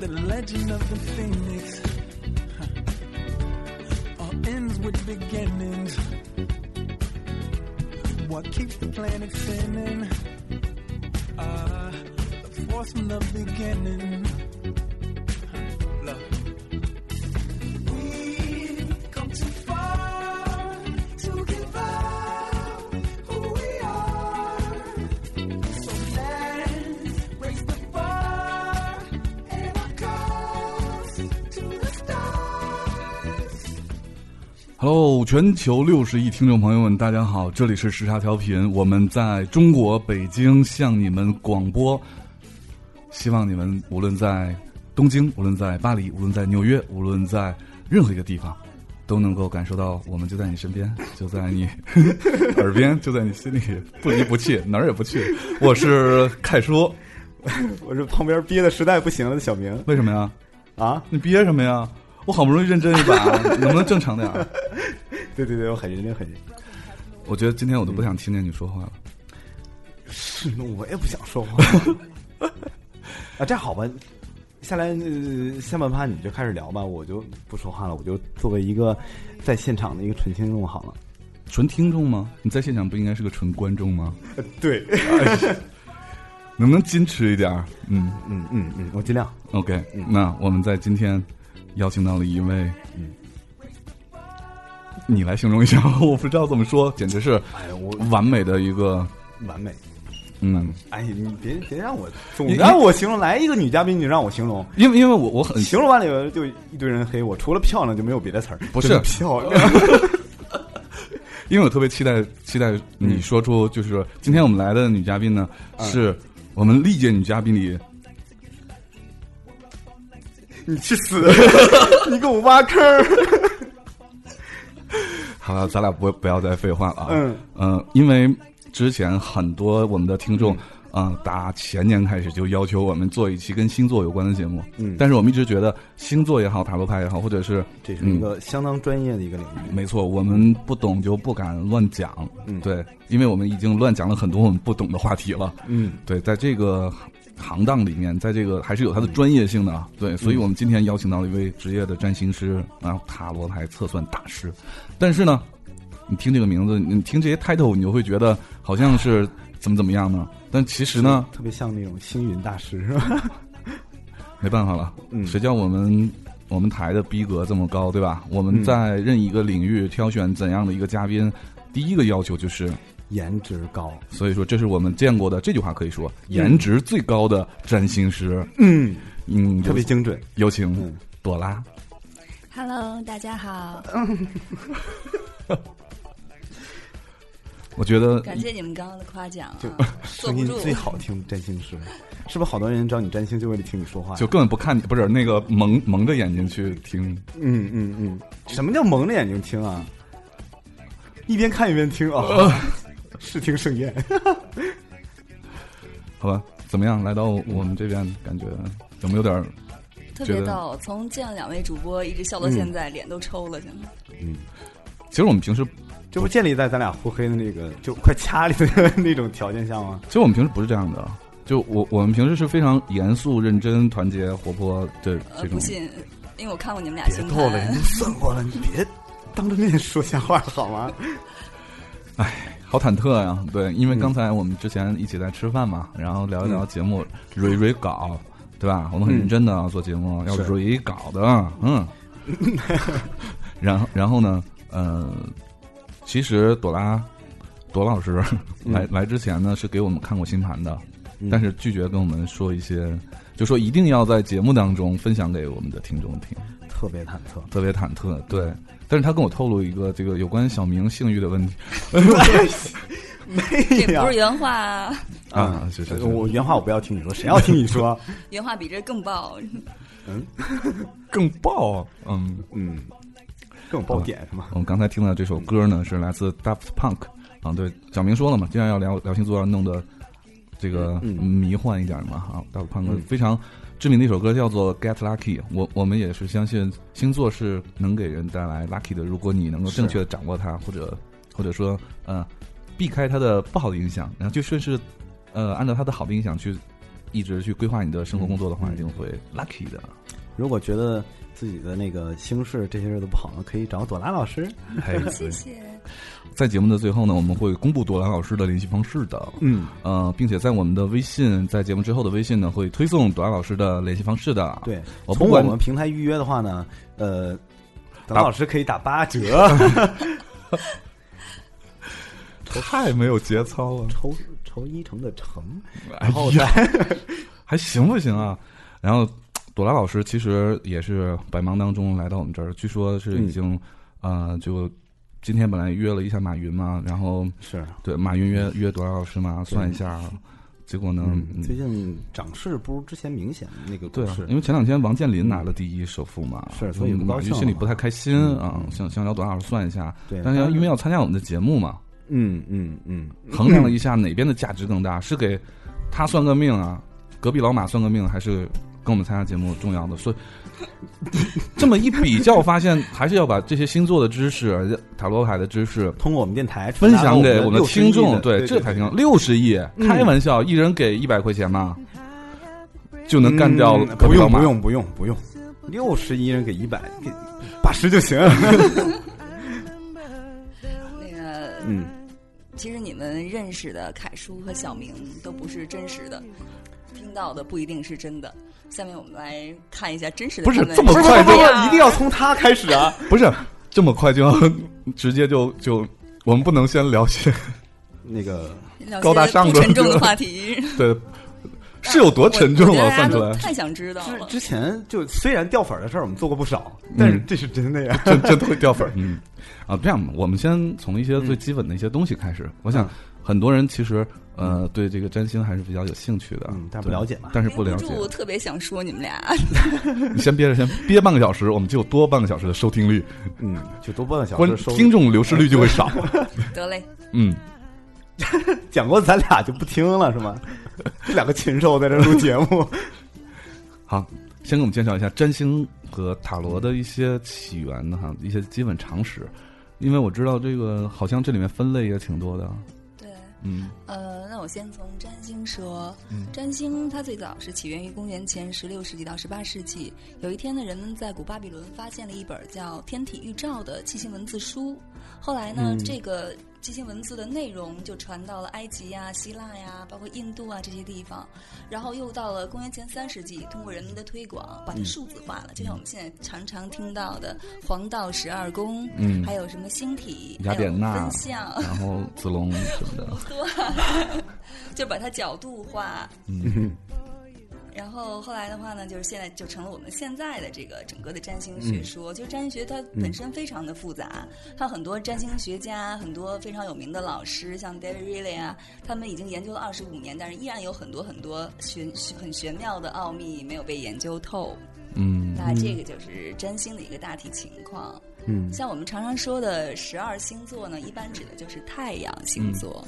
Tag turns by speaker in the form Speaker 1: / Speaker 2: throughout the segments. Speaker 1: the legend of the phoenix huh. all ends with beginnings. What keeps the planet spinning? Uh, the force from the beginning. Huh. Look. We've come too far to give up who we are. So let's raise the bar and our cause to the stars.
Speaker 2: Hello，全球六十亿听众朋友们，大家好，这里是时差调频，我们在中国北京向你们广播，希望你们无论在东京，无论在巴黎，无论在纽约，无论在任何一个地方，都能够感受到我们就在你身边，就在你 耳边，就在你心里，不离不弃，哪儿也不去。我是凯叔，
Speaker 3: 我这旁边憋的实在不行了的小明
Speaker 2: 为什么呀？
Speaker 3: 啊，
Speaker 2: 你憋什么呀？我好不容易认真一把，能不能正常点儿？
Speaker 3: 对对对，我很认真，很认
Speaker 2: 我觉得今天我都不想听见你说话了。
Speaker 3: 真。是，我也不想说话。 啊，这样好吧，下来、呃下半趴你就开始聊吧，我就不说话了，我就作为一个在现场的一个纯听众好了。
Speaker 2: 纯听众吗？你在现场不应该是个纯观众吗？
Speaker 3: 对，
Speaker 2: 能不能矜持一点儿？嗯
Speaker 3: 嗯嗯嗯，我尽量。
Speaker 2: ，OK，那
Speaker 3: 嗯
Speaker 2: 我们在今天邀请到了一位，
Speaker 3: 嗯
Speaker 2: 你来形容一下，我不知道怎么说，简直是
Speaker 3: 哎呀，我
Speaker 2: 完美的一个，
Speaker 3: 完美。
Speaker 2: 嗯，
Speaker 3: 哎呀，你别别让我，总
Speaker 2: 你
Speaker 3: 让我形容来一个女嘉宾，你就让我形容，
Speaker 2: 因为因为我我很
Speaker 3: 形容完了以后就一堆人黑我，除了漂亮就没有别的词儿。
Speaker 2: 不是
Speaker 3: 真的漂亮，
Speaker 2: 因为我特别期待期待
Speaker 3: 嗯
Speaker 2: 你说出，就是今天我们来的女嘉宾呢，是我们历届女嘉宾里
Speaker 3: 你去死！你给我挖坑儿！
Speaker 2: 好了，咱俩不不要再废话了啊。
Speaker 3: 嗯
Speaker 2: 呃因为之前很多我们的听众，嗯、打前年开始就要求我们做一期跟星座有关的节目。
Speaker 3: 嗯
Speaker 2: 但是我们一直觉得星座也好，塔罗牌也好，或者是嗯
Speaker 3: 这是一个相当专业的一个领域。
Speaker 2: 没错，我们不懂就不敢乱讲。
Speaker 3: 嗯
Speaker 2: 对，因为我们已经乱讲了很多我们不懂的话题了。
Speaker 3: 嗯，
Speaker 2: 对，在这个行当里面，在这个还是有它的专业性的啊。对，所以我们今天邀请到了一位职业的占星师，然后塔罗牌测算大师。但是呢，你听这个名字，你听这些 title，你就会觉得好像
Speaker 3: 嗯
Speaker 2: 是怎么怎么样呢？但其实呢，
Speaker 3: 特别像那种星云大师，是吧？
Speaker 2: 没办法了，
Speaker 3: 嗯
Speaker 2: 谁叫我们我们台的逼格这么高，对吧？我们
Speaker 3: 嗯
Speaker 2: 在任意一个领域挑选怎样的一个嘉宾，第一个要求就是，
Speaker 3: 颜值高。
Speaker 2: 所以说这是我们见过的这句话可以说颜值最高的占星师。
Speaker 3: 嗯，
Speaker 2: 嗯，
Speaker 3: 特别精准。
Speaker 2: 有请
Speaker 3: 嗯
Speaker 2: 朵拉。
Speaker 4: Hello，大家好，
Speaker 2: 嗯我觉得
Speaker 4: 感谢你们刚刚的夸奖啊
Speaker 3: 就，
Speaker 4: 坐
Speaker 3: 声
Speaker 4: 不
Speaker 3: 音
Speaker 4: 住。
Speaker 3: 最好听，占星师，是不是好多人找你占星就为了听你说话？
Speaker 2: 就根本不看你，不是那个蒙蒙着眼睛去听。
Speaker 3: 嗯嗯嗯，什么叫蒙着眼睛听啊？一边看一边听啊， 视听盛宴。
Speaker 2: 好吧，怎么样？来到我们这边，感觉有没有点儿？
Speaker 4: 特
Speaker 2: 觉
Speaker 4: 别
Speaker 2: 得嗯
Speaker 4: 逗。从见了两位主播一直笑到现在，脸都抽了，现在。
Speaker 2: 其实我们平时，
Speaker 3: 这不建立在咱俩互黑的那个就快掐里的那种条件下吗？
Speaker 2: 其实我们平时不是这样的。啊就我我们平时是非常严肃、认真、团结、活泼的
Speaker 4: 呃，
Speaker 2: 这
Speaker 4: 不
Speaker 2: 种。
Speaker 4: 信，因为我看过你们俩
Speaker 3: 别
Speaker 4: 星
Speaker 3: 逗了，人
Speaker 4: 盘
Speaker 3: 都。算过了，你别当着面说瞎话好吗？
Speaker 2: 好忐忑呀、对，因为刚才我们之前一起在吃饭嘛，然后聊一聊节目，蕊蕊稿，对吧？我们很认真的、啊做节目，要
Speaker 3: 是
Speaker 2: 蕊稿的，嗯。然后，然后呢？呃，其实朵拉，朵老师来、来之前呢，是给我们看过星盘的，但是拒绝跟我们说一些，就说一定要在节目当中分享给我们的听众听，
Speaker 3: 特别忐忑。
Speaker 2: 特别忐忑。对，但是他跟我透露一个这个有关小明性欲的问题
Speaker 3: 哎 没
Speaker 4: 这
Speaker 3: 呀
Speaker 4: 不是原话 啊，
Speaker 2: 啊，是是是，
Speaker 3: 我原话我不要听你说，谁要听你说？
Speaker 4: 原话比这更爆。
Speaker 2: 更爆、 嗯，
Speaker 3: 嗯，这种爆点是吗？
Speaker 2: 我们刚才听到这首歌呢，是来自 Daft Punk 啊。对，小明说了嘛，既然要聊聊星座，要弄得这个
Speaker 3: 嗯
Speaker 2: 迷幻一点嘛。啊，Daft Punk
Speaker 3: 嗯
Speaker 2: 非常知名的一首歌叫做《Get Lucky》。我我们也是相信星座是能给人带来 lucky 的，如果你能够
Speaker 3: 是
Speaker 2: 正确的掌握它，或者或者说呃避开它的不好的影响，然后就顺势呃按照它的好的影响去一直去规划你的生活工作的话，一定会 lucky 的。
Speaker 3: 如果觉得自己的那个心事这些日子不好呢，可以找朵拉老师。
Speaker 2: 还有一次
Speaker 4: 谢谢，
Speaker 2: 在节目的最后呢，我们会公布朵拉老师的联系方式的。
Speaker 3: 嗯，
Speaker 2: 呃，并且在我们的微信，在节目之后的微信呢，会推送朵拉老师的联系方式的。，
Speaker 3: 对，
Speaker 2: 我不
Speaker 3: 从我
Speaker 2: 管
Speaker 3: 们平台预约的话呢，呃，等
Speaker 2: 打
Speaker 3: 老师可以打八 折，
Speaker 2: 太没有节操啊 了。
Speaker 3: 抽抽一成的成，
Speaker 2: 然后再哎还行不行啊？然后朵拉老师其实也是百忙当中来到我们这儿，据说是已经、呃就今天本来约了一下马云嘛，然后
Speaker 3: 是。
Speaker 2: 对马云约约朵拉老师嘛，算一下，结果呢，嗯
Speaker 3: 最近涨势不如之前明显，那个股
Speaker 2: 对啊
Speaker 3: 市，
Speaker 2: 因为前两天王健林拿了第一首富嘛，
Speaker 3: 是所以不高兴
Speaker 2: 马云心里
Speaker 3: 嘛
Speaker 2: 不太开心啊，想想找朵拉老师算一下，
Speaker 3: 对嗯
Speaker 2: 但是要
Speaker 3: 当
Speaker 2: 因为要参加我们的节 目嘛，
Speaker 3: 嗯嗯嗯，
Speaker 2: 衡量了一下哪边的价值更大，是给他算个命啊，隔壁老马算个命，还是跟我们参加节目重要的？所以 这么一比较，发现还是要把这些星座的知识、塔罗牌的知识
Speaker 3: 通过我们电台
Speaker 2: 分享给我
Speaker 3: 的
Speaker 2: 们的听众，
Speaker 3: 对，嗯
Speaker 2: 这才行。六十亿，开玩笑，一人给一百块钱嘛，就能干掉
Speaker 3: 嗯
Speaker 2: 隔
Speaker 3: 不
Speaker 2: 壁老
Speaker 3: 用
Speaker 2: 马
Speaker 3: 不。用不用不用，六十一人给一百，给八十就行。
Speaker 4: 那个
Speaker 3: 嗯，
Speaker 4: 其实你们认识的凯叔和小明都不是真实的，听到的不一定是真的。下面我们来看一下真实的
Speaker 2: 不是
Speaker 4: 评论
Speaker 2: 这么
Speaker 4: 是
Speaker 2: 快
Speaker 4: 什
Speaker 2: 就
Speaker 4: 么啊样
Speaker 3: 一定要从他开始 啊！
Speaker 2: 不是这么快就要直接就就，我们不能先聊些
Speaker 3: 那个
Speaker 4: 聊些
Speaker 2: 高大上
Speaker 4: 不
Speaker 2: 的
Speaker 4: 沉 重的话题，
Speaker 2: 对是有多沉重
Speaker 4: 我觉得
Speaker 2: 啊？
Speaker 4: 大
Speaker 2: 算
Speaker 4: 家
Speaker 2: 出
Speaker 4: 都
Speaker 2: 来。
Speaker 4: 太想知道
Speaker 3: 之
Speaker 4: 了。
Speaker 3: 之前就虽然掉粉儿的事儿我们做过不少，但是这是真的呀。
Speaker 2: 真真的会掉粉儿。嗯，啊，这样吧，我们先从一些最基本的一些东西开始。我
Speaker 3: 嗯
Speaker 2: 想很多人其实呃对这个占星还是比较有兴趣的，
Speaker 3: 嗯但
Speaker 2: 对
Speaker 3: 不了解嘛
Speaker 2: 但是不了解
Speaker 4: 憋。住，哎特别想说你 们俩，
Speaker 2: 你先憋着，先憋半个小时，我们就有多半个小时的收听率，
Speaker 3: 嗯，就多半个小
Speaker 2: 观
Speaker 3: 时收
Speaker 2: 听众流失率就会 少。
Speaker 4: 得嘞，
Speaker 2: 嗯，
Speaker 3: 讲过，咱俩就不听了是 吗？这两个禽兽在这录节目，
Speaker 2: 好。先给我们介绍一下占星和塔罗的一些起源的哈，一些基本常识，因为我知道这个好像这里面分类也挺多的，
Speaker 4: 对。
Speaker 2: 嗯，
Speaker 4: 呃，那我先从占星说。占星它最早是起源于公元前十六世纪到十八世纪。有一天呢，人们在古巴比伦发现了一本叫《天体预兆》的楔形文字书。后来呢，
Speaker 2: 嗯
Speaker 4: 这个楔形文字的内容就传到了埃及呀、希腊呀，包括印度啊这些地方。然后又到了公元前三世纪，通过人们的推广，
Speaker 2: 嗯
Speaker 4: 把它数字化了，就像我们现在常常听到的黄道十二宫，
Speaker 2: 嗯
Speaker 4: 还有什么星体、
Speaker 2: 雅典娜嗯
Speaker 4: 还有分相。
Speaker 2: 然后子龙什么的，
Speaker 4: 就把它角度化。然后后来的话呢，就是现在就成了我们现在的这个整个的占星学说。就占星学它本身非常的复杂，它很多占星学家、很多非常有名的老师，像 David Riley 啊，他们已经研究了二十五年，但是依然有很多很多玄很玄妙的奥秘没有被研究透。
Speaker 2: 嗯，
Speaker 4: 那这个就是占星的一个大体情况。嗯，像我们常常说的十二星座呢，一般指的就是太阳星座。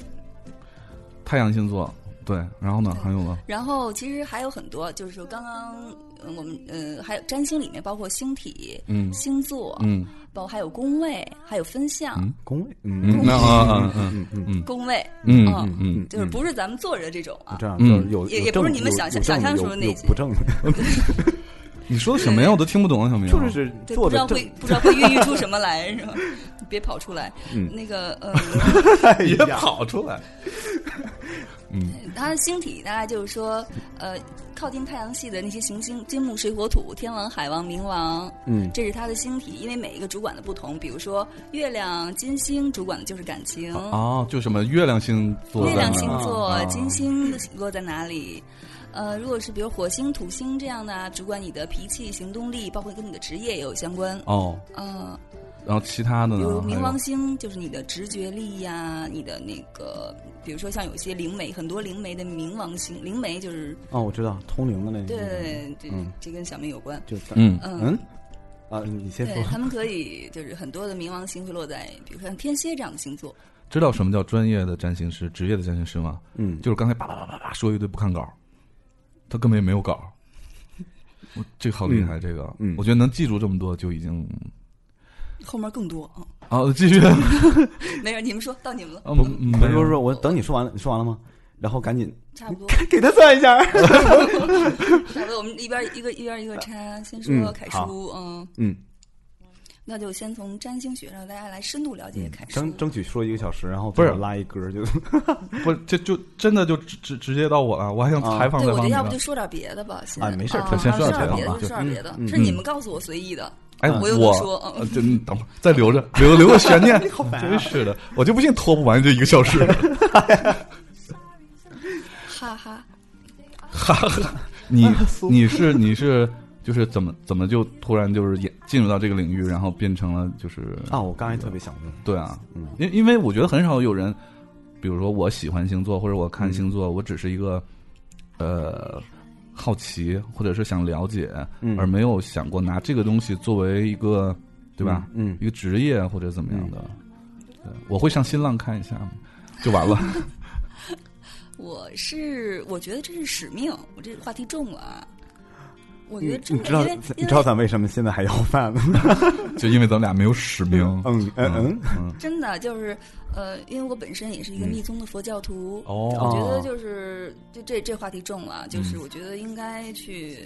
Speaker 2: 太阳星座，对，然后呢，还有吗？
Speaker 4: 然后其实还有很多，就是说刚刚呃我们呃还有占星里面包括星体、
Speaker 2: 嗯
Speaker 4: 星座，
Speaker 2: 嗯，
Speaker 4: 包括还有宫位，还有分相、
Speaker 2: 嗯
Speaker 3: 工位，
Speaker 2: 嗯，
Speaker 3: 嗯
Speaker 2: 那啊嗯
Speaker 3: 嗯嗯，
Speaker 4: 宫位，
Speaker 2: 嗯
Speaker 4: 啊
Speaker 2: 嗯嗯，
Speaker 4: 就是不是咱们坐着这种啊
Speaker 3: 这，样
Speaker 2: 嗯
Speaker 3: 就是有
Speaker 4: 也
Speaker 3: 有
Speaker 4: 也不是
Speaker 3: 正
Speaker 4: 你们
Speaker 3: 有
Speaker 4: 想
Speaker 3: 有
Speaker 4: 想
Speaker 3: 正
Speaker 4: 象
Speaker 3: 有
Speaker 4: 中的那
Speaker 3: 有
Speaker 4: 些
Speaker 3: 不正的，
Speaker 2: 你说的什么呀？我都听不懂啊，小明。
Speaker 3: 就是
Speaker 4: 对，
Speaker 3: 做
Speaker 4: 不知道
Speaker 3: 的
Speaker 4: 会
Speaker 3: 正。
Speaker 4: 不知道会孕育出什么来 是吧？你别跑出来，那个呃。
Speaker 2: 别
Speaker 3: 哎呀
Speaker 2: 跑出来。
Speaker 4: 它的星体大概就是说，呃，靠近太阳系的那些行星，金木水火土，天王、海王、冥王，
Speaker 3: 嗯
Speaker 4: 这是它的星体，因为每一个主管的不同，比如说月亮、金星主管的就是感情，
Speaker 2: 哦，就什么月亮星座在
Speaker 4: 月
Speaker 2: 哪儿啊，
Speaker 4: 亮星座、
Speaker 2: 啊
Speaker 4: 金星落在哪里？呃，如果是比如火星、土星这样的啊，主管你的脾气、行动力，包括跟你的职业也有相关。
Speaker 2: 哦，
Speaker 4: 呃，
Speaker 2: 然后其他的
Speaker 4: 比
Speaker 2: 呢
Speaker 4: 如？
Speaker 2: 还
Speaker 4: 冥
Speaker 2: 有
Speaker 4: 王星就是你的直觉力呀、你的那个，比如说像有些灵媒，很多灵媒的冥王星，灵媒就是
Speaker 3: 哦，我知道通灵的那个，
Speaker 4: 对，这
Speaker 3: 嗯
Speaker 4: 这跟小明有关。
Speaker 3: 就
Speaker 2: 嗯
Speaker 3: 嗯啊，你先
Speaker 4: 对
Speaker 3: 说，
Speaker 4: 他们可以就是很多的冥王星会落在，比如说像天蝎这样的星座。
Speaker 2: 知道什么叫专业的占星师、职业的占星师吗？
Speaker 3: 嗯，
Speaker 2: 就是刚才叭叭叭叭叭说一堆不看稿，他根本也没有稿。我这个好厉害，这个，
Speaker 3: 嗯
Speaker 2: 我觉得能记住这么多就已经
Speaker 4: 后面更多啊，
Speaker 2: 啊，继续。
Speaker 4: 没事，你们说到你们了。
Speaker 2: 啊，不，
Speaker 3: 不是
Speaker 2: 没
Speaker 3: 不
Speaker 2: 有
Speaker 3: 是，我等你说完了，你说完了吗？然后赶紧
Speaker 4: 差不多，
Speaker 3: 给他算一 下。
Speaker 4: 差不多。我们一边一个一边一个拆，啊先
Speaker 3: 嗯
Speaker 4: 说凯叔，嗯，
Speaker 3: 嗯，
Speaker 4: 那就先从占星学上，大家来深度了解凯叔。
Speaker 3: 嗯争争取说一个小时，然后
Speaker 2: 不是
Speaker 3: 拉一歌 就
Speaker 2: 不，这就真的就直直直接到我了，我还想采访
Speaker 4: 对，
Speaker 2: 这方
Speaker 4: 我觉得
Speaker 2: 面
Speaker 4: 要不
Speaker 2: 呢
Speaker 4: 就。说点别的吧，现
Speaker 3: 啊
Speaker 4: 在
Speaker 3: 没事儿
Speaker 4: 啊
Speaker 3: 就
Speaker 2: 先说
Speaker 4: 说
Speaker 2: 点别的
Speaker 4: 别
Speaker 2: 吧
Speaker 4: 的，就
Speaker 2: 就
Speaker 4: 说点别的
Speaker 3: 嗯，
Speaker 4: 是你们告诉我随意的，
Speaker 2: 哎，
Speaker 4: 我又能说
Speaker 2: 我
Speaker 4: 嗯
Speaker 2: 这你等会儿再留着，留留个悬念。真是的，我就不信拖不完这一个小时。
Speaker 4: 哈哈。
Speaker 2: 哈哈，你你是你是就是怎么怎么就突然就是也进入到这个领域，然后变成了就是
Speaker 3: 啊！我刚才特别想问，
Speaker 2: 对啊
Speaker 3: 嗯，
Speaker 2: 因因为我觉得很少有人，比如说我喜欢星座或者我看星座，我只是一个呃好奇或者是想了解，
Speaker 3: 嗯
Speaker 2: 而没有想过拿这个东西作为一个对吧、
Speaker 3: 嗯
Speaker 2: 一个职业或者怎么样的。对我会上新浪看一下，就完了。
Speaker 4: 我是我觉得这是使命，我这话题重了啊。我觉
Speaker 3: 你你
Speaker 4: 得重了，
Speaker 3: 知道
Speaker 4: 因为
Speaker 3: 你
Speaker 4: 因
Speaker 3: 知道
Speaker 4: 为
Speaker 3: 咱为什么现在还要饭吗？
Speaker 2: 就因为咱们俩没有使命。
Speaker 3: 嗯嗯嗯，
Speaker 2: 嗯，
Speaker 4: 真的就是呃，因为我本身也是一个密宗的佛教徒，
Speaker 2: 哦嗯
Speaker 4: 我觉得就是就这这话题重了，就是我觉得应该去。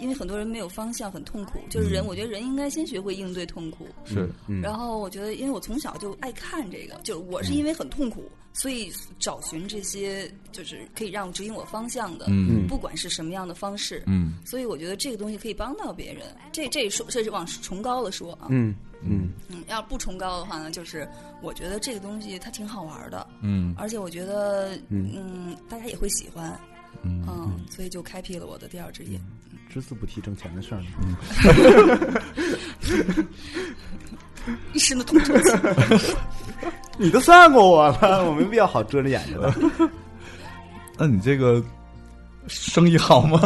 Speaker 4: 因为很多人没有方向，很痛苦。
Speaker 2: 嗯
Speaker 4: 就是人，我觉得人应该先学会应对痛苦。
Speaker 2: 是
Speaker 3: 嗯
Speaker 4: 然后我觉得，因为我从小就爱看这个，就是我
Speaker 2: 嗯
Speaker 4: 是因为很痛苦，所以找寻这些就是可以让我指引我方向的，
Speaker 2: 嗯
Speaker 4: 不管是什么样的方式，
Speaker 2: 嗯
Speaker 4: 所以我觉得这个东西可以帮到别人。这这说这是往崇高了说啊，
Speaker 3: 嗯嗯
Speaker 4: 嗯，要不崇高的话呢，就是我觉得这个东西它挺好玩的，
Speaker 2: 嗯
Speaker 4: 而且我觉得
Speaker 3: 嗯
Speaker 4: 嗯大家也会喜欢，
Speaker 2: 嗯
Speaker 4: 嗯，所以就开辟了我的第二职业。
Speaker 3: 只字不提挣钱的事儿。
Speaker 4: 一身的痛楚，
Speaker 3: 你都算过我了，我没必要好遮着眼睛的。
Speaker 2: 那你这个生意好吗？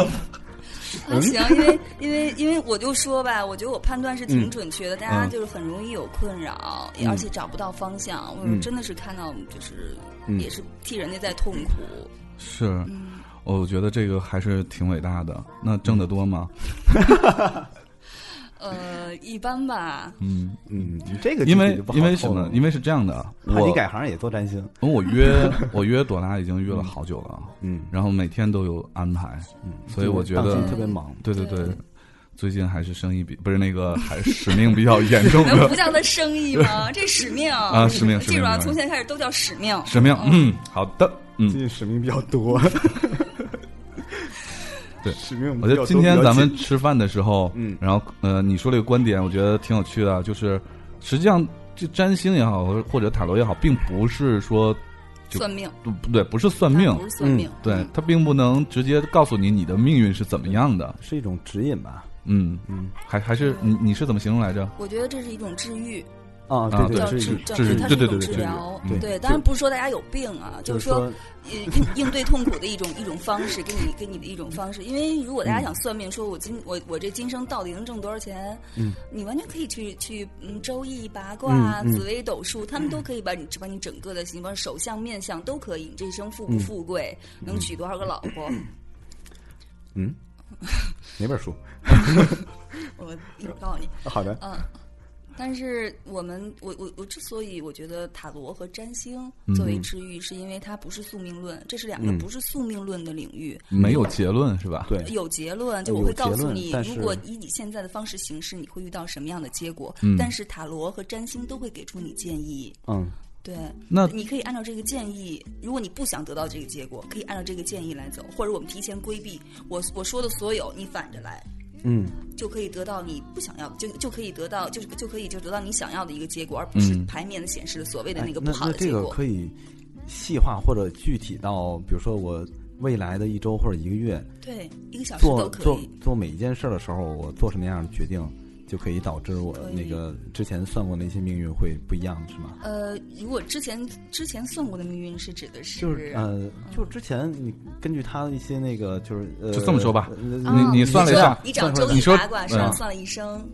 Speaker 2: 嗯
Speaker 4: 还行，因为因为因为我就说吧，我觉得我判断是
Speaker 2: 嗯
Speaker 4: 挺准确的，大家就是很容易有困扰，也而且找不到方向。
Speaker 2: 嗯
Speaker 4: 我真的是看到就是、
Speaker 3: 嗯
Speaker 4: 也是替人家在痛苦，
Speaker 2: 是，
Speaker 4: 嗯，
Speaker 2: 我觉得这个还是挺伟大的。那挣得多吗？
Speaker 4: 呃，一般吧，
Speaker 2: 嗯，
Speaker 3: 嗯，你这个
Speaker 2: 因为
Speaker 3: 具体就不好
Speaker 2: 因为
Speaker 3: 透
Speaker 2: 什
Speaker 3: 露
Speaker 2: 么？因为是这样的，啊
Speaker 3: 怕
Speaker 2: 我
Speaker 3: 你改行也做占星。
Speaker 2: 我 约我约朵拉已经约了好久了，啊
Speaker 3: 嗯
Speaker 2: 然后每天都有安排，
Speaker 3: 嗯，
Speaker 2: 所以我觉
Speaker 3: 当
Speaker 2: 得
Speaker 3: 心特别忙。
Speaker 2: 对对
Speaker 4: 对
Speaker 2: 对，最近还是生意比不是那个还是使命比较严 重
Speaker 4: 能不
Speaker 2: 的
Speaker 4: 叫他生意吗？这使命
Speaker 2: 啊使命使命
Speaker 4: 记住啊，
Speaker 2: 使命
Speaker 4: 从现在开始都叫使命。
Speaker 2: 使命。嗯，好的，嗯
Speaker 3: 最。近使命比较 多。
Speaker 2: 对
Speaker 3: 使命比较多。
Speaker 2: 我觉得今
Speaker 3: 嗯比
Speaker 2: 天
Speaker 3: 较
Speaker 2: 咱们
Speaker 3: 紧
Speaker 2: 吃饭的时候，
Speaker 3: 嗯
Speaker 2: 然后呃，你说这个观点，我觉得挺有趣的，啊就是实际上这占星也好，或者塔罗也好，并不是说就
Speaker 4: 算命，
Speaker 2: 不不对，不是算命
Speaker 4: 它，不是算命，
Speaker 2: 对
Speaker 4: 嗯，
Speaker 2: 它并不能直接告诉你你的命运是怎么样的。
Speaker 3: 是一种指引吧？
Speaker 2: 嗯，
Speaker 3: 嗯
Speaker 2: 还还是你你是怎么形容来着？
Speaker 4: 我觉得这是一种治愈，
Speaker 3: 啊，
Speaker 2: 啊
Speaker 3: 对
Speaker 4: 叫
Speaker 3: 对，
Speaker 4: 治
Speaker 3: 是一种
Speaker 4: 叫
Speaker 2: 治
Speaker 4: 治
Speaker 2: 愈
Speaker 4: 它是一
Speaker 2: 对对
Speaker 4: 种
Speaker 2: 对
Speaker 4: 治
Speaker 2: 对
Speaker 4: 疗
Speaker 2: 对。
Speaker 4: 对，当然不是说大家有病啊，
Speaker 3: 就是
Speaker 4: 说
Speaker 3: 说，
Speaker 4: 呃应应 对痛苦的一种一种方式，给你给你的一种方式。因为如果大家想算命，说我今我我这今生到底能挣多少钱，
Speaker 3: 嗯
Speaker 4: 你完全可以去去嗯周易八卦、
Speaker 3: 嗯嗯
Speaker 4: 紫微斗数，他们都可以把你把你整个的什么手相面相都可以，你这一生富不富贵，能娶多少个老婆，
Speaker 3: 嗯，哪本书？
Speaker 4: 我一会儿告诉你。
Speaker 3: 啊好的，
Speaker 4: 嗯，但是我们，我我我之所以我觉得塔罗和占星
Speaker 2: 嗯
Speaker 4: 作为治愈，是因为它不是宿命论，这是两个
Speaker 3: 嗯
Speaker 4: 不是宿命论的领域。
Speaker 2: 没有结论是吧？，
Speaker 3: 对，
Speaker 4: 有结论，就
Speaker 3: 有
Speaker 4: 我会告诉
Speaker 3: 结论
Speaker 4: 你
Speaker 3: 但，是
Speaker 4: 如果以你现在的方式行事，你会遇到什么样的结果。
Speaker 2: 嗯
Speaker 4: 但是塔罗和占星都会给出你建议，
Speaker 3: 嗯
Speaker 4: 对，
Speaker 2: 那
Speaker 4: 你可以按照这个建议，如果你不想得到这个结果，可以按照这个建议来走，或者我们提前规避我我说的所有，你反着来，
Speaker 3: 嗯
Speaker 4: 就可以得到你不想要，就就可以得到，就是就可以就得到你想要的一个结果，而不是
Speaker 2: 嗯
Speaker 4: 牌面的显示的所谓的
Speaker 3: 哎
Speaker 4: 那个
Speaker 3: 那
Speaker 4: 不好的
Speaker 3: 那这
Speaker 4: 结
Speaker 3: 个
Speaker 4: 果。
Speaker 3: 可以细化或者具体到，比如说我未来的一周或者一个月，
Speaker 4: 对，一个小时
Speaker 3: 做
Speaker 4: 啊都可
Speaker 3: 做
Speaker 4: 以。
Speaker 3: 做每一件事儿的时候，我做什么样的决定，就可以导致我
Speaker 4: 可以
Speaker 3: 那个之前算过那些命运会不一样，是吗？
Speaker 4: 呃，如果之前之前算过的命运是指的是，啊
Speaker 3: 就是
Speaker 4: 嗯
Speaker 3: 呃，就之前你根据他的一些那个，就是呃，
Speaker 2: 就这么说吧
Speaker 3: 呃
Speaker 4: 啊
Speaker 2: 你你算了一下
Speaker 4: 你找
Speaker 3: 算
Speaker 4: 周
Speaker 3: 出来
Speaker 4: 易
Speaker 2: 你说
Speaker 4: 八卦
Speaker 2: 嗯
Speaker 4: 上算了一生。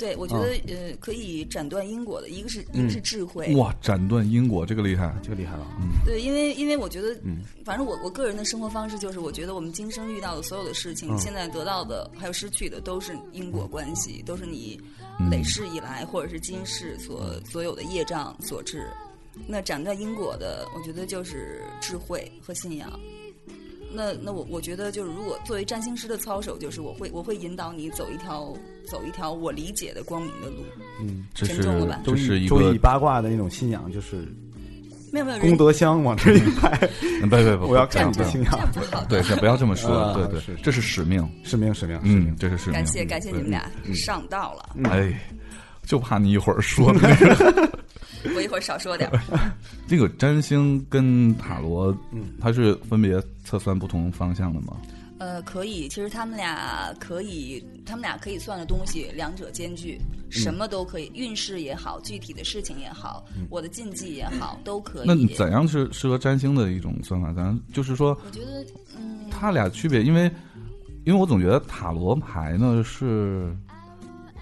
Speaker 4: 对，我觉得
Speaker 3: 哦
Speaker 4: 呃，可以斩断因果的，一个是一个
Speaker 3: 嗯
Speaker 4: 是智慧，
Speaker 2: 哇，斩断因果这个厉害。
Speaker 3: 这个厉害了，啊
Speaker 2: 嗯
Speaker 4: 对，因为因为我觉得
Speaker 3: 嗯，
Speaker 4: 反正我我个人的生活方式就是，我觉得我们今生遇到的所有的事情，
Speaker 3: 嗯
Speaker 4: 现在得到的还有失去的，都是因果关
Speaker 3: 嗯
Speaker 4: 系，都是你累世以来或者是今世所所有的业障所致。那长在因果的，我觉得就是智慧和信仰。那那我我觉得就是，如果作为占星师的操守，就是我会我会引导你走一条走一条我理解的光明的路。
Speaker 3: 嗯，
Speaker 2: 这
Speaker 4: 沉
Speaker 2: 是
Speaker 4: 重了吧
Speaker 2: 这是一
Speaker 3: 周
Speaker 2: 个
Speaker 3: 易八卦的那种信仰，就是
Speaker 4: 没有没有人
Speaker 3: 功德箱往这 一摆，
Speaker 2: 嗯不不不，
Speaker 3: 我要
Speaker 2: 这
Speaker 3: 看
Speaker 2: 样不
Speaker 3: 你的
Speaker 2: 要
Speaker 3: 信
Speaker 4: 这样
Speaker 3: 仰。
Speaker 4: 不好。
Speaker 2: 对，这不要这么说，
Speaker 3: 啊
Speaker 2: 对对
Speaker 3: 是，是
Speaker 2: 这是使命，
Speaker 3: 使命，使命，使命
Speaker 2: 嗯，。这是使命。
Speaker 4: 感谢感谢你们俩
Speaker 3: 嗯
Speaker 4: 上道了，
Speaker 2: 哎，就怕你一会儿说的那 个
Speaker 4: 我一会儿少说点儿。
Speaker 2: 这个占星跟塔罗，
Speaker 3: 嗯
Speaker 2: 它是分别测算不同方向的吗？
Speaker 4: 呃，可以，其实他们俩可以，他们俩可以算的东西，两者兼具，什么都可以，运势也好，具体的事情也好，我的禁忌也好，都可以。
Speaker 2: 那怎样是适合占星的一种算法？咱就是说，
Speaker 4: 我觉得，嗯，
Speaker 2: 它俩区别，因为因为我总觉得塔罗牌呢是，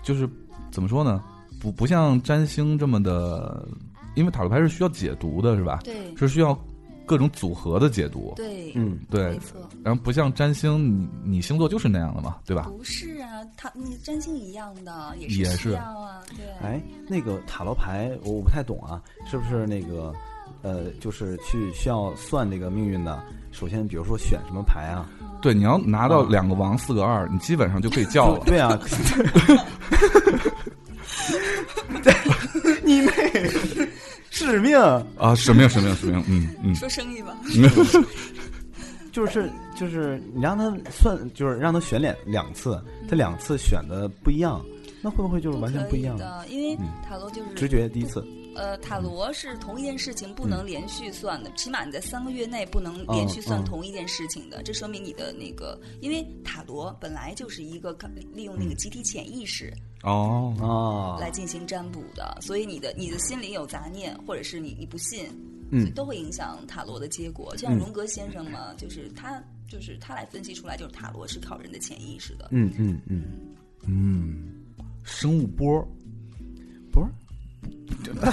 Speaker 2: 就是怎么说呢，不不像占星这么的，因为塔罗牌是需要解读的，是吧？
Speaker 4: 对
Speaker 2: 是需要各种组合的解读，
Speaker 4: 对，
Speaker 3: 嗯，
Speaker 2: 对
Speaker 4: 没，错，
Speaker 2: 然后不像占星，你你星座就是那样的嘛，对吧？
Speaker 4: 不是啊，他你占星一样的，也
Speaker 2: 也
Speaker 4: 是
Speaker 2: 是
Speaker 4: 需要啊，对啊，
Speaker 3: 哎，那个塔罗牌我我不太懂啊，是不是那个呃，就是去需要算这个命运的？首先，比如说选什么牌啊？
Speaker 2: 对，你要拿到两个王四个二，你基本上就可以叫 了。
Speaker 3: 对 啊， 你那使命
Speaker 2: 啊，使命，使命，使命，嗯 嗯，
Speaker 4: 说生意吧，
Speaker 3: 就是就是你让他算，就是让他选两两次，
Speaker 4: 嗯
Speaker 3: 他两次选的不一样，那会不会就是完全
Speaker 4: 可
Speaker 3: 不
Speaker 4: 以
Speaker 3: 一样？啊
Speaker 4: 的，因为塔罗就是
Speaker 3: 直觉第一次，
Speaker 4: 呃，
Speaker 3: 嗯
Speaker 4: 塔罗是同一件事情不能连续算的，起码你在三个月内不能连续算
Speaker 3: 嗯嗯
Speaker 4: 同一件事情的。这说明你的那个，因为塔罗本来就是一个靠利用那
Speaker 3: 嗯
Speaker 4: 个集体潜意识
Speaker 2: 哦，
Speaker 3: 啊
Speaker 4: 来进行占卜的，所以你的你的心里有杂念，或者是你你不信，
Speaker 3: 嗯
Speaker 4: 所以都会影响塔罗的结果。就像荣格先生嘛，就是他就是他来分析出来，就是塔罗是靠人的潜意识的。
Speaker 3: 嗯嗯嗯，
Speaker 2: 嗯，生物波
Speaker 3: 不是，
Speaker 4: 哪儿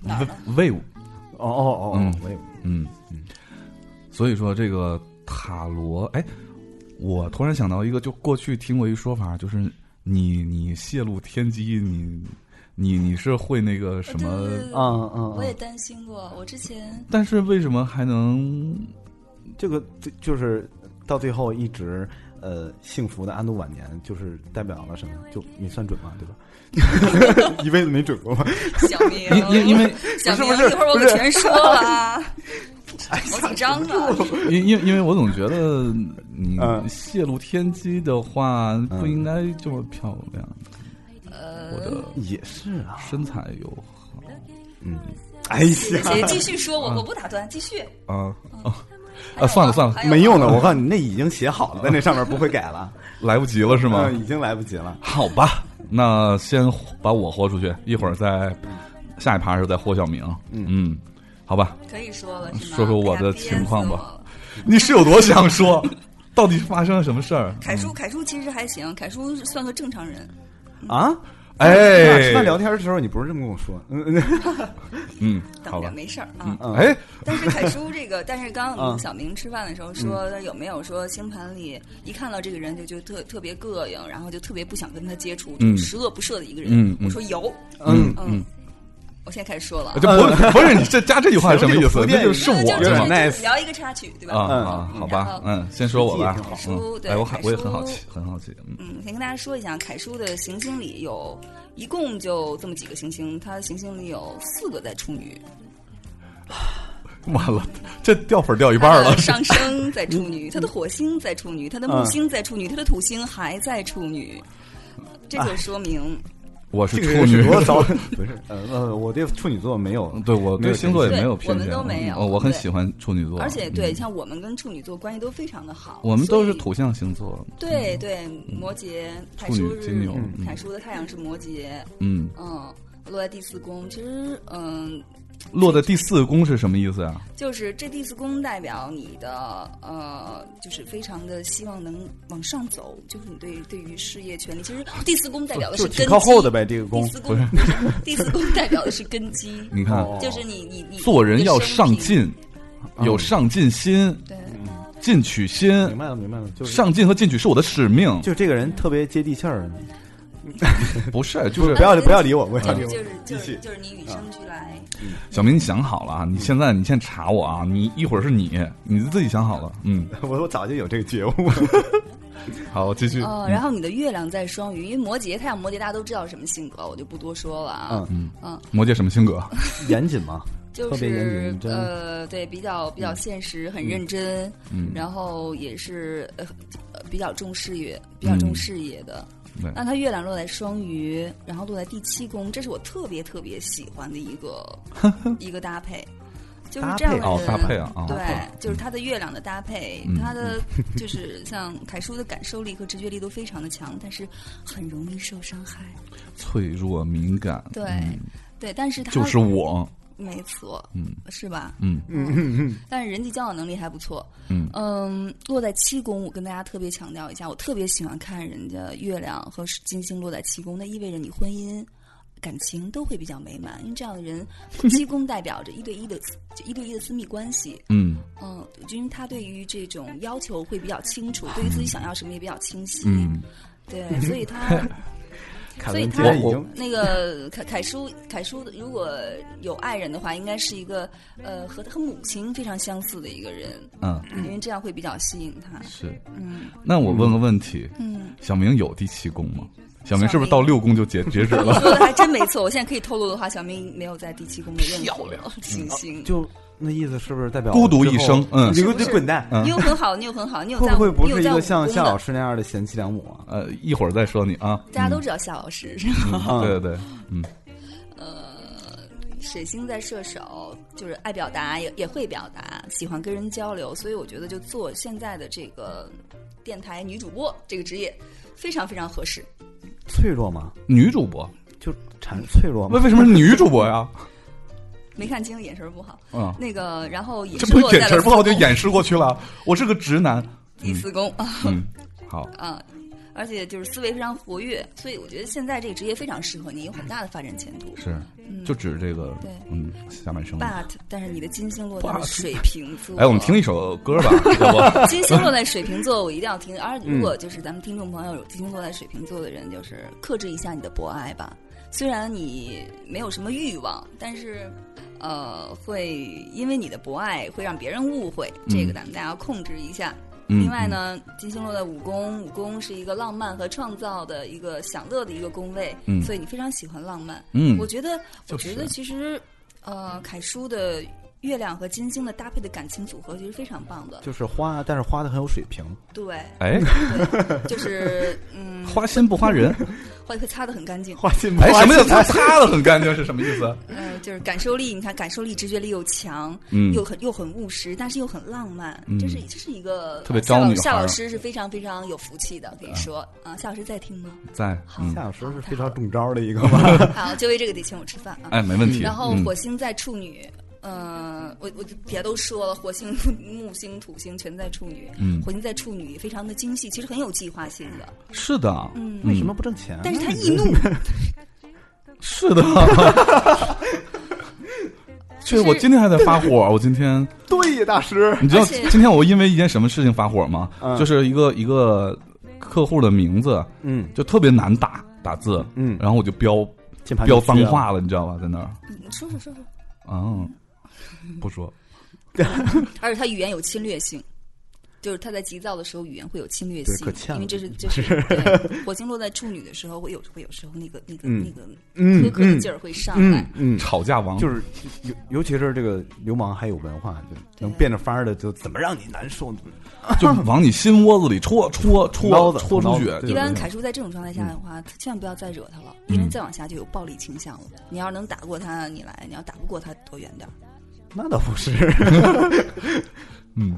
Speaker 4: 呢？
Speaker 2: wave，
Speaker 3: 哦哦哦，
Speaker 2: 嗯
Speaker 3: 我也
Speaker 2: 嗯嗯，所以说这个塔罗，哎，我突然想到一个，就过去听过一说法，就是你你泄露天机，你你你是会那个什
Speaker 4: 呃对对
Speaker 2: 么，
Speaker 4: 对
Speaker 3: 嗯嗯，
Speaker 4: 我也担心过，我之 前
Speaker 2: 但是为什么还 能
Speaker 3: 这个最就是到最后一直呃幸福的安度晚年，就是代表了什么？就没算准嘛，对 吧？一辈子没准过吗？
Speaker 4: 小明，
Speaker 2: 因因因为
Speaker 4: 小明，
Speaker 3: 不是不是
Speaker 4: 一会儿我
Speaker 3: 不
Speaker 4: 可
Speaker 3: 是
Speaker 4: 全说 了啊，好紧张啊！
Speaker 2: 因因因为我总觉得你
Speaker 3: 嗯
Speaker 2: 泄露天机的话，不
Speaker 3: 嗯
Speaker 2: 应该这么漂亮。我的
Speaker 3: 也是啊，
Speaker 2: 身材又好
Speaker 3: 嗯， 哎呀，
Speaker 4: 姐继续说，我我不打断，继续。
Speaker 2: 啊哦啊！算了算了，
Speaker 4: 嗯还有
Speaker 3: 没用的。我告诉你，那已经写好了，在那上面不会改了，
Speaker 2: 来不及了 是
Speaker 3: 是
Speaker 2: 吗？
Speaker 3: 已经来不及了。
Speaker 2: 好吧，那先把我豁出去，一会儿再下一趴的时候再豁小明。嗯，好吧，
Speaker 4: 可以说了是吗？
Speaker 2: 说说我的
Speaker 4: 哎呀
Speaker 2: 情况吧。你是有多想说？到底发生了什么事儿？
Speaker 4: 憋死我凯叔，凯叔其实还行，凯叔算个正常人。
Speaker 3: 啊，咱俩
Speaker 2: 哎
Speaker 3: 吃，饭聊天的时候，你不是这么跟我说？嗯嗯
Speaker 2: 嗯，好
Speaker 4: 等着
Speaker 2: 吧，
Speaker 4: 没事儿啊。
Speaker 3: 嗯
Speaker 2: 哎，
Speaker 4: 但是凯叔这个，但是刚刚我 们
Speaker 3: 嗯
Speaker 4: 小明吃饭的时候说，有没有说星盘里一看到这个人就就特特别膈应，然后就特别不想跟他接触，就
Speaker 2: 嗯
Speaker 4: 十恶不赦的一个
Speaker 2: 嗯
Speaker 4: 人？
Speaker 2: 嗯
Speaker 4: 我说有，
Speaker 2: 嗯
Speaker 3: 嗯，
Speaker 2: 嗯，
Speaker 4: 我现在开始说了啊
Speaker 2: 这。不不是你这加这句话什么意思？那就是
Speaker 4: 没有
Speaker 2: 我
Speaker 4: 就
Speaker 2: 对
Speaker 4: 是
Speaker 2: 吧
Speaker 3: 有？点
Speaker 4: 就是聊一个插曲，对吧？
Speaker 2: 啊
Speaker 3: 嗯
Speaker 2: 啊，
Speaker 4: 嗯
Speaker 2: 好
Speaker 4: 然
Speaker 2: 吧
Speaker 4: 后，
Speaker 2: 嗯，先说我吧
Speaker 3: 实际也挺好，
Speaker 2: 嗯
Speaker 4: 书，对
Speaker 2: 哎，我很
Speaker 4: 凯
Speaker 2: 我也很好
Speaker 4: 书
Speaker 2: 奇，很好奇，嗯
Speaker 4: 嗯，先跟大家说一下，凯叔的行星里有一共就这么几个行星，他的行星里有四个在处女，
Speaker 2: 完了，这掉粉儿掉一半
Speaker 4: 他
Speaker 2: 儿
Speaker 4: 的
Speaker 2: 了，嗯
Speaker 4: 上升在处女，他的火星在处女，他的木星在处女，他的土星还在处女，这
Speaker 2: 哎
Speaker 4: 就说明
Speaker 2: 我是
Speaker 3: 这
Speaker 2: 处
Speaker 3: 个人
Speaker 2: 女
Speaker 3: 是多少？不是，呃呃，我对处女座没有
Speaker 2: 嗯，对我对星座也没有偏见，
Speaker 4: 对我们都没有
Speaker 2: 哦我很
Speaker 4: 对
Speaker 2: 喜欢处女座，
Speaker 4: 而且
Speaker 2: 嗯
Speaker 4: 对，像我们跟处女座关系都非常的好，
Speaker 2: 我们都是
Speaker 4: 所以
Speaker 2: 土象星座，
Speaker 4: 对对，摩羯，凯
Speaker 2: 处女
Speaker 4: 叔是
Speaker 2: 金牛嗯
Speaker 4: 凯叔的太阳是摩羯，
Speaker 2: 嗯，
Speaker 4: 嗯，落在第四宫，其实嗯。
Speaker 2: 落在第四宫是什么意思啊？
Speaker 4: 就是这第四宫代表你的呃，就是非常的希望能往上走，就是你对对于事业权利。其实第四宫代表
Speaker 3: 啊
Speaker 4: 的
Speaker 3: 就是挺
Speaker 4: 根基，
Speaker 3: 靠后的呗。这个宫
Speaker 4: 第四宫，第四宫代表的是根基，
Speaker 2: 你看，
Speaker 3: 哦
Speaker 4: 就是你你你
Speaker 2: 做人要上。
Speaker 4: 你的生
Speaker 2: 进，有上进心、
Speaker 4: 平对，
Speaker 3: 嗯
Speaker 2: 进取心
Speaker 3: 明，白了，明白了，就是
Speaker 2: 上进和进取是我的使命，
Speaker 3: 就这个人特别接地气儿，
Speaker 2: 不是就是
Speaker 3: 不要不要理我，不要理
Speaker 4: 就嗯是
Speaker 3: 我
Speaker 4: 就
Speaker 3: 继续
Speaker 4: 是就
Speaker 3: 啊
Speaker 4: 是就是你与生俱来，
Speaker 2: 小明，你想好了啊？你现在你先查我啊！你一会儿是你，你自己想好了。嗯，
Speaker 3: 我我早就有这个觉悟。
Speaker 2: 好，继
Speaker 3: 嗯
Speaker 2: 续。
Speaker 4: 哦，然后你的月亮在双鱼，因为摩羯，太阳摩羯大家都知道什么性格，我就不多说了啊。嗯嗯，
Speaker 2: 摩羯什么性 格？
Speaker 3: 严谨吗？
Speaker 4: 就
Speaker 3: 特别严谨
Speaker 4: 是
Speaker 3: 认真
Speaker 4: 呃，对，比较比
Speaker 2: 嗯
Speaker 4: 较现实，很认真，然后也是呃呃比较重事业，比较
Speaker 2: 嗯
Speaker 4: 重事业的。
Speaker 2: 对
Speaker 4: 那他月亮落在双鱼，然后落在第七宫，这是我特别特别喜欢的一 个一个搭配，就是这样的人。
Speaker 2: 哦，嗯搭配啊啊！
Speaker 4: 对，就是他的月亮的搭配，他的就是像凯叔的感受力和直觉力都非常的强，但是很容易受伤害。
Speaker 2: 脆弱敏感，
Speaker 4: 对，
Speaker 2: 嗯
Speaker 4: 对，但是他
Speaker 2: 就是我，
Speaker 4: 没错，
Speaker 2: 嗯
Speaker 4: 是吧？
Speaker 2: 嗯
Speaker 4: 但是人际交往能力还不错。
Speaker 2: 嗯
Speaker 4: 嗯，落在七宫，我跟大家特别强调一下，我特别喜欢看人家月亮和金星落在七宫，那意味着你婚姻。感情都会比较美满，因为这样的人，七宫代表着一对一的 就一对一的私密关系，
Speaker 2: 嗯
Speaker 4: 嗯，就因为他对于这种要求会比较清楚，对于自己想要什么也比较清晰，
Speaker 2: 嗯，
Speaker 4: 对，所以他，
Speaker 3: 凯
Speaker 4: 所以
Speaker 3: 文竟
Speaker 4: 他
Speaker 3: 然已
Speaker 2: 我
Speaker 3: 经
Speaker 4: 那个凯凯叔，凯叔如果有爱人的话，应该是一个呃和和母亲非常相似的一个人，
Speaker 2: 嗯
Speaker 4: 因为这样会比较吸引他。
Speaker 2: 是。
Speaker 4: 嗯
Speaker 2: 那我问个问题，
Speaker 4: 嗯，
Speaker 2: 小明有第七宫吗？小明是不是
Speaker 4: 小
Speaker 2: 到六宫就截截止了？
Speaker 4: 说的还真没错，我现在可以透露的话，小明没有在第七宫的任何行星。
Speaker 3: 就那意思是不是代表
Speaker 2: 孤独
Speaker 3: 之后
Speaker 2: 一生嗯
Speaker 3: 你给我滚蛋！
Speaker 4: 你又很好，你又很好，你有
Speaker 3: 会
Speaker 4: 在
Speaker 3: 不会不
Speaker 4: 你有
Speaker 3: 是一
Speaker 4: 在
Speaker 3: 个
Speaker 4: 武
Speaker 3: 像
Speaker 4: 功
Speaker 3: 夏
Speaker 4: 的
Speaker 3: 老师嗯那样的贤妻良母啊？
Speaker 2: 呃，一会儿再说你啊。
Speaker 4: 大家都知道夏老师是吧？
Speaker 2: 嗯对对，嗯
Speaker 4: 水星在射手，就是爱表达，也也会表达，喜欢跟人交流，所以我觉得就做现在的这个电台女主播这个职业，非常非常合适。
Speaker 3: 脆弱吗？
Speaker 2: 女主播，
Speaker 3: 就产脆弱
Speaker 2: 为
Speaker 3: 吗？
Speaker 2: 为什么是女主播 呀？
Speaker 4: 没看清，眼神不好。
Speaker 2: 嗯，
Speaker 4: 那个，然后也
Speaker 2: 这
Speaker 4: 是
Speaker 2: 不
Speaker 4: 落在
Speaker 2: 眼神
Speaker 4: 了
Speaker 2: 不好就掩饰过去了。我是个直 男。
Speaker 4: 第四宫啊
Speaker 2: 嗯，好，
Speaker 4: 啊，而且就是思维非常活跃，所以我觉得现在这个职业非常适合你，有很大的发展前途。
Speaker 2: 是，就指这个，
Speaker 4: 对
Speaker 2: 嗯，下半生。
Speaker 4: But，但是你的金星落在
Speaker 2: But
Speaker 4: 了水瓶座。
Speaker 2: 哎，我们听一首歌 吧，要不？
Speaker 4: 金星落在水瓶座，我一定要听。而如果就是咱们听众朋友有金星落在水瓶座的人，就是克制一下你的博爱吧。虽然你没有什么欲望，但是，呃，会因为你的博爱会让别人误会，这个咱们大家要控制一下。
Speaker 2: 嗯
Speaker 4: 另外呢，金星落在五宫，五宫是一个浪漫和创造的一个享乐的一个宫位，
Speaker 2: 嗯
Speaker 4: 所以你非常喜欢浪漫。
Speaker 2: 嗯
Speaker 4: 我觉得，
Speaker 2: 就
Speaker 4: 我
Speaker 2: 是
Speaker 4: 觉得其实，呃，凯叔的月亮和金星的搭配的感情组合其实非常棒的。
Speaker 3: 就是花，但是花的很有水平。
Speaker 4: 对，
Speaker 2: 哎，
Speaker 4: 对，就是嗯，
Speaker 2: 花心不花 人。
Speaker 4: 会会擦得很干净。
Speaker 3: 花心
Speaker 2: 哎，什么叫擦擦的很干净是什么意思？
Speaker 4: 呃，就是感受力，你看感受力、直觉力又强，
Speaker 2: 嗯
Speaker 4: 又很又很务实，但是又很浪漫，这是这是一个
Speaker 2: 特别
Speaker 4: 夏
Speaker 2: 招
Speaker 4: 老
Speaker 2: 女
Speaker 4: 夏
Speaker 2: 孩儿
Speaker 4: 老师是非常非常有福气的，可以说啊，夏老师在听 吗？
Speaker 2: 在，嗯
Speaker 3: 夏，老师是非常中招的一个吧？
Speaker 4: 好，就为这个得请我吃饭啊。
Speaker 2: 哎，没问题。
Speaker 4: 然后
Speaker 2: 嗯
Speaker 4: 火星在处女。呃，我我就别都说了，火星、木星、土星全在处女，
Speaker 2: 嗯
Speaker 4: 火星在处女，非常的精细，其实很有计划性的，
Speaker 2: 是的，
Speaker 4: 嗯
Speaker 3: 为什么不挣钱？
Speaker 4: 但是他易 怒，
Speaker 2: 是的。
Speaker 4: 是
Speaker 2: 对，我今天还在发火。我今天，
Speaker 3: 对呀，大师，
Speaker 2: 你知道
Speaker 4: 而且
Speaker 2: 今天我因为一件什么事情发火吗？
Speaker 3: 嗯
Speaker 2: 就是一个一个客户的名字
Speaker 3: 嗯
Speaker 2: 就特别难打打字，
Speaker 3: 嗯，
Speaker 2: 然后我就飙
Speaker 3: 键盘
Speaker 2: 飙脏，话了，你知道吧？在那儿，
Speaker 4: 你说说说说，
Speaker 2: 嗯，不说，
Speaker 4: 而且他语言有侵略性，就是他在急躁的时候语言会有侵略
Speaker 3: 对
Speaker 4: 性
Speaker 3: 可，呛
Speaker 4: 因为这是这是 对火星落在处女的时候，会有会有时候那个那个、
Speaker 3: 嗯
Speaker 4: 那个
Speaker 3: 嗯
Speaker 4: 苛刻的劲儿会上来。
Speaker 3: 嗯嗯，
Speaker 2: 吵架王
Speaker 3: 就是尤尤其是这个流氓还有文化，就能变着法儿的，就怎么让你难受？
Speaker 2: 就往你心窝子里戳戳
Speaker 3: 刀
Speaker 2: 戳
Speaker 3: 子
Speaker 2: 戳出
Speaker 3: 刀
Speaker 2: 去
Speaker 3: 子。对嗯
Speaker 2: 就
Speaker 4: 一
Speaker 2: 是
Speaker 4: 般凯叔在这种状态下的话，他千万不要再惹他了，因为再往下就有暴力倾向了。你要是能打过他，你来；你要打不过他，躲远点儿。
Speaker 3: 那倒不是，
Speaker 2: 嗯，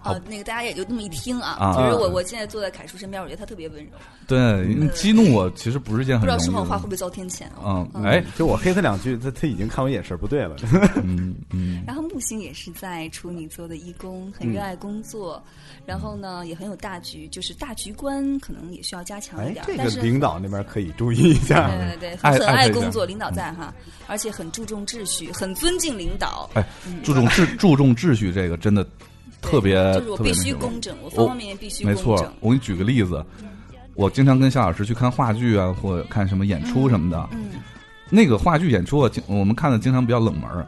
Speaker 4: 啊，那个大家也就那么一听啊，
Speaker 2: 啊
Speaker 4: 就是我我现在坐在凯叔身边，我觉得他特别温柔，
Speaker 2: 对，激怒我其实不是一件
Speaker 4: 不
Speaker 2: 很容
Speaker 4: 知道
Speaker 2: 易
Speaker 4: 说
Speaker 2: 的
Speaker 4: 谎话
Speaker 2: 事
Speaker 4: 会不。会遭天谴啊。
Speaker 2: 嗯，哎，
Speaker 3: 就我黑他两句，他他已经看我眼神不对了。
Speaker 2: 嗯嗯，
Speaker 4: 然后木星也是在处女座的一宫，很热爱工作，然后呢也很有大局，就是大局观可能也需要加强一
Speaker 3: 哎
Speaker 4: 点，，
Speaker 3: 这
Speaker 4: 但
Speaker 3: 个
Speaker 4: 是。
Speaker 3: 领导那边可以注意一下。
Speaker 4: 对对对，
Speaker 2: 嗯爱
Speaker 4: 很
Speaker 2: 爱
Speaker 4: 爱
Speaker 2: 这一
Speaker 4: 工
Speaker 2: 点
Speaker 4: 作，领导在哈，而且很注重秩序，很尊敬领导。
Speaker 2: 哎，注重秩注重秩序这个真的
Speaker 4: 对
Speaker 2: 特别
Speaker 4: 就是我
Speaker 2: 特别
Speaker 4: 必
Speaker 2: 那
Speaker 4: 须
Speaker 2: 什么哦
Speaker 4: 工整，我方方面面必须
Speaker 2: 没
Speaker 4: 工
Speaker 2: 错
Speaker 4: 整。，嗯
Speaker 2: 我给你举个例子，我经常跟夏老师去看话剧啊，或者看什么演出什么的。
Speaker 4: 嗯，
Speaker 2: 那个话剧演出啊，经我们看的经常比较冷门儿，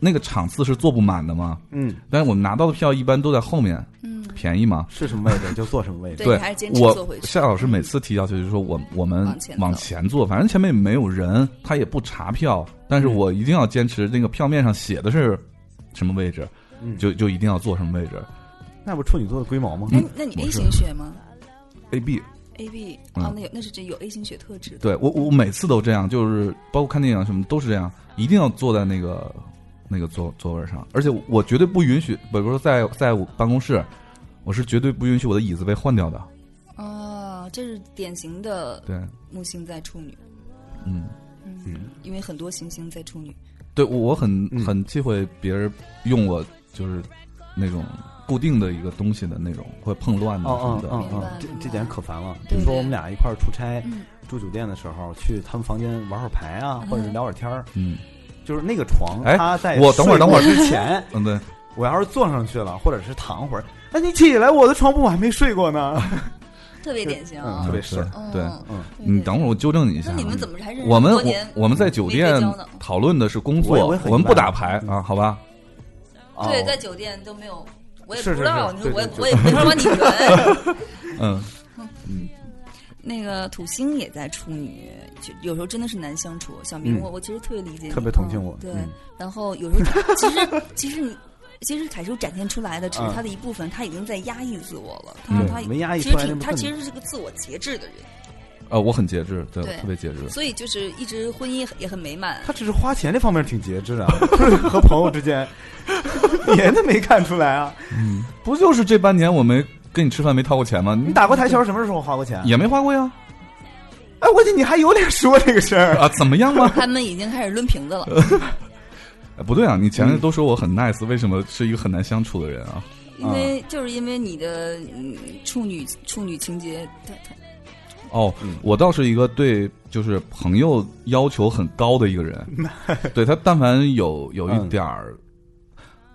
Speaker 2: 那个场次是坐不满的嘛。
Speaker 3: 嗯，
Speaker 2: 但是我们拿到的票一般都在后面，
Speaker 4: 嗯，
Speaker 2: 便宜嘛。
Speaker 3: 是什么位置就坐什么位置。
Speaker 4: 对
Speaker 2: 对
Speaker 4: 你还是坚持坐
Speaker 2: 我
Speaker 4: 回去
Speaker 2: 夏老师每次提要求就是说我我们
Speaker 4: 往前走
Speaker 2: 往前坐，反正前面也没有人，他也不查票，但是我一定要坚持那个票面上写的是什么位置，
Speaker 3: 嗯，
Speaker 2: 就就一定要坐什么位置。
Speaker 3: 那不处女座的龟毛
Speaker 2: 嗯
Speaker 3: 吗？
Speaker 4: 哎，那你 A 型血吗
Speaker 2: A B，
Speaker 4: ？A B
Speaker 2: 嗯
Speaker 4: 哦，那有那是真有 A 型血特质的。
Speaker 2: 对我我每次都这样，就是包括看电影什么都是这样，一定要坐在那个那个座座位上，而且我绝对不允许，比如说在在我办公室，我是绝对不允许我的椅子被换掉的。
Speaker 4: 哦，这是典型的
Speaker 2: 对，
Speaker 4: 木星在处女，
Speaker 2: 嗯，
Speaker 3: 嗯，
Speaker 4: 因为很多行星在处女。
Speaker 2: 对我我很
Speaker 3: 嗯
Speaker 2: 很忌讳别人用我就是那种固定的一个东西的那种会碰
Speaker 4: 嗯
Speaker 2: 乱的什
Speaker 3: 哦
Speaker 2: 么
Speaker 3: 哦
Speaker 2: 的。
Speaker 3: 哦
Speaker 4: 明
Speaker 3: 哦
Speaker 4: 白，
Speaker 3: 这
Speaker 4: 明白
Speaker 3: 这点可烦了。比
Speaker 4: 对
Speaker 3: 如说
Speaker 4: 对
Speaker 3: 我们俩一块儿出差
Speaker 4: 嗯
Speaker 3: 住酒店的时候，去他们房间玩会儿牌啊，或者是聊会儿天儿，
Speaker 2: 嗯
Speaker 3: 就是那个床，
Speaker 2: 哎
Speaker 3: 他在
Speaker 2: 我等会儿
Speaker 3: 睡
Speaker 2: 等会儿
Speaker 3: 之前，
Speaker 2: 嗯，对，
Speaker 3: 我要是坐上去了，或者是躺会儿，那你起来，我的床铺我还没睡过呢。
Speaker 4: 特别典型。
Speaker 3: 嗯特别是
Speaker 4: 嗯
Speaker 2: 啊对。
Speaker 3: 嗯
Speaker 4: 对
Speaker 2: 你等会儿，我纠正你一下
Speaker 4: 那
Speaker 2: 啊。
Speaker 4: 你们怎么还认识
Speaker 2: 我们
Speaker 4: 多
Speaker 2: 我
Speaker 4: 年
Speaker 2: 我们在酒店
Speaker 4: 没结交呢
Speaker 2: 讨论的是工作，
Speaker 3: 我也我也很
Speaker 2: 我们不
Speaker 3: 意外
Speaker 2: 打牌啊，好吧？
Speaker 4: 对，
Speaker 3: 哦
Speaker 4: 在酒店都没有，我也
Speaker 3: 是
Speaker 4: 不
Speaker 3: 是
Speaker 4: 知道，
Speaker 3: 是
Speaker 4: 你说我也
Speaker 3: 对对
Speaker 4: 我也没说你 人。
Speaker 2: 嗯，
Speaker 4: 那个土星也在处女，就有时候真的是难相处。小明，
Speaker 3: 嗯
Speaker 4: 我我其实特别理解你，
Speaker 3: 特别同情我
Speaker 4: 嗯对
Speaker 3: 嗯，
Speaker 4: 然后有时候其实其实你。其实凯叔展现出来的只是
Speaker 3: 嗯
Speaker 4: 他的一部分，他已经在压抑自我了。他
Speaker 2: 嗯
Speaker 4: 他
Speaker 3: 没压抑
Speaker 4: 其实
Speaker 3: 出来
Speaker 4: 挺
Speaker 3: 那么
Speaker 4: 他
Speaker 3: 更
Speaker 4: 其实是个自我节制的人，
Speaker 2: 呃，我很节制，对，
Speaker 4: 对
Speaker 2: 我特别节制。
Speaker 4: 所以就是一直婚姻也很美满。
Speaker 3: 他只是花钱这方面挺节制啊，和朋友之 间，别的没看出来啊。
Speaker 2: 不就是这半年我没跟你吃饭没掏过钱吗？
Speaker 3: 你
Speaker 2: 你
Speaker 3: 打过台球什么时候花过钱？啊
Speaker 2: 也没花过呀？
Speaker 3: 哎，我去，你还有脸说这个事儿？
Speaker 2: 啊，怎么样吗？
Speaker 4: 他们已经开始抡瓶子了。
Speaker 2: 哎不对啊，你前面都说我
Speaker 3: 嗯
Speaker 2: 很 nice，为什么是一个很难相处的人啊？
Speaker 4: 因为就是因为你的嗯处女处女情节，太太
Speaker 3: 嗯
Speaker 2: 哦，我倒是一个对就是朋友要求很高的一个人， 对他但凡有有一点儿，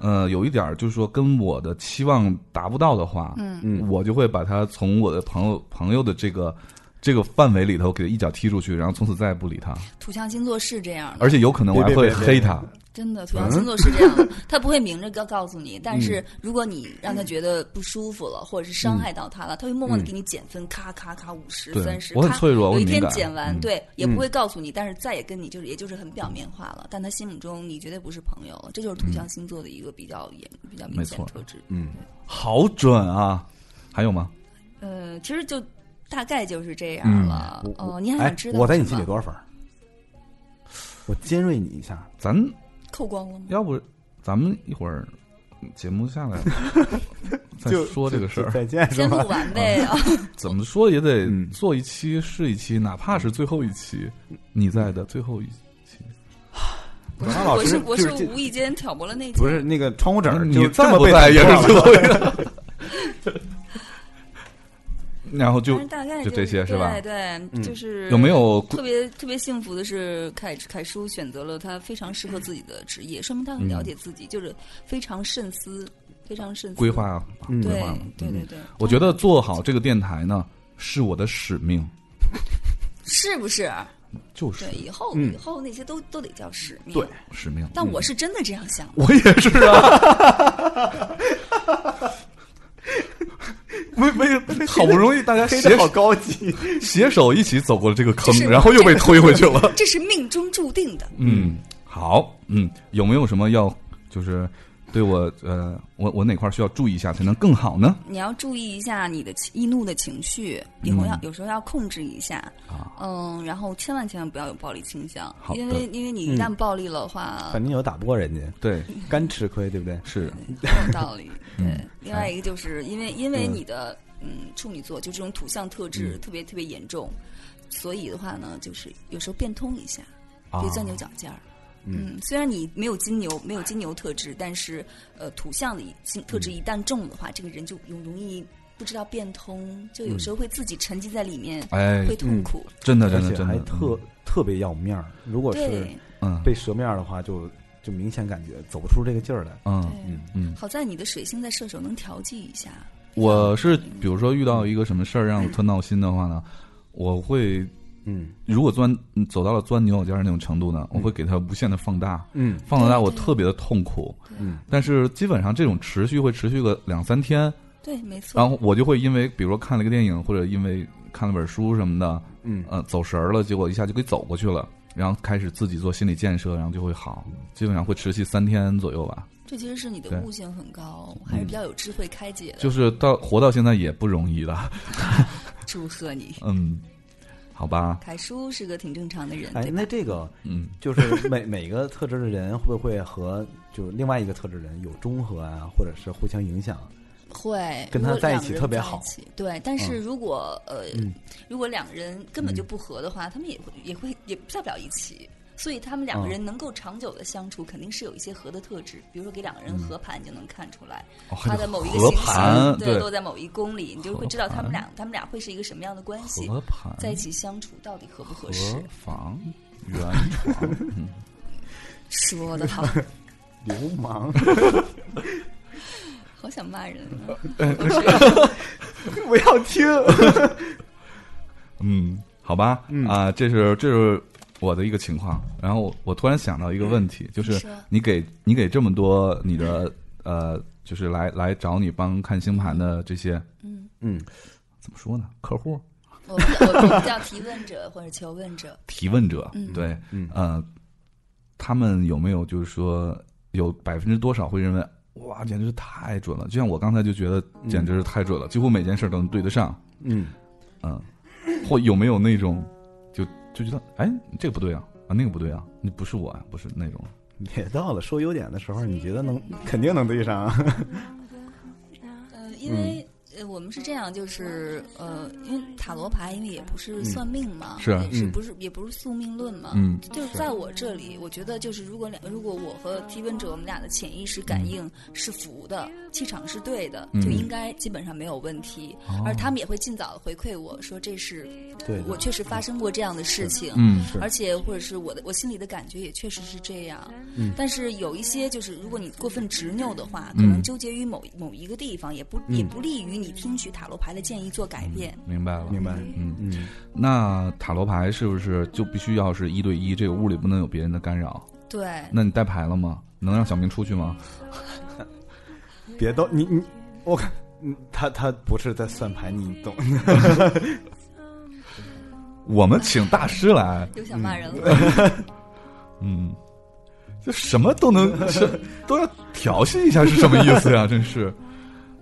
Speaker 3: 嗯
Speaker 2: 呃，有一点儿就是说跟我的期望达不到的话，
Speaker 4: 嗯
Speaker 3: 嗯
Speaker 2: 我就会把他从我的朋友朋友的这个这个范围里头给一脚踢出去，然后从此再也不理他，
Speaker 4: 土象星座是这样的，
Speaker 2: 而且嗯有可能我
Speaker 3: 嗯
Speaker 2: 还
Speaker 3: 别
Speaker 2: 会
Speaker 3: 别别
Speaker 2: 黑他。
Speaker 4: 真的土象星座是 这样的，他不会明着告告诉你，但
Speaker 2: 嗯
Speaker 4: 是如果你让他觉得不舒服了，或者是伤害到他了，他会默默的给你减分，咔咔咔，五十
Speaker 2: 嗯对
Speaker 4: 三十，
Speaker 2: 我很
Speaker 4: 咔
Speaker 2: 脆弱我
Speaker 4: 有
Speaker 2: 很
Speaker 4: 一天
Speaker 2: 敏感
Speaker 4: 减完，
Speaker 2: 嗯
Speaker 4: 对，也不会告诉你，但是再也跟你就是，也就是很表面化了，但他心目中你绝对不是朋友了，这就是土象星座的一个比较严、比较明显
Speaker 2: 嗯没错
Speaker 4: 特质。
Speaker 3: 嗯，
Speaker 2: 好准啊！还有吗？
Speaker 4: 呃，其实就大概就是这
Speaker 2: 嗯
Speaker 4: 样了。哦，你还
Speaker 3: 哎
Speaker 4: 想知，道
Speaker 3: 我在你
Speaker 4: 什
Speaker 3: 心
Speaker 4: 么
Speaker 3: 里多少分儿？我尖锐你一下，
Speaker 2: 咱
Speaker 4: 扣光了吗？
Speaker 2: 要不咱们一会儿节目下来 再
Speaker 3: 就
Speaker 2: 说这个事
Speaker 3: 就
Speaker 2: 儿，
Speaker 3: 再见是
Speaker 4: 先录
Speaker 3: 吧？
Speaker 4: 完呗 啊！
Speaker 2: 怎么说也得
Speaker 3: 嗯
Speaker 2: 做一期是一期，哪怕是最后一期，你在的最后一期，
Speaker 4: 我是
Speaker 3: 王老
Speaker 4: 我是
Speaker 3: 师
Speaker 4: 我
Speaker 3: 就是是这
Speaker 4: 无意间挑拨了那
Speaker 3: 不是那个窗户纸儿，
Speaker 2: 你
Speaker 3: 就这
Speaker 2: 在
Speaker 3: 么
Speaker 2: 不
Speaker 3: 被
Speaker 2: 在也
Speaker 3: 捅破
Speaker 2: 是最
Speaker 3: 了
Speaker 2: 后一期。 然后
Speaker 4: 就
Speaker 2: 就
Speaker 4: 大概
Speaker 2: 就这些是吧
Speaker 4: 对对，就是
Speaker 2: 有没有
Speaker 4: 特别特别幸福的是，凯凯叔选择了他非常适合自己的职业，说明他很了解自己，就是非常慎思，非常慎思
Speaker 2: 规。划啊？
Speaker 3: 嗯
Speaker 4: 对
Speaker 2: 规划嘛
Speaker 4: 对对对，
Speaker 2: 我觉得做好这个电台呢是我的使命，
Speaker 4: 是不是？
Speaker 2: 就是
Speaker 4: 对，以后
Speaker 3: 嗯
Speaker 4: 以后那些都都得叫使命。
Speaker 3: 对，
Speaker 2: 使命。
Speaker 4: 但我是真的这样想的。
Speaker 2: 我也是啊，
Speaker 3: 没 没
Speaker 2: 好不容易大家
Speaker 3: 黑
Speaker 2: 携
Speaker 3: 的好高级，
Speaker 2: 携手一起走过了这个坑
Speaker 4: 这是，
Speaker 2: 然后又被推回去 了。
Speaker 4: 这是命中注定的，
Speaker 2: 嗯，好，嗯，有没有什么要就是对我呃，我我哪块需要注意一下才能更好呢？
Speaker 4: 你要注意一下你的情易怒的情绪，以后要、
Speaker 2: 嗯
Speaker 4: 有时候要控制一下，嗯，然后千万千万不要有暴力倾向，
Speaker 2: 啊好的嗯
Speaker 4: 因为因为你一旦暴力了的话，
Speaker 3: 反正有打不过人家，
Speaker 2: 对，
Speaker 3: 干吃亏，对不对？
Speaker 2: 是
Speaker 4: 很有道理。对，另外一个就是因为因为你的嗯处女座就这种土象特质特别特别严重，所以的话呢，就是有时候变通一下，别钻牛角尖儿。嗯，虽然你没有金牛，没有金牛特质，但是呃，土象的一金特质一旦重的话，这个人就容容易不知道变通，就有时候会自己沉浸在里面，
Speaker 2: 哎
Speaker 4: 会，痛苦。
Speaker 2: 真的真
Speaker 3: 而
Speaker 2: 的
Speaker 3: 且
Speaker 2: 真的
Speaker 3: 还，特特别要面儿。如果是
Speaker 4: 对
Speaker 2: 嗯
Speaker 3: 被蛇面儿的话，就就明显感觉走不出这个劲儿来。
Speaker 2: 嗯嗯
Speaker 4: 对，
Speaker 2: 嗯，
Speaker 4: 好在你的水星在射手能调剂一下。
Speaker 2: 我是比如说遇到一个什么事儿让我特闹心的话呢，我会
Speaker 3: 嗯
Speaker 2: 如果钻嗯走到了钻牛角尖儿那种程度呢，我会给它无限的放大，
Speaker 3: 嗯
Speaker 2: 放到大我特别的痛苦。
Speaker 3: 嗯，
Speaker 2: 但是基本上这种持续会持续个两三天，
Speaker 4: 对，没错。
Speaker 2: 然后我就会因为比如说看了一个电影，或者因为看了本书什么的，
Speaker 3: 嗯
Speaker 2: 呃，走神儿了，结果一下就给走过去了，然后开始自己做心理建设，然后就会好，
Speaker 3: 嗯
Speaker 2: 基本上会持续三天左右吧。
Speaker 4: 这其实是你的
Speaker 2: 对
Speaker 4: 悟性很高，还是比较
Speaker 3: 嗯
Speaker 4: 有智慧开解的。
Speaker 2: 就是到活到现在也不容易的，
Speaker 4: 祝贺你，
Speaker 2: 嗯，好吧，
Speaker 4: 凯叔是个挺正常的人，
Speaker 3: 哎，
Speaker 4: 对吧？
Speaker 3: 那这 个
Speaker 2: 嗯，
Speaker 3: 就是每每个特质的人会不会和就是另外一个特质的人有中和啊，或者是互相影响？
Speaker 4: 会
Speaker 3: 跟他
Speaker 4: 如果
Speaker 3: 在一
Speaker 4: 两
Speaker 3: 起
Speaker 4: 个人
Speaker 3: 特别
Speaker 4: 在一
Speaker 3: 好
Speaker 4: 起对，但是如果呃
Speaker 3: 嗯，
Speaker 4: 如果两人根本就不合的话，他们也会也会也在不了一起。所以他们两个
Speaker 3: 嗯
Speaker 4: 人能够长久的相处，肯定是有一些合的特质。比如说给两个
Speaker 3: 嗯
Speaker 4: 人合盘，你就能看出来
Speaker 2: 哦还
Speaker 4: 他
Speaker 2: 得
Speaker 4: 在某一个
Speaker 2: 合
Speaker 4: 行
Speaker 2: 盘
Speaker 4: 星
Speaker 2: 对
Speaker 4: 对落在某一宫里，你就会知道他们俩他们俩会是一个什么样的关系，
Speaker 2: 合盘
Speaker 4: 在一起相处到底合不合适
Speaker 2: 合。房圆床， 嗯
Speaker 4: 说的好，
Speaker 3: 流氓，
Speaker 4: 好想骂人啊！
Speaker 3: 哎我要听。
Speaker 2: 嗯，好吧，
Speaker 3: 嗯
Speaker 2: 啊，这是这是我的一个情况。然后我我突然想到一个问题，就
Speaker 4: 你
Speaker 2: 是
Speaker 4: 说
Speaker 2: 你给你给这么多你的呃，就是来来找你帮看星盘的这些
Speaker 3: 嗯，
Speaker 2: 怎么说呢？客户
Speaker 4: 我们叫我们叫提问者或者求问者，
Speaker 2: 提问者，
Speaker 4: 嗯
Speaker 2: 对，
Speaker 3: 嗯
Speaker 2: 呃，他们有没有就是说有百分之多少会认为哇，简直是太准了？就像我刚才就觉得简直是太准了，几乎每件事都能对得上，
Speaker 3: 嗯，
Speaker 2: 嗯，或有没有那种就就觉得哎，这个不对啊，啊那个不对啊，你不是我啊，不是那种。
Speaker 3: 别到了说优点的时候，你觉得能肯定能对上啊？
Speaker 4: 呃，因为、呃我们是这样，就是呃，因为塔罗牌因为也不是算命嘛，
Speaker 2: 是
Speaker 4: 也是
Speaker 3: 嗯
Speaker 4: 不是也不是宿命论嘛，
Speaker 2: 嗯
Speaker 4: 就是在我这里，我觉得就是如果两如果我和提问者我们俩的潜意识感应是符的，气场是对的，
Speaker 2: 嗯
Speaker 4: 就应该基本上没有问题，而他们也会尽早地回馈我说这是
Speaker 3: 对
Speaker 4: 我确实发生过这样的事情，
Speaker 2: 嗯
Speaker 3: 是
Speaker 4: 而且或者是我的我心里的感觉也确实是这样。
Speaker 3: 嗯
Speaker 4: 但是有一些就是，如果你过分执拗的话，
Speaker 2: 嗯
Speaker 4: 可能纠结于某某一个地方，也不、
Speaker 3: 嗯
Speaker 4: 也不利于你听取塔罗牌的建议做改变。
Speaker 2: 明白了。
Speaker 3: 明白？
Speaker 2: 嗯，
Speaker 3: 嗯，
Speaker 2: 那塔罗牌是不是就必须要是一对一？这个屋里不能有别人的干扰。
Speaker 4: 对，
Speaker 2: 那你带牌了吗？能让小明出去吗？
Speaker 3: 嗯别逗你你，我看嗯他他不是在算牌，你懂？
Speaker 2: 我们请大师来，
Speaker 4: 又想骂人了。
Speaker 2: 嗯，就什么都能是都要调戏一下，是什么意思呀、真是，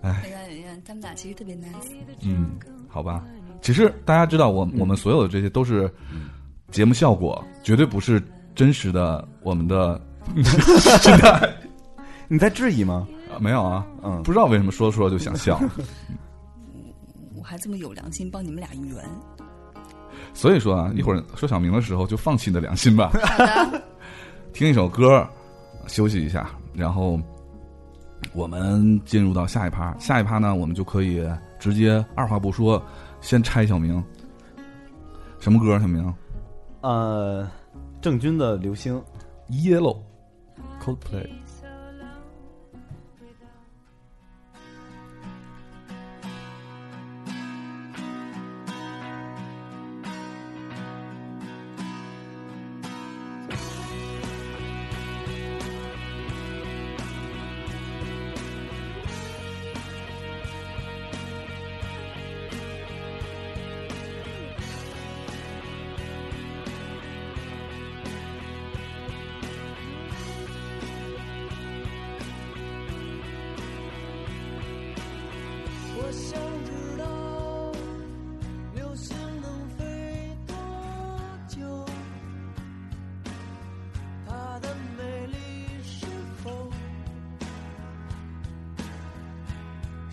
Speaker 4: 你看，你看，哎他们俩其实特别 nice。
Speaker 2: 嗯，好吧。其实大家知道我，我们所有的这些都是节目效果，绝对不是真实的。我们的、
Speaker 3: 你在质疑吗？
Speaker 2: 啊没有啊，
Speaker 3: 嗯
Speaker 2: 不知道为什么说着说着就想笑，
Speaker 4: 我还这么有良心帮你们俩圆。
Speaker 2: 所以说啊，一会儿说小明的时候就放弃你的良心吧。
Speaker 4: 好的，
Speaker 2: 听一首歌，休息一下，然后我们进入到下一趴。下一趴呢，我们就可以直接二话不说，先拆小明。什么歌？小明
Speaker 3: 呃，郑钧的《流星》。
Speaker 2: ？Yellow Coldplay。
Speaker 1: 我想知道，流星能飞多久？它的美丽是否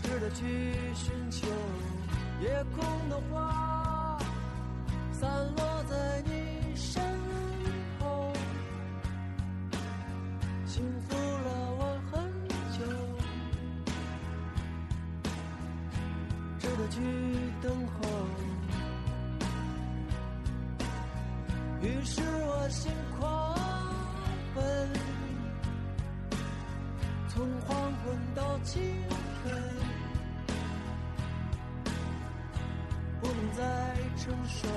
Speaker 1: 值得去寻求？夜空的花散落在你身后，幸福了我很久。值得去等候。于是我心狂奔，从黄昏到清晨，不能再承受。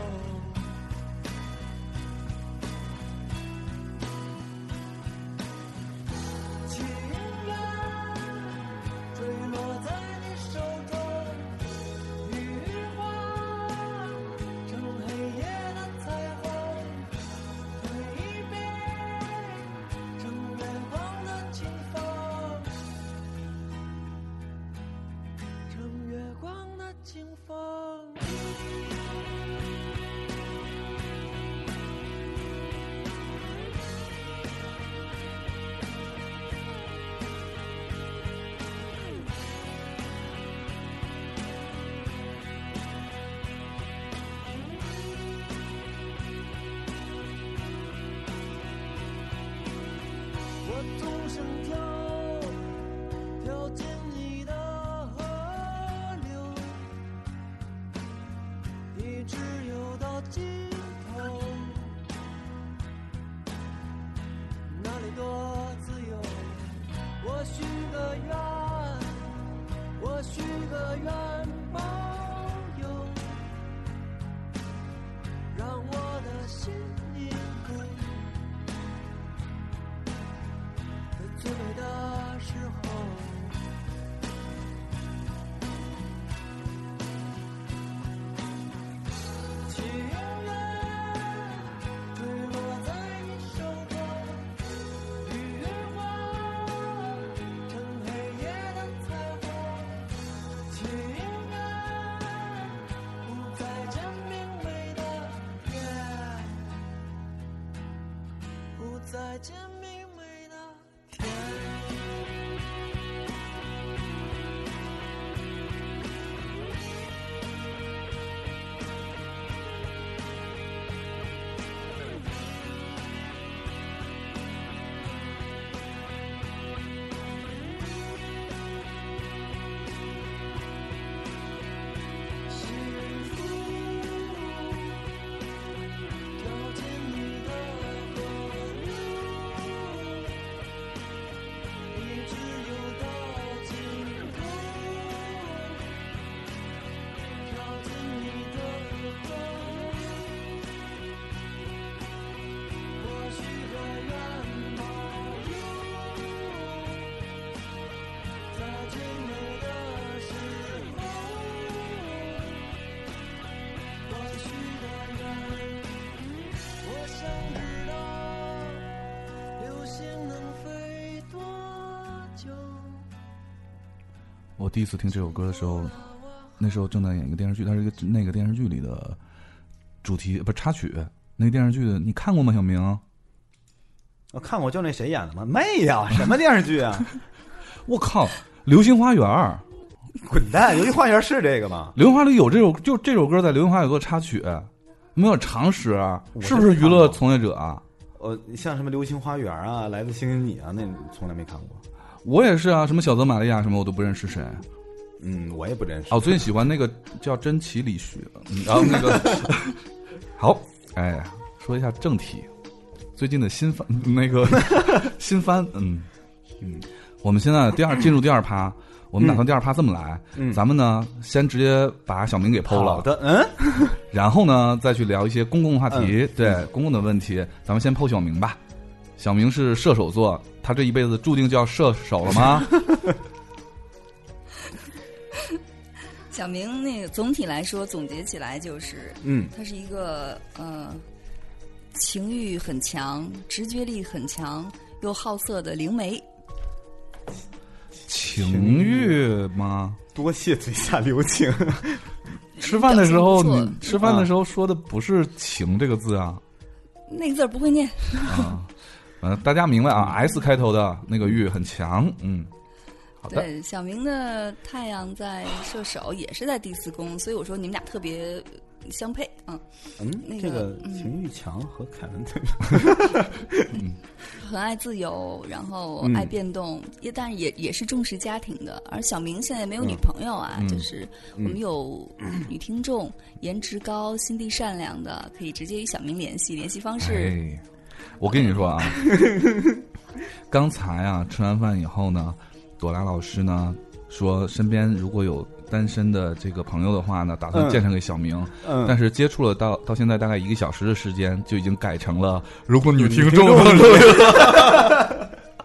Speaker 5: 纵身跳，跳进你的河流，一直游到尽头。那里多自由，我许个愿，我许个愿保佑，让我的心灵空。在最美的时候。情缘坠落在你手中，雨月花成黑夜的彩虹。情缘不再证明美的天。不再见明媚的天。幸福掉进你的河流，一直游到尽头，跳进你的河流。我许个愿保佑，在最美的时候，我许个愿。我想知道流星能飞多久。
Speaker 2: 我第一次听这首歌的时候，那时候正在演一个电视剧，它是一个那个电视剧里的主题不是插曲。那个电视剧的你看过吗？小明，
Speaker 3: 我哦看过，就那谁演的吗？妹呀、什么电视剧啊？
Speaker 2: 我靠，《流星花园》儿，
Speaker 3: 滚蛋！游戏花园是这个吗？
Speaker 2: 《流星花园》里有这首，就这首歌在《流星花园》有个插曲，没有常识，啊是不是娱乐从业者啊？
Speaker 3: 呃，像什么流星花园啊，来自星星你啊，那从来没看过。
Speaker 2: 我也是啊，什么小泽玛利亚什么我都不认识谁。
Speaker 3: 嗯，我也不认识。
Speaker 2: 哦，我最近喜欢那个叫真奇理学，嗯然后 那个好，哎，说一下正题，最近的新番 那个新番，嗯嗯，我们现在第二进入第二趴，我们打算第二趴这么来，咱们呢先直接把小明给剖
Speaker 3: 嗯好
Speaker 2: 了，
Speaker 3: 的，嗯，
Speaker 2: 然后呢再去聊一些公共话题，对公共的问题，咱们先剖小明吧。小明是射手座，他这一辈子注定就要射手 了吗？
Speaker 4: 小明那个总体来说总结起来就是，
Speaker 3: 嗯，
Speaker 4: 他是一个呃，情欲很强、直觉力很强又好色的灵媒。
Speaker 2: 情欲吗？
Speaker 3: 多谢嘴下留情。
Speaker 2: 吃饭的时候，
Speaker 4: 表情不
Speaker 2: 你
Speaker 4: 错
Speaker 2: 吃饭的时候说的不是“情”这个字啊，
Speaker 4: 那个字儿不会念，
Speaker 2: 嗯，大家明白啊？S 开头的那个欲很强，嗯，好的，
Speaker 4: 对，小明的太阳在射手，也是在第四宫，所以我说你们俩特别相配，嗯，
Speaker 3: 嗯，
Speaker 4: 那
Speaker 3: 这
Speaker 4: 个
Speaker 3: 个情欲强和凯文对
Speaker 4: 很爱自由，然后
Speaker 3: 嗯
Speaker 4: 爱变动，也但是也也是重视家庭的。而小明现在没有女朋友
Speaker 2: 嗯
Speaker 4: 啊，就是我们有嗯女听众，颜值高、心地善良的，可以直接与小明联系，联系方式
Speaker 2: 哎，我跟你说啊， 刚才啊，吃完饭以后呢，朵拉老师呢说，身边如果有单身的这个朋友的话呢，打算
Speaker 3: 嗯
Speaker 2: 介绍给小明，
Speaker 3: 嗯
Speaker 2: 但是接触了到到现在大概一个小时的时间，就已经改成了如果女听众
Speaker 3: 众
Speaker 2: 的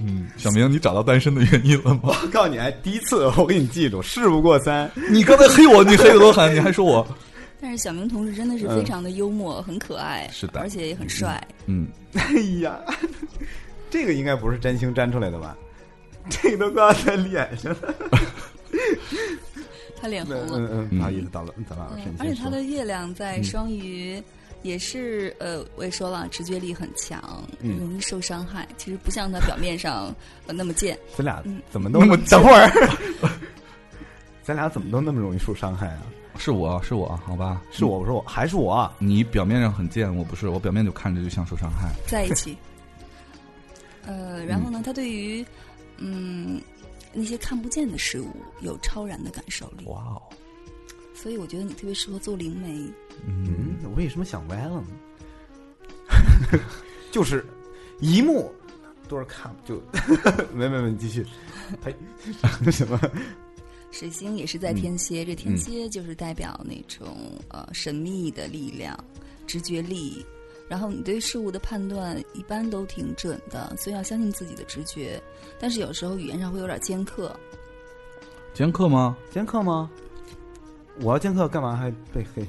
Speaker 2: 嗯，小明，你找到单身的原因了吗？
Speaker 3: 我 告诉你，哎，第一次我给你记住，事不过 三。
Speaker 2: 你刚才黑我，你黑的多狠，你还说我？
Speaker 4: 但是小明同志真的是非常的幽默，很可爱，
Speaker 2: 是的
Speaker 4: 而且也很帅。
Speaker 2: 嗯，
Speaker 3: 哎呀， 这个应该不是真心粘出来的吧？这个都挂在脸上了。
Speaker 4: 他脸红
Speaker 3: 嗯
Speaker 4: 了，
Speaker 3: 嗯嗯，不好意思，到了，咱俩
Speaker 4: 嗯
Speaker 3: 是你
Speaker 4: 而
Speaker 3: 先
Speaker 4: 且他
Speaker 3: 说。嗯
Speaker 4: 的月亮在双鱼，也是呃，我也说了，直觉力很强，
Speaker 3: 嗯
Speaker 4: 容易受伤害。其实不像他表 面上呃那么贱，
Speaker 3: 咱俩
Speaker 4: 嗯
Speaker 3: 怎么都
Speaker 2: 那么
Speaker 3: 等会儿，咱俩怎么都那么容易受伤害啊？
Speaker 2: 是我是我，好吧？
Speaker 3: 是我，我说我还是我啊，
Speaker 2: 你表面上很贱，我不是，我表面就看着就像受伤害。
Speaker 4: 在一起。
Speaker 3: 嗯
Speaker 4: 呃，然后呢，他对于嗯那些看不见的事物有超然的感受力，
Speaker 2: 哇哦，
Speaker 4: 所以我觉得你特别适合做灵媒。
Speaker 2: 嗯，
Speaker 3: 嗯，我为什么想歪了呢？就是一幕多少看就没没没，你继续。呸，那什么？
Speaker 4: 水星也
Speaker 3: 嗯
Speaker 4: 是在天蝎，这天蝎就是代表那种呃神秘的力量、直觉力，然后你对事物的判断一般都挺准的，所以要相信自己的直觉。但是有时候语言上会有点尖刻，
Speaker 2: 兼课吗？
Speaker 3: 兼课吗？我要兼课干嘛还被黑？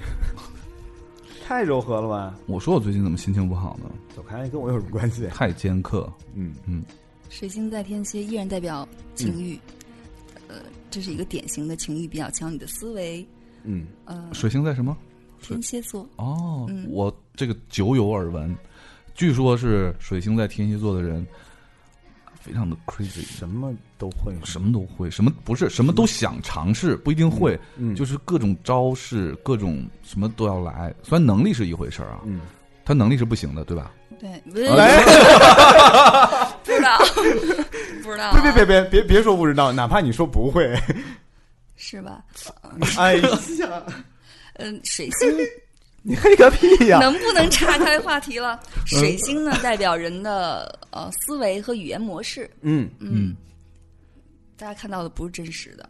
Speaker 3: 太柔和了吧？
Speaker 2: 我说我最近怎么心情不好呢？
Speaker 3: 走开，跟我有什么关系？
Speaker 2: 太兼课，
Speaker 3: 嗯，
Speaker 4: 水星在天蝎依然代表情欲，呃，这是一个典型的情欲比较强，你的思维，
Speaker 3: 嗯，
Speaker 4: 呃，
Speaker 2: 水星在什么？
Speaker 4: 天蝎座，
Speaker 2: 哦，
Speaker 4: 嗯
Speaker 2: 我这个久有耳闻，据说是水星在天蝎座的人非常的 crazy，
Speaker 3: 什么都会，
Speaker 2: 什么都会，什么不是什么都想尝试，不一定会，
Speaker 3: 嗯
Speaker 2: 就是各种招式，各种什么都要来。虽然能力是一回事儿啊，
Speaker 3: 嗯，
Speaker 2: 他能力是不行的，对吧？
Speaker 4: 对，不是不知 道，不知道啊，
Speaker 3: 别别别别别别说不知道，哪怕你说不会，
Speaker 4: 是吧？
Speaker 3: 哎呀，
Speaker 4: 嗯，水星
Speaker 3: 你黑个屁呀！
Speaker 4: 能不能岔开话题 了？水星呢，代表人的呃思维和语言模式，
Speaker 3: 嗯，
Speaker 4: 嗯，大家看到的不是真实的。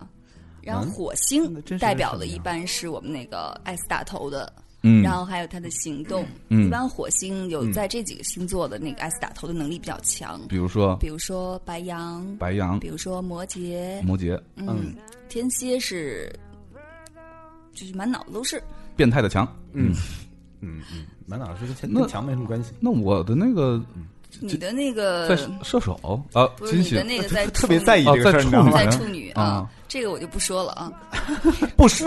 Speaker 4: 然后
Speaker 3: 嗯
Speaker 4: 火
Speaker 3: 那
Speaker 4: 星
Speaker 3: 真实是
Speaker 4: 代表
Speaker 3: 什么
Speaker 4: 的
Speaker 3: 呀
Speaker 4: 一般是我们那个爱死打头的，
Speaker 2: 嗯
Speaker 4: 然后还有他的行动。
Speaker 2: 嗯
Speaker 4: 一般火星有在这几个星座的那
Speaker 3: 嗯
Speaker 4: 个爱死打头的能力比较强，
Speaker 2: 比如说
Speaker 4: 比如说白羊，
Speaker 2: 白羊
Speaker 4: 比、如说摩羯，
Speaker 2: 摩羯，
Speaker 4: 嗯，天蝎是，就是满脑子都是。
Speaker 2: 变态的强。
Speaker 3: 嗯嗯嗯，满脑子跟墙
Speaker 2: 那
Speaker 3: 跟墙没什么关系，
Speaker 2: 那我的那个
Speaker 4: 你的那个
Speaker 2: 在射手啊，
Speaker 4: 呃不是
Speaker 2: 金
Speaker 4: 你
Speaker 2: 星
Speaker 4: 的那个在
Speaker 3: 特别
Speaker 4: 处女
Speaker 3: 在意
Speaker 2: 哦
Speaker 3: 这个事
Speaker 2: 在
Speaker 3: 儿，你知道
Speaker 2: 处女
Speaker 3: 吗？
Speaker 4: 在
Speaker 2: 啊
Speaker 4: 处女啊
Speaker 2: 啊，
Speaker 4: 这个我就不说了啊，
Speaker 2: 不是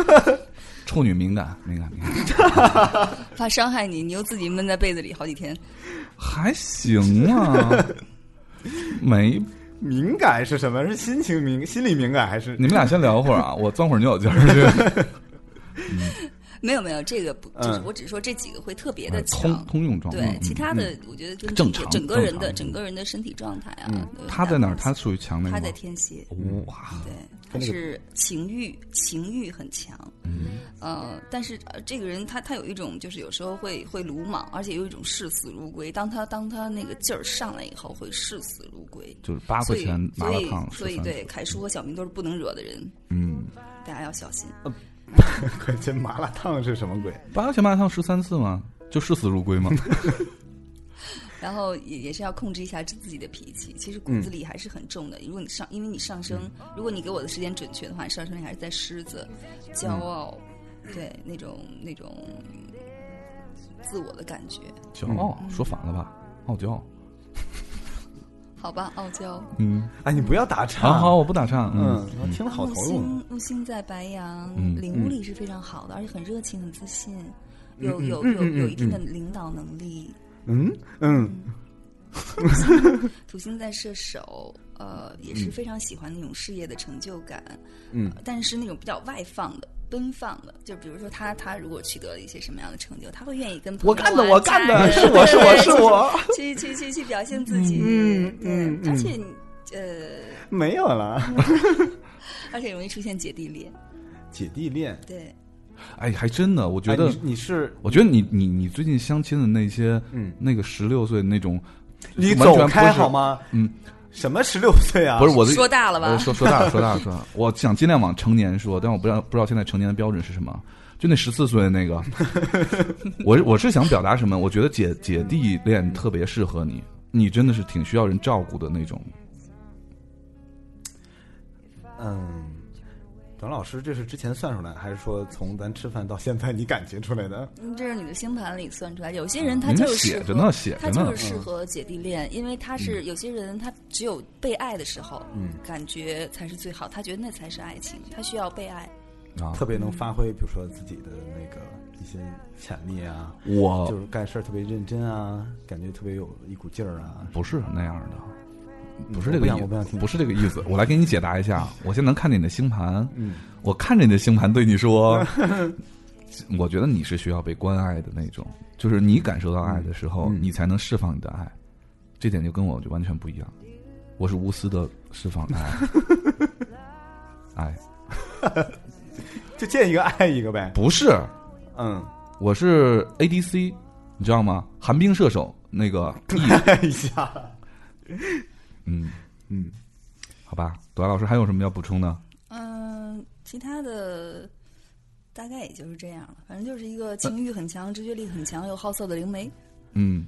Speaker 2: 处女敏感敏感敏感，
Speaker 4: 怕伤害你，你又自己闷在被子里好几天。
Speaker 2: 还行啊， 没
Speaker 3: 敏感是什么？是心情敏、心理敏感还是
Speaker 2: 你们俩先聊会儿 啊，我钻会儿牛角尖儿
Speaker 4: 没有没有，这个不就是
Speaker 3: 嗯
Speaker 4: 我只说这几个会特别
Speaker 2: 去，
Speaker 4: 的
Speaker 2: 通
Speaker 4: 强，
Speaker 2: 嗯通用状
Speaker 4: 对
Speaker 2: 况。，
Speaker 4: 其
Speaker 2: 嗯
Speaker 4: 他的我觉得跟
Speaker 2: 正
Speaker 4: 自己
Speaker 2: 常
Speaker 4: 整个人
Speaker 2: 正
Speaker 4: 的
Speaker 2: 常嗯
Speaker 4: 整个人的身体状态啊，都有
Speaker 2: 他在哪儿？
Speaker 4: 很
Speaker 2: 他
Speaker 4: 大关系
Speaker 2: 属于强那个
Speaker 4: 他
Speaker 2: 吗
Speaker 4: 在？天蝎，
Speaker 2: 哇，
Speaker 4: 对，他是情欲情欲很强，
Speaker 2: 嗯
Speaker 4: 呃，但是呃这个人他他有一种就是有时候会会鲁莽，而且有一种视死如归。当他当他那个劲儿上来以后，会视死如归。
Speaker 2: 就是八
Speaker 4: 所
Speaker 2: 块
Speaker 4: 以
Speaker 2: 钱麻
Speaker 4: 所
Speaker 2: 辣
Speaker 4: 以
Speaker 2: 烫，
Speaker 4: 所以
Speaker 2: 13
Speaker 4: 对，凯叔和小明都是不能惹的人，
Speaker 2: 嗯，
Speaker 4: 大家要小心。
Speaker 3: 快这麻辣烫是什么鬼？
Speaker 2: 八块钱麻辣烫十三次嘛，就视死如归 嘛。
Speaker 4: 然后也也是要控制一下自己的脾气，其实骨
Speaker 2: 嗯
Speaker 4: 子里还是很重的。如果你上，因为你上升，如果你给我的时间准确的话，你上升还是在狮子，骄
Speaker 2: 嗯
Speaker 4: 傲，对那种那种嗯自我的感觉，
Speaker 2: 骄傲，
Speaker 4: 嗯
Speaker 2: 说反了吧？傲娇。
Speaker 4: 好吧，傲娇。
Speaker 2: 嗯，
Speaker 3: 哎，你不要打岔。
Speaker 2: 好好，我不打岔。
Speaker 3: 嗯
Speaker 2: 嗯，，
Speaker 3: 我听得好
Speaker 4: 木
Speaker 3: 投入。
Speaker 4: 星木星在白羊，
Speaker 2: 啊嗯
Speaker 4: 领悟力是非常好的，而且很热情、很自信，有
Speaker 3: 嗯
Speaker 4: 有
Speaker 3: 嗯
Speaker 4: 有
Speaker 3: 嗯
Speaker 4: 有一定的
Speaker 3: 嗯
Speaker 4: 领导能力。
Speaker 3: 嗯嗯
Speaker 4: 土星在射手，呃，也是非常喜欢那种事业的成就感，
Speaker 3: 嗯
Speaker 4: 呃，但是那种比较外放的、奔放的，就比如说他他如果取得一些什么样的成就，他会愿意跟朋友
Speaker 3: 我干的
Speaker 4: 啊
Speaker 3: 我干的
Speaker 4: 家人
Speaker 3: 是 我是我
Speaker 4: 对
Speaker 3: 是我
Speaker 4: 去去去去表现自己，
Speaker 3: 嗯
Speaker 4: 对
Speaker 3: 嗯嗯
Speaker 4: 而且你呃，
Speaker 3: 没有了。
Speaker 4: 而且容易出现姐弟恋，
Speaker 3: 姐弟恋，
Speaker 4: 对，
Speaker 2: 哎，还真的，我觉
Speaker 3: 哎
Speaker 4: 啊
Speaker 2: 得
Speaker 3: 你，你是
Speaker 2: 我觉得你你你最近相亲的那些，
Speaker 3: 嗯
Speaker 2: 那个十六岁那种，
Speaker 3: 你
Speaker 2: 完全
Speaker 3: 走
Speaker 2: 不
Speaker 3: 开
Speaker 2: 是
Speaker 3: 好？吗？
Speaker 2: 嗯，
Speaker 3: 什么十六岁啊？
Speaker 2: 不是我的
Speaker 4: 说大了吧
Speaker 2: 呃？说说大了，说大 了，说大了。我想尽量往成年说，但我不知道不知道现在成年的标准是什么。就那十四岁的 那个，我是我是想表达什么？我觉得姐姐弟恋特别适合你，你真的是挺需要人照顾的那种。
Speaker 3: 嗯，董老师，这是之前算出来，还是说从咱吃饭到现在你感觉出来的？
Speaker 4: 嗯这是你的星盘里算出来，有些人他
Speaker 2: 人家
Speaker 4: 就是适
Speaker 2: 写着
Speaker 4: 合
Speaker 2: 呢，写着
Speaker 4: 他
Speaker 2: 呢
Speaker 4: 就。是适合姐弟恋，因为他是有些人，他只有被爱的时候，
Speaker 3: 嗯
Speaker 4: 感觉才是最好，他觉得那才是爱情，他需要被爱。
Speaker 2: 啊
Speaker 3: 特别能发挥，比如说自己的那个一些潜力啊，
Speaker 2: 我
Speaker 3: 就是干事儿特别认真啊，感觉特别有一股劲儿啊。
Speaker 2: 不是那样的，不是这
Speaker 3: 我不
Speaker 2: 个
Speaker 3: 想
Speaker 2: 意
Speaker 3: 我不想听
Speaker 2: 思，不是这个意思。我来给你解答 一下，我现在能看见你的星盘，
Speaker 3: 嗯
Speaker 2: 我看着你的星盘对 你说，我觉得你是需要被关爱的那种，就是你感受到爱的时候，
Speaker 3: 嗯
Speaker 2: 你才能释放你的爱。这点就跟我就完全不一样。我是无私的释放 爱，哎，
Speaker 3: 就见一个爱一个呗。
Speaker 2: 不是，
Speaker 3: 嗯，
Speaker 2: 我是 ADC，你知道吗？寒冰射手那个 E，
Speaker 3: 爱一下，
Speaker 2: 嗯，
Speaker 3: 嗯，
Speaker 2: 好吧。朵拉老师还有什么要补充的？
Speaker 4: 嗯，其他的大概也就是这样了。反正就是一个情欲很强、直觉力很强又好色的灵媒。
Speaker 2: 嗯，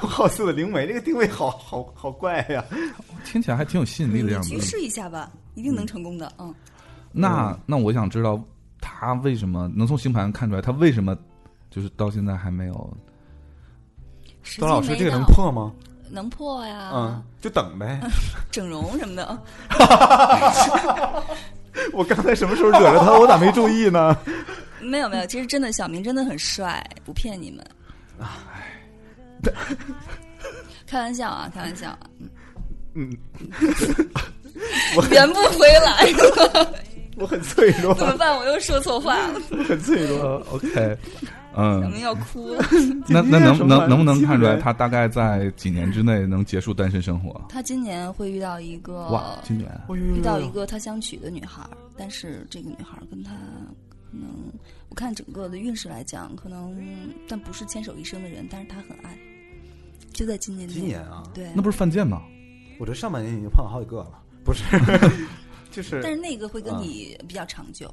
Speaker 3: 有好色的灵媒，这个定位好好好怪呀、
Speaker 2: 听起来还挺有吸引力的样
Speaker 4: 你
Speaker 2: 子
Speaker 4: 嗯去。试一下吧，一定能成功的。嗯，
Speaker 2: 那那我想知道他为什么能从星盘看出来，他为什么就是到现在还没有？
Speaker 4: 时
Speaker 3: 段老
Speaker 4: 机
Speaker 3: 师，
Speaker 4: 没
Speaker 3: 这个能
Speaker 4: 到，
Speaker 3: 破吗？
Speaker 4: 能破呀。
Speaker 3: 嗯，就等呗。
Speaker 4: 整容什么的，嗯
Speaker 3: 我刚才什么时候惹着他？我咋没注意 呢？
Speaker 4: 没有没有，其实真的小明真的很帅，不骗你们。开玩笑啊，开玩笑啊， 圆嗯不回来了，
Speaker 3: 我很脆弱，
Speaker 4: 怎么办？我又说错话了，
Speaker 3: 我很脆弱。
Speaker 2: 呃，OK，
Speaker 4: 小
Speaker 2: 嗯，
Speaker 4: 明要哭了。
Speaker 2: 那那能能能不能看出来
Speaker 3: 他？
Speaker 2: 他大概在几年之内能结束单身生活？
Speaker 4: 他今年会遇到一
Speaker 2: 哇
Speaker 4: 个，
Speaker 2: 今年
Speaker 4: 遇到一个他想娶的女孩儿，但是这个女孩儿跟他可能，我看整个的运势来讲，可能但不是牵手一生的人，但是他很爱，就在今年内
Speaker 3: 今年啊，
Speaker 4: 对，
Speaker 2: 那不是犯贱吗？
Speaker 3: 我这上半年已经碰了好几个了，不 是，就是
Speaker 4: 但是那个会跟你比较长久，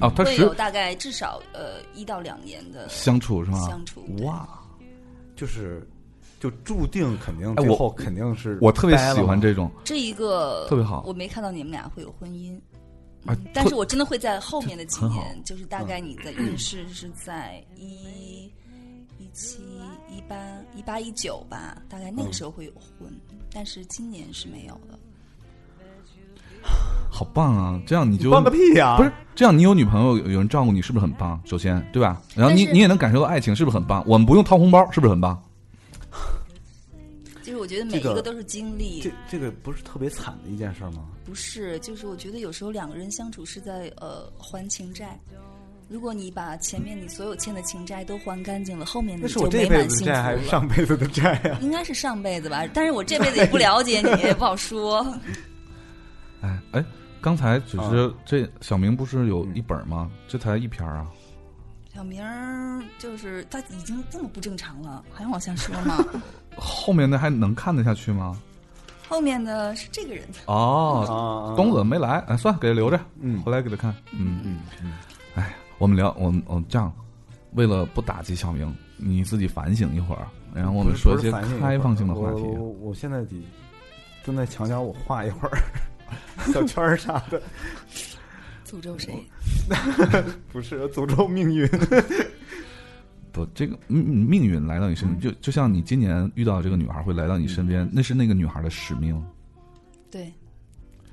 Speaker 2: 哦，他
Speaker 4: 会
Speaker 2: 啊十
Speaker 4: 有大概至少呃一到两年的
Speaker 2: 相处是吗？
Speaker 4: 相处。对
Speaker 2: 啊哇，
Speaker 3: 嗯就是就注定肯定
Speaker 2: 哎
Speaker 3: 最
Speaker 2: 我
Speaker 3: 后肯定是
Speaker 2: 我特别
Speaker 3: 掰了
Speaker 2: 喜欢
Speaker 3: 嘛
Speaker 2: 这种，
Speaker 4: 这一个
Speaker 2: 特别好
Speaker 4: 我没看到你们俩会有婚姻。
Speaker 2: 啊
Speaker 4: 嗯但
Speaker 2: 特
Speaker 4: 是我真的会在后面的几
Speaker 2: 很好嗯
Speaker 4: 年，就是大概你的运势是在一、一七、一八、一八、一九吧，大概那
Speaker 2: 嗯
Speaker 4: 个时候会有婚，但是今年是没有的。
Speaker 2: 好棒啊！这样你就
Speaker 3: 放个屁呀！
Speaker 2: 不是这样，你有女朋友，有有人照顾你，是不是很棒？首先，对吧？然后
Speaker 4: 但
Speaker 2: 你
Speaker 4: 是
Speaker 2: 你也能感受到爱情，是不是很棒？我们不用掏红包，是不是很棒？
Speaker 4: 就是我觉得每一
Speaker 3: 这个
Speaker 4: 个都是经历，
Speaker 3: 这这个不是特别惨的一件事儿吗？
Speaker 4: 不是，就是我觉得有时候两个人相处是在呃还情债。如果你把前面你所有欠的情债都还干净了，后面
Speaker 3: 那
Speaker 4: 你
Speaker 3: 是
Speaker 4: 就
Speaker 3: 我这
Speaker 4: 美
Speaker 3: 辈
Speaker 4: 满
Speaker 3: 子的
Speaker 4: 幸
Speaker 3: 债还
Speaker 4: 福
Speaker 3: 是
Speaker 4: 了。
Speaker 3: 上辈子的债呀？
Speaker 4: 应该是上辈子吧，但是我这辈子也不了解你，也不好说。
Speaker 2: 哎哎，刚才只
Speaker 3: 啊
Speaker 2: 是这小明不是有一本吗？
Speaker 3: 嗯
Speaker 2: 这才一篇啊，
Speaker 4: 小明儿就是他已经这么不正常了，还往下说吗？
Speaker 2: 后面那还能看得下去吗？
Speaker 4: 后面的是这个人，
Speaker 2: 哦，
Speaker 3: 啊，
Speaker 2: 东子没来，哎，算了，给他留着，
Speaker 3: 嗯
Speaker 2: 回来给他看。嗯，
Speaker 3: 嗯嗯，
Speaker 2: 我们聊，我们我们这样，为了不打击小明，你自己反省一会儿，啊然后我
Speaker 3: 我
Speaker 2: 们说一些开放性的话题。
Speaker 3: 我
Speaker 2: 啊
Speaker 3: 我我现在得蹲在墙角，我画一会儿 小圈儿啥的，
Speaker 4: 诅咒谁？
Speaker 3: 不是诅咒命运。
Speaker 2: 不，这个命命运来到你
Speaker 3: 嗯
Speaker 2: 身边，就就像你今年遇到这个女孩会来到你身边，那是那个女孩的使命，
Speaker 4: 对，
Speaker 3: 嗯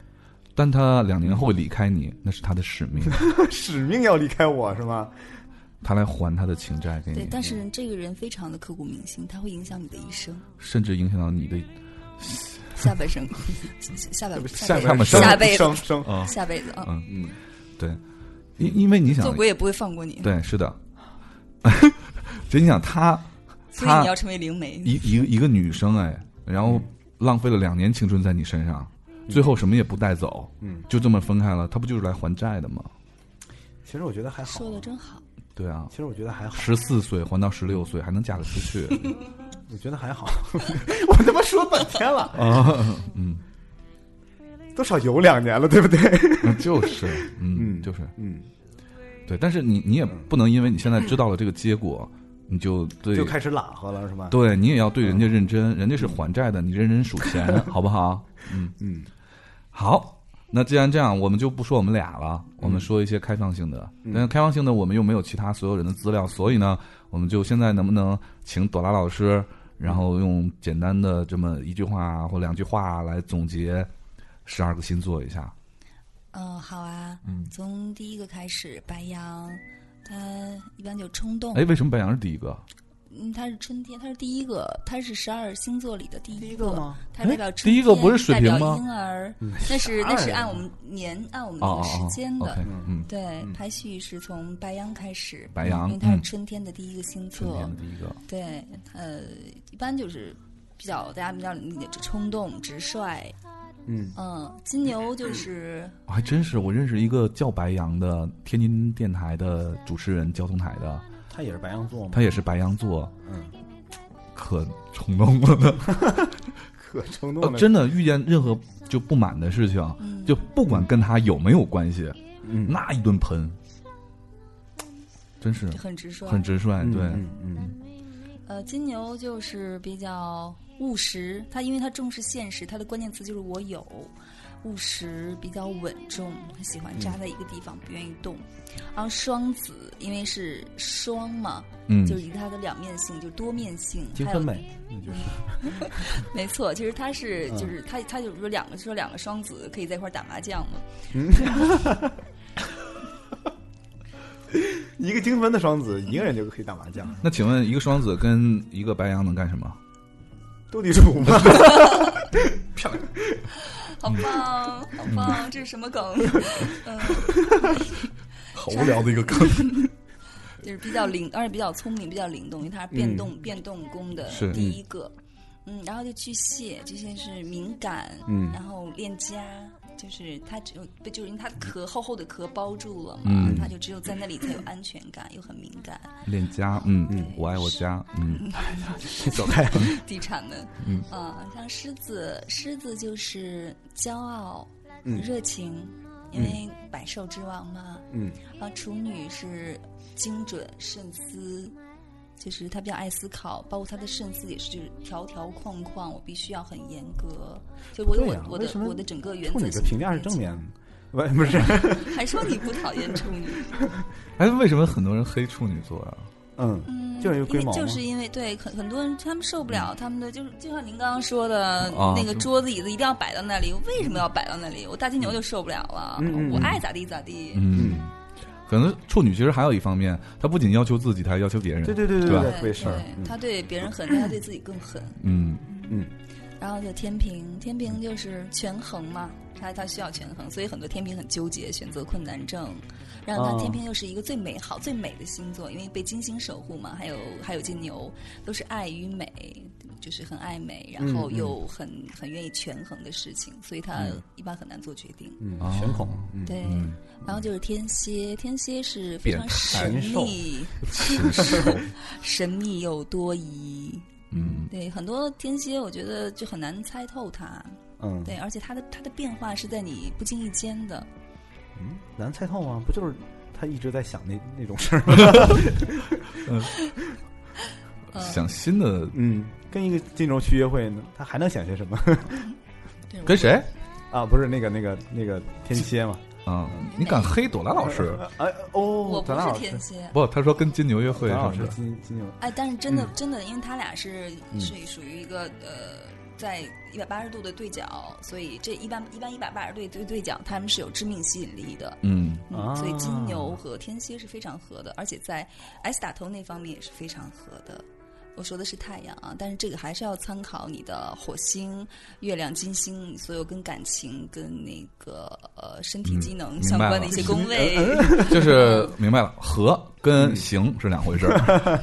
Speaker 2: 但她两年后会离开你，那是她的使命，
Speaker 3: 使命要离开我是吗？
Speaker 2: 她来还她的情债给
Speaker 3: 嗯
Speaker 4: 对，
Speaker 2: 你，
Speaker 4: 但是这个人非常的刻骨铭心，他会影响你的一生，
Speaker 2: 甚至影响到你的
Speaker 4: 嗯下半生，下半
Speaker 3: 下
Speaker 4: 下
Speaker 2: 半
Speaker 4: 辈
Speaker 2: 生下
Speaker 4: 子，下辈
Speaker 3: 生
Speaker 4: 子，
Speaker 3: 生，
Speaker 2: 啊，
Speaker 4: 下辈子啊，
Speaker 2: 嗯，
Speaker 3: 嗯，
Speaker 2: 对，因因为你想
Speaker 4: 做，鬼也不会放过你，
Speaker 2: 对，是的， 就你想她
Speaker 4: 所以
Speaker 2: 她
Speaker 4: 你要成为灵媒。
Speaker 2: 一一个一个女生哎，然后
Speaker 3: 嗯
Speaker 2: 浪费了两年青春在你身上，最后什么也不带走，
Speaker 3: 嗯，
Speaker 2: 就这么分开了，她不就是来还债的吗？
Speaker 3: 其实我觉得还好
Speaker 4: 说，的真好，
Speaker 2: 对啊
Speaker 3: 其，实我觉得还好，
Speaker 2: 十四岁还到十六岁，还能嫁得 出去
Speaker 3: 我觉得还好。 我他妈说半天了，
Speaker 2: 啊？嗯，
Speaker 3: 多少有两年了，对不对？
Speaker 2: 就是，嗯，
Speaker 3: 嗯
Speaker 2: 就是
Speaker 3: 嗯，
Speaker 2: 对。但是你你也不能因为你现在知道了这个结果，你就对
Speaker 3: 就开始拉和了是嗯吧？
Speaker 2: 对你也要对人家认真，人家是还债的，你认真数 钱，好不好？嗯
Speaker 3: 嗯，
Speaker 2: 好。那既然这样，我们就不说我们俩了，
Speaker 4: 嗯
Speaker 2: 我们说一些开放性的。但是开放性的，我们又没有其他所有人的资料，所以呢，我们就现在能不能请朵拉老师，然后用简单的这么一句话或两句话来总结十二个星座一下？
Speaker 4: 嗯，好啊，
Speaker 2: 嗯
Speaker 4: 从第一个开始，白羊，他一般就冲动，
Speaker 2: 哎，为什么白羊是第一个？
Speaker 4: 嗯，他是春天，他是第一个，他是十二星座里的第
Speaker 3: 第一
Speaker 4: 一
Speaker 3: 个吗？
Speaker 4: 它代表
Speaker 2: 哎
Speaker 4: 春
Speaker 2: 第一个不是水瓶吗
Speaker 4: 代表婴儿，那是那是按我们年按我们
Speaker 2: 哦
Speaker 4: 那个嗯时
Speaker 2: 哦
Speaker 4: 间
Speaker 2: 哦
Speaker 4: 的。
Speaker 2: ，OK，嗯，
Speaker 4: 对，排序是从白羊开始，
Speaker 2: 白羊
Speaker 4: 因为它是
Speaker 2: 嗯
Speaker 4: 春天的第一个星
Speaker 2: 春
Speaker 4: 座。
Speaker 2: 天的第一个，
Speaker 4: 对，呃，一般就是比较大家比较理解冲动、直率。
Speaker 3: 嗯，
Speaker 4: 嗯，金牛就是
Speaker 2: 还真是，我认识一个叫白羊的天津电台的主持人，交通台的，
Speaker 3: 他也是白羊座吗？
Speaker 2: 他也是白羊座，
Speaker 3: 嗯，
Speaker 2: 可冲动了呢。
Speaker 3: 可冲
Speaker 2: 呃
Speaker 3: 动了，
Speaker 2: 真的遇见任何就不满的事
Speaker 4: 嗯
Speaker 2: 情，啊就不管跟他有没有关系，
Speaker 3: 嗯
Speaker 2: 那一顿喷，真是
Speaker 4: 很直率，
Speaker 2: 嗯很直率。对，
Speaker 3: 嗯嗯
Speaker 4: 呃，金牛就是比较务实，他因为他重视现实，他的关键词就是我有，务实比较稳重，他喜
Speaker 2: 嗯
Speaker 4: 欢扎在一个地方，不愿意动。然后双子因为是双嘛，
Speaker 2: 嗯
Speaker 4: 就是以它的两面性，就是多面性，
Speaker 3: 精
Speaker 4: 还有
Speaker 3: 分美，那就是
Speaker 4: 没错，其实他是
Speaker 2: 嗯
Speaker 4: 就是他他就是说两个说两个双子可以在一块儿打麻将嘛，
Speaker 3: 一个精分的双子，一个人就可以打麻将，
Speaker 2: 那请问一个双子跟一个白羊能干什么？
Speaker 3: 斗地主吗？
Speaker 4: 好
Speaker 2: 嗯
Speaker 4: 棒，好棒，这是什么梗？嗯，
Speaker 6: 好无聊的一个坑。
Speaker 4: 就是比较灵，而且比较聪明，比较灵动，因为它是变动、变动宫的
Speaker 2: 嗯是
Speaker 4: 第一个。嗯，然后就巨蟹，巨蟹是敏感，
Speaker 3: 嗯
Speaker 4: 然后恋家，就是它只有被就是因为它的壳厚厚的壳包住了嘛，
Speaker 2: 嗯
Speaker 4: 它就只有在那里才有安全感，又很敏感。
Speaker 2: 恋家，嗯
Speaker 4: 嗯
Speaker 2: 我爱我家， 嗯，
Speaker 3: 你走开，
Speaker 4: 地产们，
Speaker 2: 嗯
Speaker 4: 啊，像狮子，狮子就是骄傲、
Speaker 3: 嗯
Speaker 4: 热情，因
Speaker 2: 嗯
Speaker 4: 为百兽之王嘛。
Speaker 3: 嗯
Speaker 4: 然后啊处女是精准慎思，就是她比较爱思考，包括她的慎思也是就是条条框框，我必须要很严格。就我有
Speaker 3: 对
Speaker 4: 我、
Speaker 3: 呀
Speaker 4: 我
Speaker 3: 为什么
Speaker 4: 的我的整个原
Speaker 3: 处
Speaker 4: 则
Speaker 3: 女的
Speaker 4: 性
Speaker 3: 评价是正面的，不不是，
Speaker 4: 还说你不讨厌处 女，
Speaker 2: 哎，为什么很多人黑处女座啊？
Speaker 3: 嗯，
Speaker 4: 嗯，
Speaker 3: 就是因为
Speaker 4: 因
Speaker 3: 龟毛
Speaker 4: 为
Speaker 3: 吗嗯
Speaker 4: 就是因为对很很多人他们受不了他们的，就是就像您刚刚说的、
Speaker 2: 啊
Speaker 4: 那个桌子椅子一定要摆到那里，为什么要摆到那里？我大金牛就受不了了，
Speaker 3: 嗯嗯
Speaker 4: 我
Speaker 3: 嗯
Speaker 4: 爱咋地咋地。
Speaker 2: 嗯，可能处女其实还有一方面，她不仅要求自己，她还要求别人。
Speaker 3: 对对对
Speaker 2: 对
Speaker 3: 对
Speaker 2: 吧
Speaker 3: 特别事儿，嗯
Speaker 4: 他对别人狠，但他对自己更狠。
Speaker 2: 嗯，
Speaker 3: 嗯
Speaker 4: 然后就天平，天平就是权衡嘛，他他需要权衡，所以很多天平很纠结，选择困难症。然后
Speaker 3: 哦
Speaker 4: 他天平又是一个最美好、最美的星座，因为被金星守护嘛，还有还有金牛，都是爱与美，就是很爱美，然后
Speaker 3: 嗯嗯
Speaker 4: 又很、很愿意权衡的事情，所以他一般很难做决定。
Speaker 3: 嗯，悬恐，嗯，
Speaker 4: 对，然后就是天蝎，天蝎是非
Speaker 2: 变
Speaker 4: 常
Speaker 2: 态
Speaker 4: 神秘、
Speaker 2: 禽兽，
Speaker 4: 神秘又多疑。
Speaker 2: 嗯，
Speaker 4: 对，很多天蝎我觉得就很难猜透他。
Speaker 3: 嗯，
Speaker 4: 对，而且它的它的变化是在你不经意间的。
Speaker 3: 嗯，难猜透吗？不就是他一直在想那那种事儿吗？
Speaker 4: 呃
Speaker 2: 想新的
Speaker 3: 嗯，跟一个金牛去约会呢，他还能想些什么
Speaker 4: 对我
Speaker 2: 跟谁
Speaker 3: 啊？不是那个那个那个天蝎嘛？
Speaker 2: 啊？你敢黑朵拉老师？
Speaker 3: 哎哦
Speaker 4: 我，
Speaker 3: 咱俩
Speaker 4: 不是
Speaker 3: 老师
Speaker 4: 天，蝎，
Speaker 2: 不，他说跟金牛约会
Speaker 3: 咱
Speaker 2: 什
Speaker 3: 俩老
Speaker 2: 么
Speaker 3: 师
Speaker 2: 的。
Speaker 3: 金金牛，
Speaker 4: 哎，但是真
Speaker 3: 嗯
Speaker 4: 的、真的，因为他俩是是属于一个呃，在一百八十度的对角，所以这一般一般一百八十度对对对角，他们是有致命吸引力的。
Speaker 2: 嗯，
Speaker 4: 嗯
Speaker 3: 啊
Speaker 4: 所以金牛和天蝎是非常合的，而且在 S 打头那方面也是非常合的。我说的是太阳啊，但是这个还是要参考你的火星、月亮、金星，所有跟感情、跟那个呃身
Speaker 3: 嗯
Speaker 4: 体机能
Speaker 2: 明
Speaker 4: 相
Speaker 2: 白
Speaker 4: 关的
Speaker 2: 了
Speaker 4: 一些 宫位。
Speaker 2: 就是 嗯明白了，和跟行是两回事儿。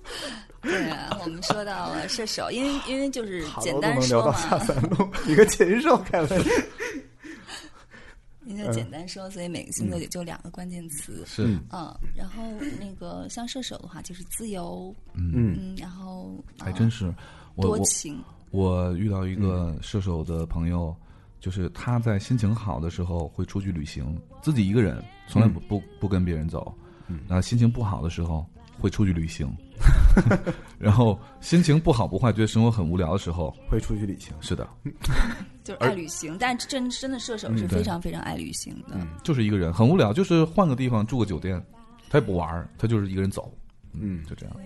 Speaker 4: 对啊，我们说到了射手，因为因为就是
Speaker 3: 好
Speaker 4: 简
Speaker 3: 多都
Speaker 4: 单
Speaker 3: 能聊
Speaker 4: 说
Speaker 3: 到下
Speaker 4: 嘛，
Speaker 3: 三路，一个禽兽开 玩笑。
Speaker 4: 因
Speaker 3: 嗯
Speaker 4: 为简单说，所以每个星座也就两个关键 词。
Speaker 2: 是，
Speaker 4: 嗯，然后那个像射手的话，就是自由，
Speaker 3: 嗯
Speaker 4: 嗯，然后
Speaker 2: 还真
Speaker 4: 是
Speaker 2: 是。我
Speaker 4: 多
Speaker 2: 我
Speaker 4: 情，
Speaker 2: 我遇到一个射手的朋友，就是他在心情好的时候会出去旅行，自己一个人，从来不不不跟别人走。然后心情不好的时候会出去旅 行，然后心情不好不坏，觉得生活很无聊的时候，
Speaker 3: 会出去旅行，
Speaker 2: 是的，
Speaker 4: 就是爱旅行，但真真的射
Speaker 3: 嗯
Speaker 4: 手是
Speaker 2: 对
Speaker 4: 非常非常爱旅行的。
Speaker 2: 就是一个人很无聊，就是换个地方住个酒店，他也不玩儿，他就是一个人走，
Speaker 3: 嗯
Speaker 2: 就这样。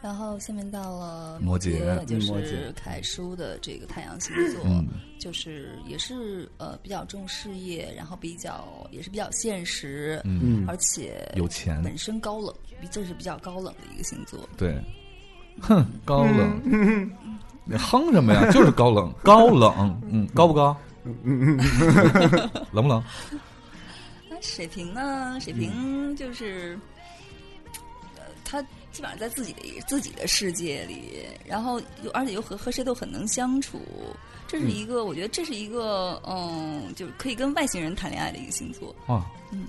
Speaker 4: 然后下面到了
Speaker 2: 摩羯
Speaker 4: 了就
Speaker 3: 嗯摩羯嗯
Speaker 4: 是凯叔的这个太阳星座，
Speaker 2: 嗯
Speaker 4: 就是也是呃比较重事业，然后比较也是比较现实，
Speaker 3: 嗯
Speaker 4: 而且
Speaker 2: 有钱，
Speaker 4: 本身高冷，比这是比较高冷的一个星座。
Speaker 2: 对，哼，高冷，你哼什么呀？ 就是高冷，高冷，嗯，高不高？冷不冷？
Speaker 3: 嗯
Speaker 4: 那水瓶呢？水瓶就是，呃，他基本上在自己的一自己的世界里，然后又而且又和和谁都很能相处，这是
Speaker 3: 嗯
Speaker 4: 一个、我觉得这是一个嗯，就是可以跟外星人谈恋爱的一个星座，
Speaker 2: 啊，
Speaker 4: 嗯，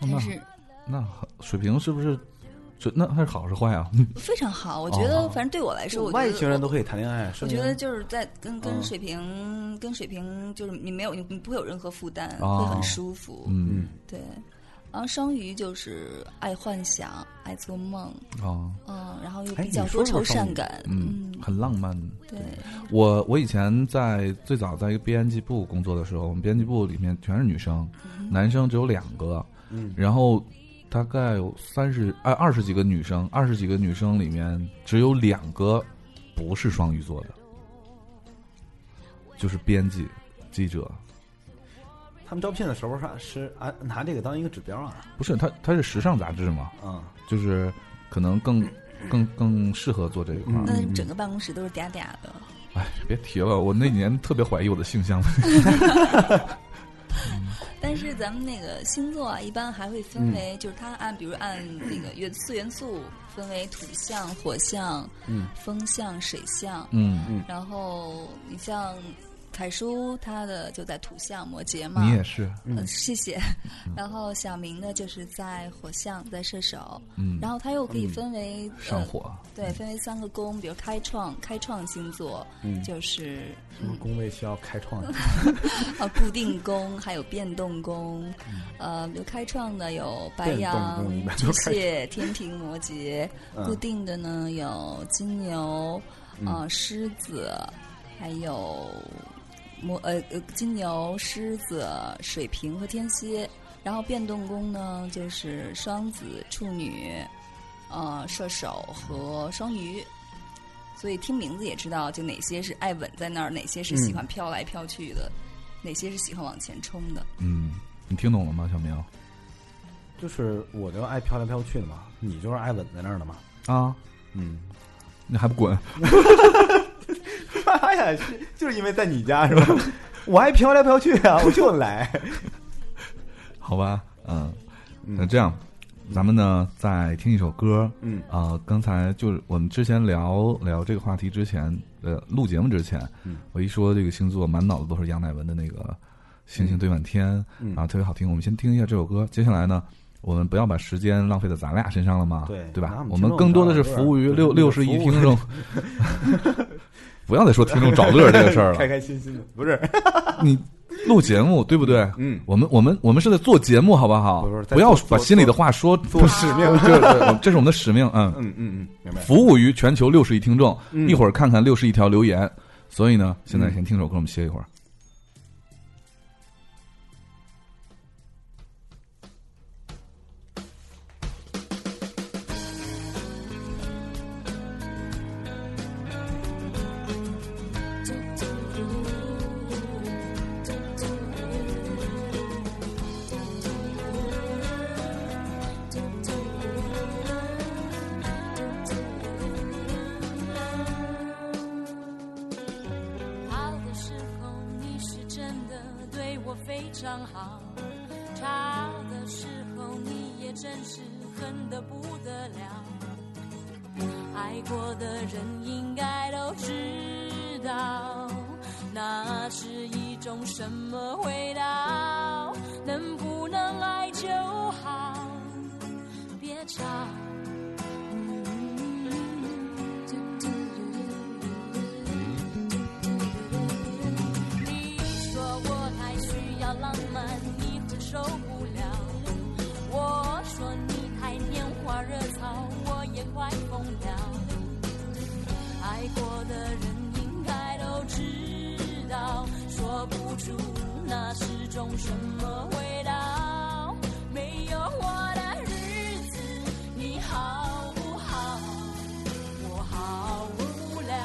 Speaker 2: 那
Speaker 4: 但是
Speaker 2: 那水平是不是准？那还是好是坏啊？
Speaker 4: 非常好，我觉得反正对我来说，我
Speaker 3: 哦嗯
Speaker 4: 觉
Speaker 3: 外
Speaker 4: 得
Speaker 3: 星人都可以谈恋爱，
Speaker 4: 我
Speaker 3: 说
Speaker 4: 觉
Speaker 3: 明
Speaker 4: 得就是在跟跟
Speaker 3: 嗯
Speaker 4: 水平跟水平，就是你没有你不会有任何负担，
Speaker 2: 哦
Speaker 4: 会很舒服。
Speaker 2: 嗯
Speaker 3: 嗯
Speaker 4: 对，然后双鱼就是爱幻想、爱做梦，
Speaker 2: 啊，
Speaker 4: 嗯，然后又
Speaker 3: 哎
Speaker 4: 比较
Speaker 3: 你
Speaker 4: 多
Speaker 3: 说说
Speaker 4: 愁
Speaker 3: 双
Speaker 4: 善
Speaker 3: 鱼
Speaker 4: 感，
Speaker 2: 嗯，很浪漫。
Speaker 4: 对，
Speaker 2: 我我以前在最早在一个编辑部工作的时候，我们编辑部里面全是女生，男生只有两个，
Speaker 3: 嗯
Speaker 2: 然后大概有三十哎二十几个女生，二十几个女生里面只有两个不是双鱼座的，就是编辑、记者，
Speaker 3: 嗯他们招聘的时候是是啊拿这个当一个指标啊，
Speaker 2: 不是他他是时尚杂志嘛，
Speaker 3: 嗯，
Speaker 2: 就是可能 更更更适合做这一块
Speaker 3: 嗯
Speaker 2: 儿。
Speaker 4: 那整个办公室都是嗲嗲的。
Speaker 2: 哎，别提了，我那年特别怀疑我的 性向。
Speaker 4: 但是咱们那个星座啊，一般还会
Speaker 2: 嗯
Speaker 4: 分为，就是它按，比如按那个元四元素分为土象、火象、
Speaker 3: 嗯
Speaker 4: 风象、水象，
Speaker 2: 嗯，
Speaker 4: 然后你像凯叔，他的就在土象摩羯嘛，
Speaker 2: 你也是，
Speaker 3: 嗯
Speaker 2: 嗯
Speaker 4: 呃谢谢。 然后小明呢，就是在火象，在射手，
Speaker 2: 嗯，
Speaker 4: 然后他又可以分为、
Speaker 2: 上
Speaker 4: 呃，
Speaker 2: 火。
Speaker 4: 对，分为三个宫，比如开创，开创星座、
Speaker 3: 嗯
Speaker 4: 就是
Speaker 3: 什么工位需要开创？
Speaker 4: 啊固定宫， 还有变动宫，呃，比如开创的有白
Speaker 3: 嗯变动
Speaker 4: 羊
Speaker 3: 宫一、般
Speaker 4: 巨
Speaker 3: 都开
Speaker 4: 蟹、天平、摩羯，
Speaker 3: 嗯
Speaker 4: 固定的呢有金牛、呃狮子，还有摩呃呃金牛、狮子、水瓶和天蝎。然后变动宫呢就是双子、处女、呃射手和双鱼。所以听名字也知道，就哪些是爱稳在那儿，哪些是喜欢飘来飘去的，哪些是喜欢往前冲的。
Speaker 2: 嗯，你听懂了吗，小明？
Speaker 3: 就是我就爱飘来飘去的嘛，你就是爱稳在那儿的嘛，
Speaker 2: 啊，
Speaker 3: 嗯，
Speaker 2: 你还不滚？
Speaker 3: 哎呀，是就是因为在你家是吧？ 我爱飘来飘去啊，我就来。
Speaker 2: 好吧，嗯，
Speaker 3: 嗯
Speaker 2: 那这样，咱们呢再听一首歌。
Speaker 3: 嗯
Speaker 2: 啊、刚才就是我们之前聊聊这个话题之前，呃，录节目之前，
Speaker 3: 嗯
Speaker 2: 我一说这个星座，满脑子都是杨乃文的那个《星星堆满天》
Speaker 3: 嗯
Speaker 2: 啊，特别好听。我们先听一下这首歌，接下来呢，我们不要把时间浪费在咱俩身上了嘛，
Speaker 3: 对那
Speaker 2: 对吧
Speaker 3: 我？们
Speaker 2: 我
Speaker 3: 听
Speaker 2: 们
Speaker 3: 众
Speaker 2: 更多的
Speaker 3: 找
Speaker 2: 是
Speaker 3: 乐儿
Speaker 2: 服务于
Speaker 3: 对
Speaker 2: 六
Speaker 3: 我们
Speaker 2: 六
Speaker 3: 是
Speaker 2: 十亿
Speaker 3: 服务
Speaker 2: 听众， 不要再说听众找乐儿这个事 儿
Speaker 3: 开
Speaker 2: 了，
Speaker 3: 开心心的，不是？
Speaker 2: 你录节目对不对？
Speaker 3: 嗯，
Speaker 2: 我们我们我们是在做节目，好不好？
Speaker 3: 不是在
Speaker 2: 不要
Speaker 3: 做
Speaker 2: 把
Speaker 3: 做
Speaker 2: 心里的话说
Speaker 3: 做使命。
Speaker 2: 这这这是我们的使命，嗯，
Speaker 3: 嗯嗯嗯，明白。
Speaker 2: 服务于全球六十亿听众。
Speaker 3: 嗯
Speaker 2: 一会儿看看六十亿条留言，所以呢，现在
Speaker 3: 嗯
Speaker 2: 先听首歌，我们歇一会儿。
Speaker 5: 好的时候你是真的对我非常好，差的时候你也真是恨得不得了。爱过的人应该都知道，那是一种什么味道？能不能爱就好，别吵。嗯嘟嘟嘟嘟嘟你说我太需要浪漫，你会受不了。我说你太拈花惹草，我也快疯了。爱过的人应该都知道，说不出那是种什么味道。没有我的日子，你好不好？我好无聊。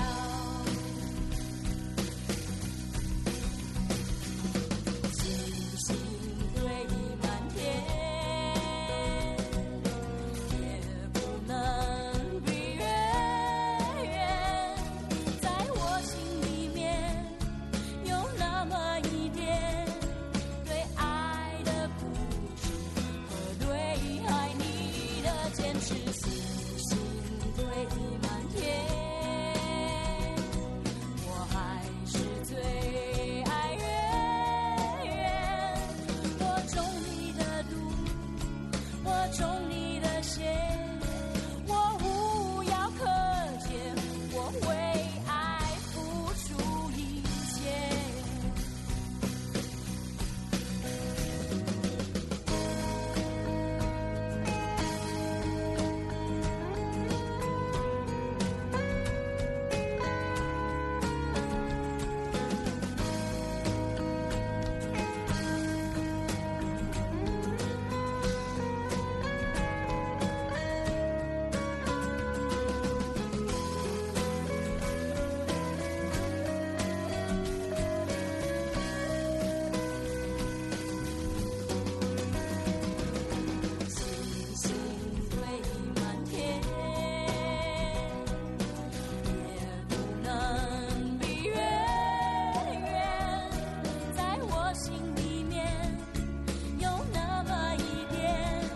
Speaker 5: 星星堆满天，也不能比月圆。在我心里面有那么一点对爱坚持，星星堆满天，我还是最爱月圆。我种你的毒，我种你的血，我无药可解，我为爱付出一切。星星堆满天，也不能比月圆。在我心里面有那么一点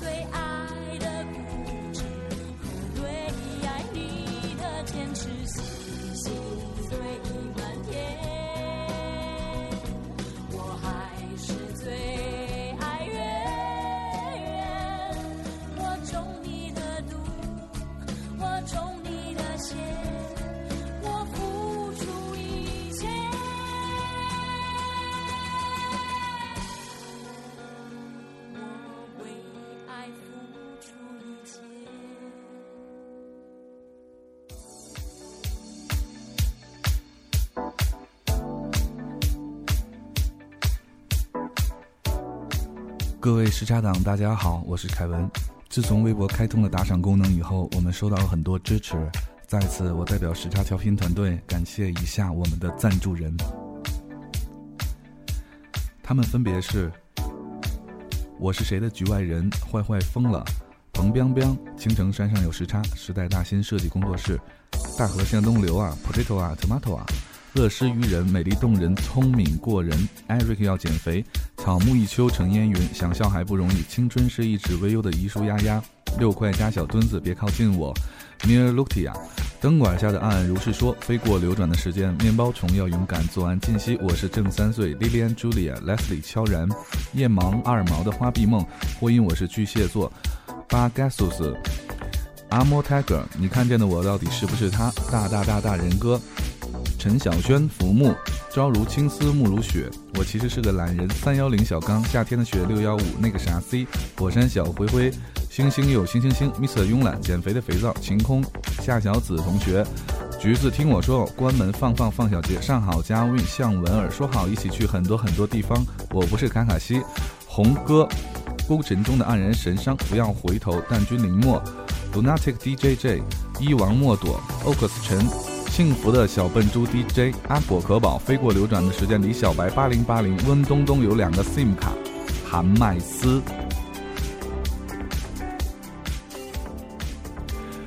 Speaker 5: 对爱的固执和对爱你的坚持。星星堆满天。我还是最爱月圆。我种你的毒，我种你的血，我付出一切。我为爱付出一切。
Speaker 2: 各位时差党，大家好，我是凯文。自从微博开通了打赏功能以后，我们收到了很多支持。在此，我代表时差调频团队感谢以下我们的赞助人，他们分别是：我是谁的局外人、坏坏疯了、彭彪彪、青城山上有时差、时代大新设计工作室、大河向东流啊、potato 啊、tomato 啊、乐施于人、美丽动人、聪明过人、Eric 要减肥、草木一秋成烟云，想笑还不容易。青春是一纸微忧的遗书丫丫，六块加小墩子，别靠近我。Mir Lutia，灯管下的暗暗如是说，飞过流转的时间，面包虫要勇敢。左岸近夕，我是正三岁。Lilian Julia Leslie 悄然，夜盲二毛的花臂梦，或因我是巨蟹座。巴 Gasus，阿莫 Tiger，你看见的我到底是不是他？大大大大人哥，陈小轩浮木，朝如青丝暮如雪。我其实是个懒人。三幺零小刚，夏天的雪六幺五，那个啥 C，火山小灰灰，星星有星星星，Mr 慵懒，减肥的肥皂，晴空，夏小紫同学。橘子听我说，关门放放放小杰，上好佳韵，向文尔说好一起去很多很多地方。我不是卡卡西，红哥，孤城中的黯然神伤，不要回头，但君临墨，Lunatic DJJ，一王莫朵，Ocus 陈，幸福的小笨猪 DJ，阿果可宝，飞过流转的时间，李小白八零八零，温东东有两个 SIM 卡，韩麦斯。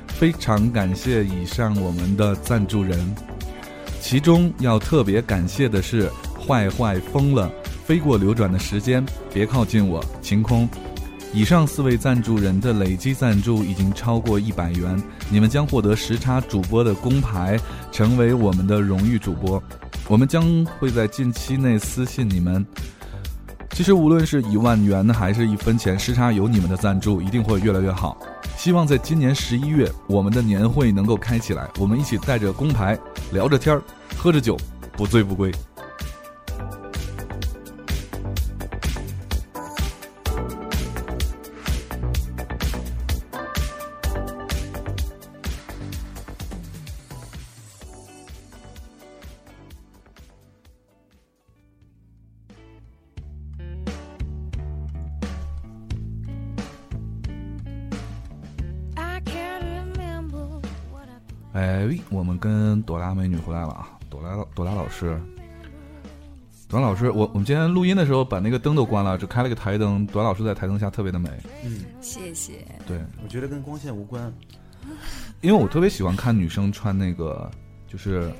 Speaker 2: 非常感谢以上我们的赞助人，其中要特别感谢的是坏坏疯了，飞过流转的时间，别靠近我，晴空。以上四位赞助人的累计赞助已经超过一百元，你们将获得时差主播的公牌，成为我们的荣誉主播。我们将会在近期内私信你们。其实无论是一万元还是一分钱，时差有你们的赞助，一定会越来越好。希望在今年十一月，我们的年会能够开起来，我们一起带着工牌聊着天儿，喝着酒，不醉不归。
Speaker 7: I can't remember what I
Speaker 2: 哎，我们跟朵拉美女回来了啊！朵拉朵拉老师，朵拉老师，我我们今天录音的时候把那个灯都关了，只开了个台灯。朵拉老师在台灯下特别的美，
Speaker 4: 谢谢。
Speaker 2: 对，
Speaker 3: 我觉得跟光线无关。
Speaker 2: 因为我特别喜欢看女生穿那个就是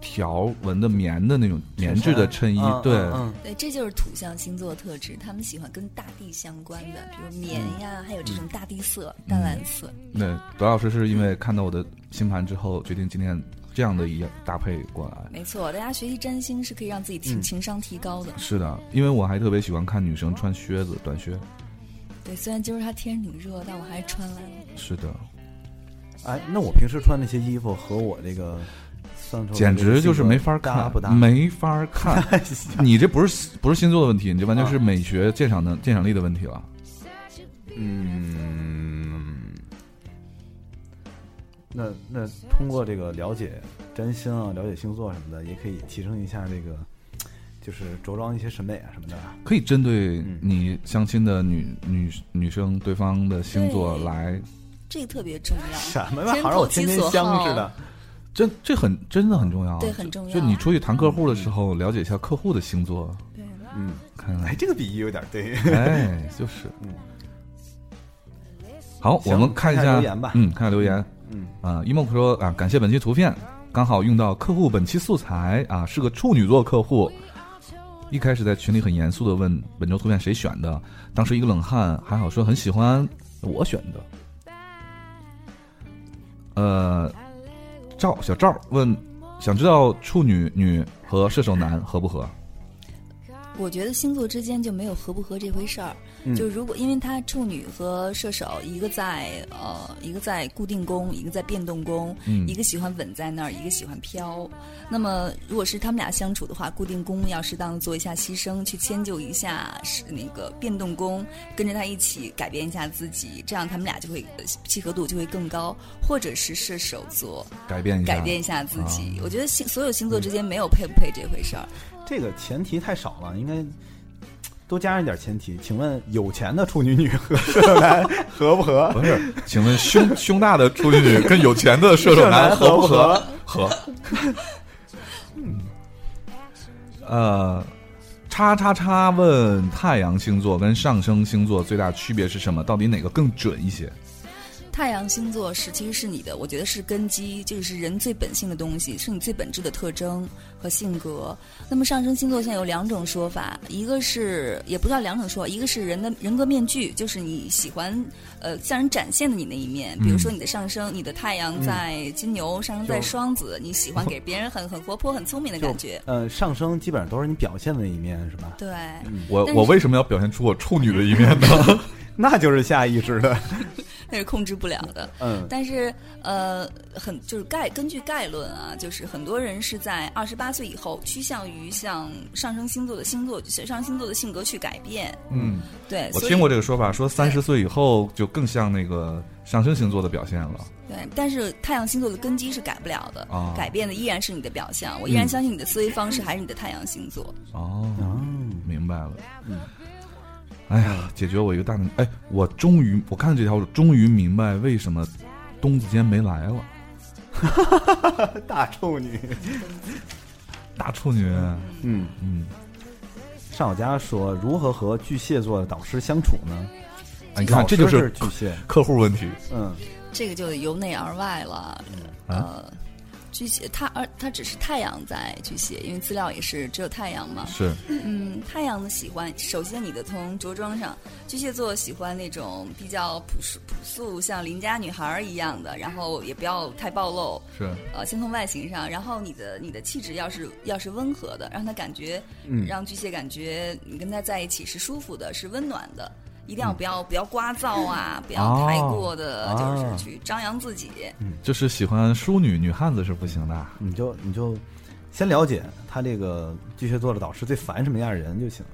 Speaker 2: 条纹的棉的那种棉质的衬衣，
Speaker 3: 嗯
Speaker 2: 对，
Speaker 3: 嗯
Speaker 4: 对，这就是土象星座特质，他们喜欢跟大地相关的，比如棉呀，还有这种大地色、淡蓝色。
Speaker 2: 那白老师是因为看到我的星盘之后，决定今天这样的一搭配过来。
Speaker 4: 没错，大家学习占星是可以让自己情情商提高的。
Speaker 2: 是的，因为我还特别喜欢看女生穿靴子、短靴。
Speaker 4: 对，虽然今儿它天挺热，但我还是穿来了。
Speaker 2: 是的，
Speaker 3: 哎，那我平时穿那些衣服和我这个算出来
Speaker 2: 简
Speaker 3: 这个
Speaker 2: 直就是
Speaker 3: 性格
Speaker 2: 没法看，
Speaker 3: 搭不搭？ 哎
Speaker 2: 没法看。
Speaker 3: 太像
Speaker 2: 你这不是不是星座的问题，你这完全是美学鉴赏能鉴赏力的问题了。
Speaker 3: 嗯，那那通过这个了解占星啊，了解星座什么的，也可以提升一下这个，就是着装一些审美啊什 么的。
Speaker 2: 可以针对
Speaker 3: 嗯
Speaker 2: 你相亲的女女女生对方的星座
Speaker 4: 对
Speaker 2: 来，
Speaker 4: 这个特别重
Speaker 3: 什
Speaker 4: 要，
Speaker 3: 么玩意儿？好像我天天香似的。
Speaker 2: 这这很真的很重要。
Speaker 4: 对，很重要。
Speaker 2: 啊就你出去谈客户的时候，了解一下客户的星座，
Speaker 4: 对
Speaker 3: 嗯，
Speaker 2: 看
Speaker 3: 哎，这个比喻有点对。
Speaker 2: 哎，就是
Speaker 3: 嗯，
Speaker 2: 好，
Speaker 3: 行
Speaker 2: 我们看一
Speaker 3: 看
Speaker 2: 下
Speaker 3: 留言吧
Speaker 2: 嗯，看下留言。
Speaker 3: 嗯，
Speaker 2: 啊，一梦说啊，感谢本期图片，刚好用到客户本期素材啊，是个处女座客户。一开始在群里很严肃的问本周图片谁选的，当时一个冷汗，还好说很喜欢我选的。呃，赵小赵问，想知道处女女和射手男合不合？
Speaker 4: 我觉得星座之间就没有合不合这回事儿。
Speaker 3: 嗯
Speaker 4: 就如果因为他处女和射手，一个在呃，一个在固定宫，一个在变动宫，
Speaker 2: 嗯
Speaker 4: 一个喜欢稳在那儿，一个喜欢飘。那么如果是他们俩相处的话，固定宫要适当的做一下牺牲，去迁就一下是那个变动宫，跟着他一起改变一下自己，这样他们俩就会呃契合度就会更高。或者是射手座，
Speaker 2: 改变一下，
Speaker 4: 改变一下自己。我觉得星所有星座之间没有配不配这回事儿。
Speaker 3: 这个前提太少了，应该多加上一点前提。请问有钱的处女女和射手男合不合？
Speaker 2: 不是，请问胸胸大的处女女跟有钱的射手男合不合？ 合。呃，叉叉叉问太阳星座跟上升星座最大区别是什么？到底哪个更准一些？
Speaker 4: 太阳星座是其实是你的，我觉得是根基，这个是人最本性的东西，是你最本质的特征和性格。那么上升星座现在有两种说法，一个是也不知道两种说法，一个是人的人格面具，就是你喜欢呃向人展现的你那一面，比如说你的上升，你的太阳在金牛，上升在双子，你喜欢给别人很很活泼、很聪明的感觉。
Speaker 3: 呃，上升基本上都是你表现的一面，是吧？
Speaker 4: 对，
Speaker 2: 我
Speaker 4: 但是
Speaker 2: 我为什么要表现出我处女的一面呢？
Speaker 3: 那就是下意识的。
Speaker 4: 那是控制不了的。
Speaker 3: 嗯
Speaker 4: 但是呃，很就是概根据概论啊，就是很多人是在二十八岁以后趋向于向上升星座的星座上升星座的性格去改变。
Speaker 2: 嗯，
Speaker 4: 对，
Speaker 2: 我
Speaker 4: 所以
Speaker 2: 听过这个说法，说三十岁以后就更像那个上升星座的表现了。
Speaker 4: 对，但是太阳星座的根基是改不了的，
Speaker 2: 啊
Speaker 4: 改变的依然是你的表象。我
Speaker 2: 嗯
Speaker 4: 依然相信你的思维方式还是你的太阳星座。
Speaker 2: 哦，
Speaker 3: 嗯，
Speaker 2: 明白了。
Speaker 3: 嗯，
Speaker 2: 哎呀，解决我一个大难。哎，我终于，我看这条，我终于明白为什么东子今天没来了。
Speaker 3: 大处女。
Speaker 2: 大处女，
Speaker 3: 嗯。
Speaker 2: 嗯，
Speaker 3: 上我家说如何和巨蟹座的导师相处呢？
Speaker 2: 啊你看
Speaker 3: 老师
Speaker 2: 这就是是
Speaker 3: 巨蟹，
Speaker 2: 客户问题。
Speaker 3: 嗯，
Speaker 4: 这个就由内而外了。
Speaker 2: 嗯啊
Speaker 4: 呃，巨蟹，它而它只是太阳在巨蟹，因为资料也是只有太阳嘛。
Speaker 2: 是，
Speaker 4: 嗯，太阳的喜欢，首先你的从着装上，巨蟹座喜欢那种比较朴素、朴素，像邻家女孩儿一样的，然后也不要太暴露，
Speaker 2: 是，
Speaker 4: 呃，先从外形上，然后你的你的气质要是要是温和的，让他感觉，
Speaker 3: 嗯
Speaker 4: 让巨蟹感觉你跟他在一起是舒服的，是温暖的，一
Speaker 3: 嗯
Speaker 4: 定要不要、不要聒噪啊，不要太过的、
Speaker 3: 哦啊
Speaker 4: 就是去张扬自己，
Speaker 2: 就是喜欢淑女女汉子是不行的。
Speaker 3: 你就你就先了解他这个巨蟹座的导师最烦什么样的人就行。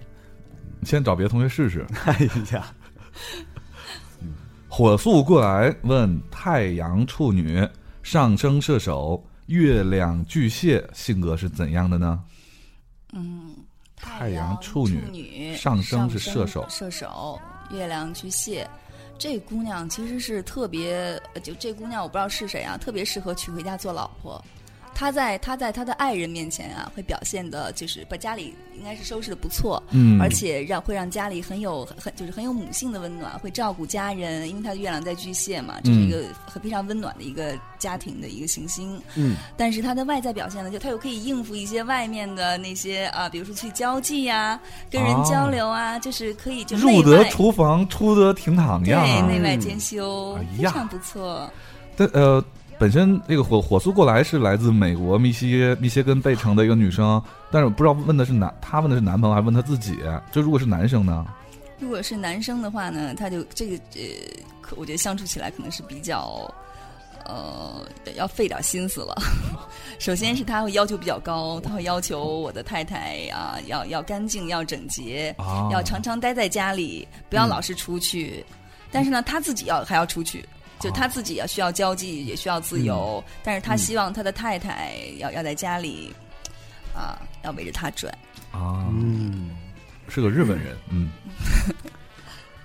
Speaker 2: 你先找别的同学试试。
Speaker 3: 哎呀，
Speaker 2: 火速过来问太阳处女、上升射手、月亮巨蟹性格是怎样的呢？
Speaker 4: 嗯，太
Speaker 2: 太阳
Speaker 4: 处
Speaker 2: 处女上升是射手
Speaker 4: 射手，月亮巨蟹。这姑娘其实是特别，呃就这姑娘我不知道是谁啊，特别适合娶回家做老婆。他在他在他的爱人面前啊，会表现的就是把家里应该是收拾的不错，
Speaker 2: 嗯
Speaker 4: 而且让会让家里很有很就是很有母性的温暖，会照顾家人，因为他的月亮在巨蟹嘛，
Speaker 2: 嗯
Speaker 4: 这是一个很非常温暖的一个家庭的一个行星。
Speaker 3: 嗯，
Speaker 4: 但是他的外在表现呢，就他又可以应付一些外面的那些啊，比如说去交际呀、跟人交流啊，就是可以就内
Speaker 2: 入得
Speaker 4: 外
Speaker 2: 厨房，出得厅堂
Speaker 4: 对
Speaker 2: 呀。
Speaker 4: 内外兼修，
Speaker 2: 哎
Speaker 4: 非
Speaker 2: 呀
Speaker 4: 常不错。
Speaker 2: 但呃，本身这个火火速过来是来自美国密歇密歇根贝城的一个女生，但是我不知道问的是男，她问的是男朋友还是问她自己？这如果是男生呢？
Speaker 4: 如果是男生的话呢，他就这个呃，可我觉得相处起来可能是比较呃要费点心思了。 首先是他会要求比较高，他会要求我的太太啊要要干净、要整洁、
Speaker 2: 啊，
Speaker 4: 要常常待在家里，不要老是出去。但是呢，他自己要还要出去。就他自己要需要交际，也需要自
Speaker 2: 哦
Speaker 4: 由，但是他希望他的太太要、要在家里，啊，要围着他转。
Speaker 2: 啊，
Speaker 3: 嗯
Speaker 2: 是个日本人，嗯，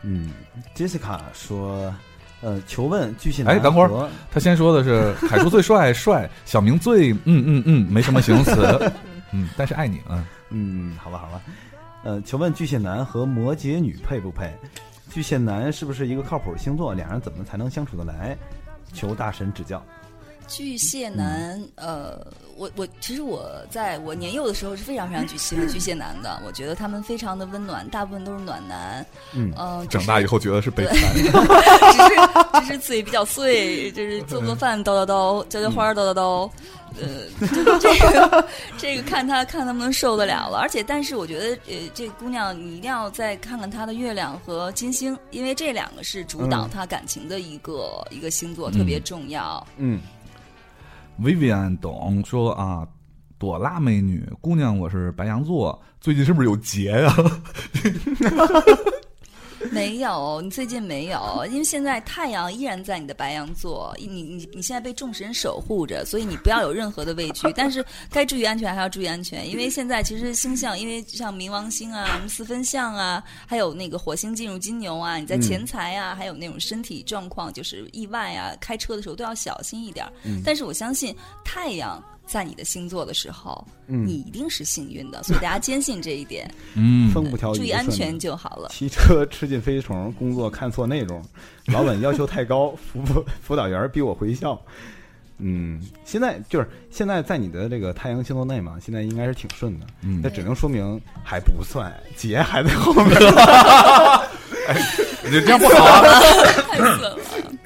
Speaker 3: 嗯，Jessica 说，呃，求问巨蟹
Speaker 2: 哎
Speaker 3: 男
Speaker 2: 等会儿
Speaker 3: 和
Speaker 2: 他先说的是凯叔最帅， 帅，小明最，嗯嗯嗯，没什么形容词，嗯，但是爱你，嗯，
Speaker 3: 嗯，好吧，好吧。呃，求问巨蟹男和摩羯女配不配？巨蟹男是不是一个靠谱星座？俩人怎么才能相处得来？求大神指教。
Speaker 4: 巨蟹男，呃，我我其实我在我年幼的时候是非常非常 巨喜欢巨蟹男的，我觉得他们非常的温暖，大部分都是暖男，
Speaker 3: 嗯
Speaker 4: 呃，只
Speaker 2: 长
Speaker 4: 是
Speaker 2: 大以后觉得是被裁，
Speaker 4: 只 是只是嘴比较碎，就是做做饭叨叨叨，浇浇花叨叨叨，呃，这这个 这个看他看能不能受得了了。而且，但是我觉得，呃，这个姑娘你一定要再看看她的月亮和金星，因为这两个是主导她感情的一个、一个星座，特别重要。
Speaker 3: 嗯
Speaker 2: Vivian 懂说啊，朵拉美女姑娘，我是白羊座，最近是不是有啊劫呀、
Speaker 4: 没有，你最近没有，因为现在太阳依然在你的白羊座，你你你现在被众神守护着，所以你不要有任何的畏惧，但是该注意安全还要注意安全，因为现在其实星象，因为像冥王星啊、什么四分相啊，还有那个火星进入金牛啊，你在钱财啊，还有那种身体状况，就是意外啊，开车的时候都要小心一点儿。但是我相信太阳。在你的星座的时候，你一定是幸运的，所以大家坚信这一点，
Speaker 2: 嗯，
Speaker 3: 风不调雨
Speaker 4: 注
Speaker 3: 不
Speaker 4: 意
Speaker 3: 顺
Speaker 4: 安全就 好了。
Speaker 3: 骑车吃进飞虫，工作看错内容，老板要求太高，辅辅辅导员逼我回校。嗯，现在就是现在在你的这个太阳星座内嘛，现在应该是挺顺的。
Speaker 2: 嗯
Speaker 3: 那只能说明还不算，劫还在后 面。
Speaker 2: 你这样不 好啊，
Speaker 4: 太损了。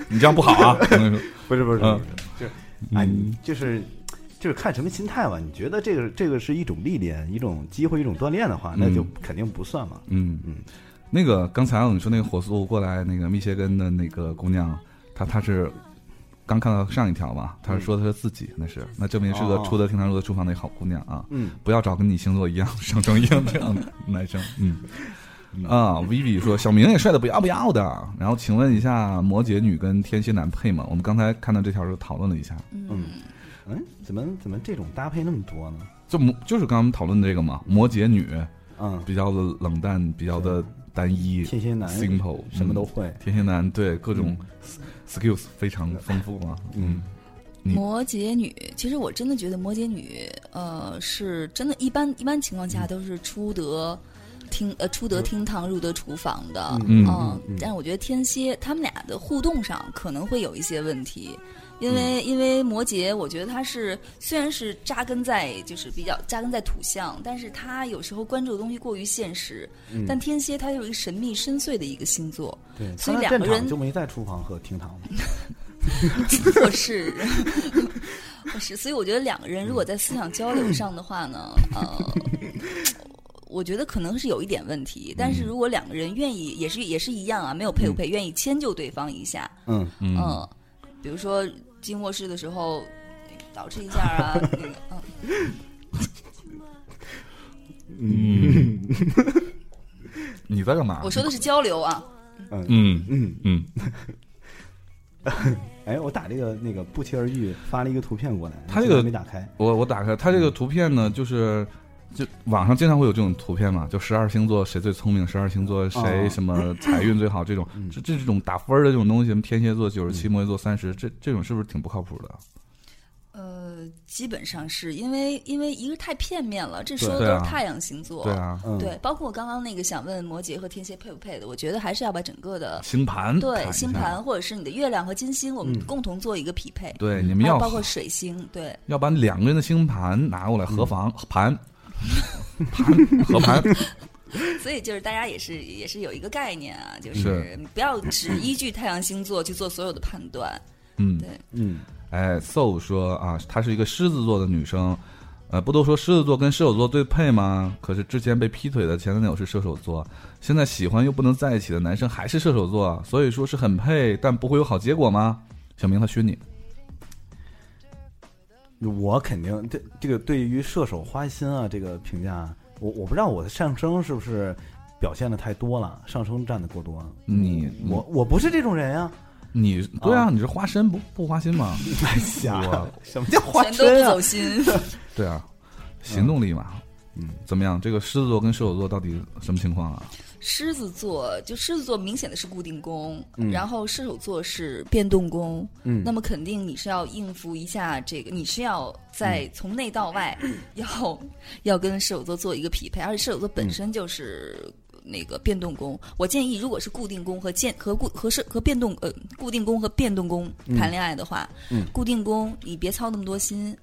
Speaker 2: 你这样不好 啊，我跟你说
Speaker 3: 不是不是，
Speaker 2: 嗯
Speaker 3: 不是就是哎，你就是就是看什么心态吧。你觉得这个这个是一种历练、一种机会、一种锻炼的话，那就肯定不算嘛。
Speaker 2: 嗯
Speaker 3: 嗯
Speaker 2: 嗯，那个刚才我们说那个火速过来那个密歇根的那个姑娘，她她是刚看到上一条嘛，她是说的是自己，那是那证明是个
Speaker 3: 嗯哦
Speaker 2: 出得厅堂入得厨房的好姑娘啊，
Speaker 3: 嗯，
Speaker 2: 不要找跟你星座一样、上升一样这样的 男生，嗯。啊，Vivi 说小明也帅的不要不要的。然后，请问一下，摩羯女跟天蝎男配吗？我们刚才看到这条时候讨论了一下，
Speaker 3: 嗯，怎么怎么这种搭配那么多呢？
Speaker 2: 就摩就是刚刚我们讨论这个嘛，摩羯女
Speaker 3: 嗯，
Speaker 2: 比较的冷淡，比较的单一
Speaker 3: 天蝎男
Speaker 2: ，simple，
Speaker 3: 什么
Speaker 2: 嗯
Speaker 3: 都会。
Speaker 2: 天蝎男对各种 skills 非常丰富啊，嗯，你
Speaker 4: 摩羯女，其实我真的觉得摩羯女，呃，是真的，一般一般情况
Speaker 2: 嗯
Speaker 4: 下都是出得厅呃出得厅堂入得厨房的，
Speaker 2: 嗯
Speaker 4: 但是我觉得天蝎他们俩的互动上可能会有一些问题。因
Speaker 2: 嗯
Speaker 4: 为因为摩羯，我觉得他是虽然是扎根在就是比较扎根在土象，但是他有时候关注的东西过于现实。
Speaker 2: 嗯
Speaker 4: 但天蝎他有一个神秘深邃的一个星座，
Speaker 3: 对，
Speaker 4: 所以
Speaker 3: 他那
Speaker 4: 两
Speaker 3: 战
Speaker 4: 个
Speaker 3: 场
Speaker 4: 人
Speaker 3: 就没在厨房和厅堂嘛。
Speaker 4: 我是，我是，所以我觉得两个人如果在思想交流上的话呢，呃，我觉得可能是有一点问题。但是如果两个人愿意，也是也是一样啊，没有配不
Speaker 2: 嗯
Speaker 4: 配，愿意迁就对方一下，
Speaker 3: 嗯，
Speaker 4: 嗯、比如说进卧室的时候捯饬一下啊，那个，嗯、
Speaker 2: 嗯， 你在干嘛？
Speaker 4: 我说的是交流啊，
Speaker 2: 嗯嗯嗯，
Speaker 3: 哎，我打这个那个不期而遇发了一个图片过来，
Speaker 2: 他这个
Speaker 3: 现在没打开。
Speaker 2: 我我打开它这个图片呢，就是就网上经常会有这种图片嘛，就十二星座谁最聪明，十二星座谁
Speaker 3: 哦
Speaker 2: 什么财运最好，这种这这种打分儿的这种东西，什么天蝎座九十七，摩羯座三十，这这种是不是挺不靠谱的？
Speaker 4: 呃，呃，基本上是因为因为一个太片面了，这说的
Speaker 2: 对
Speaker 4: 都
Speaker 2: 啊
Speaker 4: 是太阳星座，
Speaker 2: 对啊，
Speaker 3: 嗯，
Speaker 4: 对，包括我刚刚那个想问摩羯和天蝎配不配的，我觉得还是要把整个的
Speaker 2: 星盘
Speaker 4: 对
Speaker 2: 嗯看一
Speaker 4: 星
Speaker 2: 下，
Speaker 4: 盘或者是你的月亮和金星，我们
Speaker 3: 嗯
Speaker 4: 共同做一个匹配，
Speaker 2: 对，你们
Speaker 4: 还有
Speaker 2: 要
Speaker 4: 包括水星，对，
Speaker 2: 要把两个人的星盘拿过来合房盘盘合盘，
Speaker 4: 所以就是大家也是也是有一个概念啊，就是是不要只依据太阳星座去做所有的判断，
Speaker 2: 嗯，
Speaker 4: 对
Speaker 3: 嗯，
Speaker 2: 哎，so 说啊，她是一个狮子座的女生，呃，不都说狮子座跟射手座最配吗？可是之前被劈腿的前男友是射手座，现在喜欢又不能在一起的男生还是射手座，所以说是很配，但不会有好结果吗？小明他虚你，
Speaker 3: 我肯定这这个对于射手花心啊这个评价，我我不知道我的上升是不是表现的太多了，上升占的过多。啊
Speaker 2: 你
Speaker 3: 我我不是这种人啊，
Speaker 2: 你对啊，你是花心不不花心吗？
Speaker 3: 哎呀
Speaker 2: 我，
Speaker 3: 什么叫花
Speaker 4: 全都不
Speaker 3: 心啊
Speaker 4: 走？心。
Speaker 2: 对啊，行动力嘛。
Speaker 3: 嗯，
Speaker 2: 怎么样？这个狮子座跟射手座到底什么情况啊？
Speaker 4: 狮子座就狮子座明显的是固定宫，
Speaker 3: 嗯
Speaker 4: 然后射手座是变动宫，
Speaker 3: 嗯
Speaker 4: 那么肯定你是要应付一下这个，你是要
Speaker 3: 嗯
Speaker 4: 在从内到外要要跟射手座做一个匹配，而且射手座本身就是。那个变动宫，我建议，如果是固定宫和建和固和是和变动呃固定宫和变动宫谈恋爱的话，
Speaker 3: 嗯
Speaker 4: 固定宫你别操那么多心，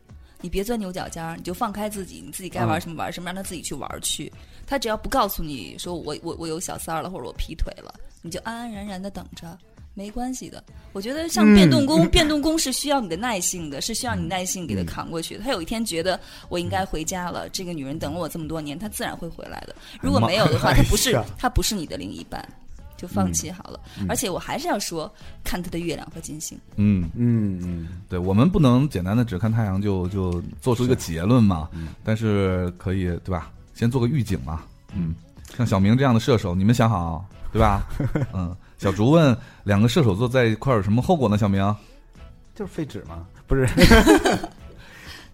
Speaker 4: 你别钻牛角尖儿，你就放开自己，你自己该
Speaker 3: 嗯
Speaker 4: 玩什么玩什么，让他自己去玩儿去。他只要不告诉你说我我我有小三儿了，或者我劈腿了，你就安安然然的等着，没关系的。我觉得像变动
Speaker 3: 嗯
Speaker 4: 宫，变动宫是需要你的耐 性的，是需要你耐性给他扛过去的。他有一天觉得我应该回家了，这个女人等了我这么多年，她自然会回来的。如果没有的话，她不是
Speaker 3: 哎哎呀嗯
Speaker 4: 她不是你的另一半，就放弃好了。而且我还是要说，看他的月亮和金星。
Speaker 2: 嗯，
Speaker 3: 嗯嗯，
Speaker 2: 对，我们不能简单的只看太阳就就做出一个结论嘛，但是可以对吧？先做个预警嘛，嗯，像小明这样的射手，你们想好对 吧？嗯，小竹问两个射手座在一块儿有什么后果呢？小明，
Speaker 3: 就是废纸嘛，不 是。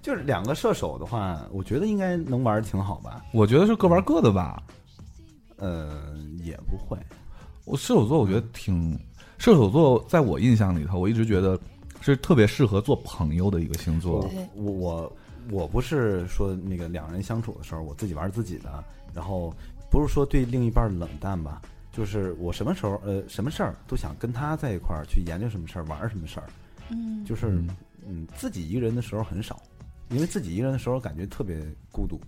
Speaker 3: 就是两个射手的话，我觉得应该能玩的挺好吧。
Speaker 2: 我觉得是各玩各的吧。
Speaker 3: 呃，也不会，
Speaker 2: 我射手座我觉得挺，射手座在我印象里头，我一直觉得是特别适合做朋友的一个星
Speaker 3: 哦
Speaker 2: 座。
Speaker 3: 我我我不是说那个两人相处的时候，我自己玩自己的，然后不是说对另一半冷淡吧，就是我什么时候呃什么事儿都想跟他在一块儿去研究什么事儿，玩儿什么事儿，
Speaker 4: 嗯，
Speaker 3: 就是
Speaker 2: 嗯
Speaker 3: 嗯自己一个人的时候很少，因为自己一个人的时候感觉特别孤独，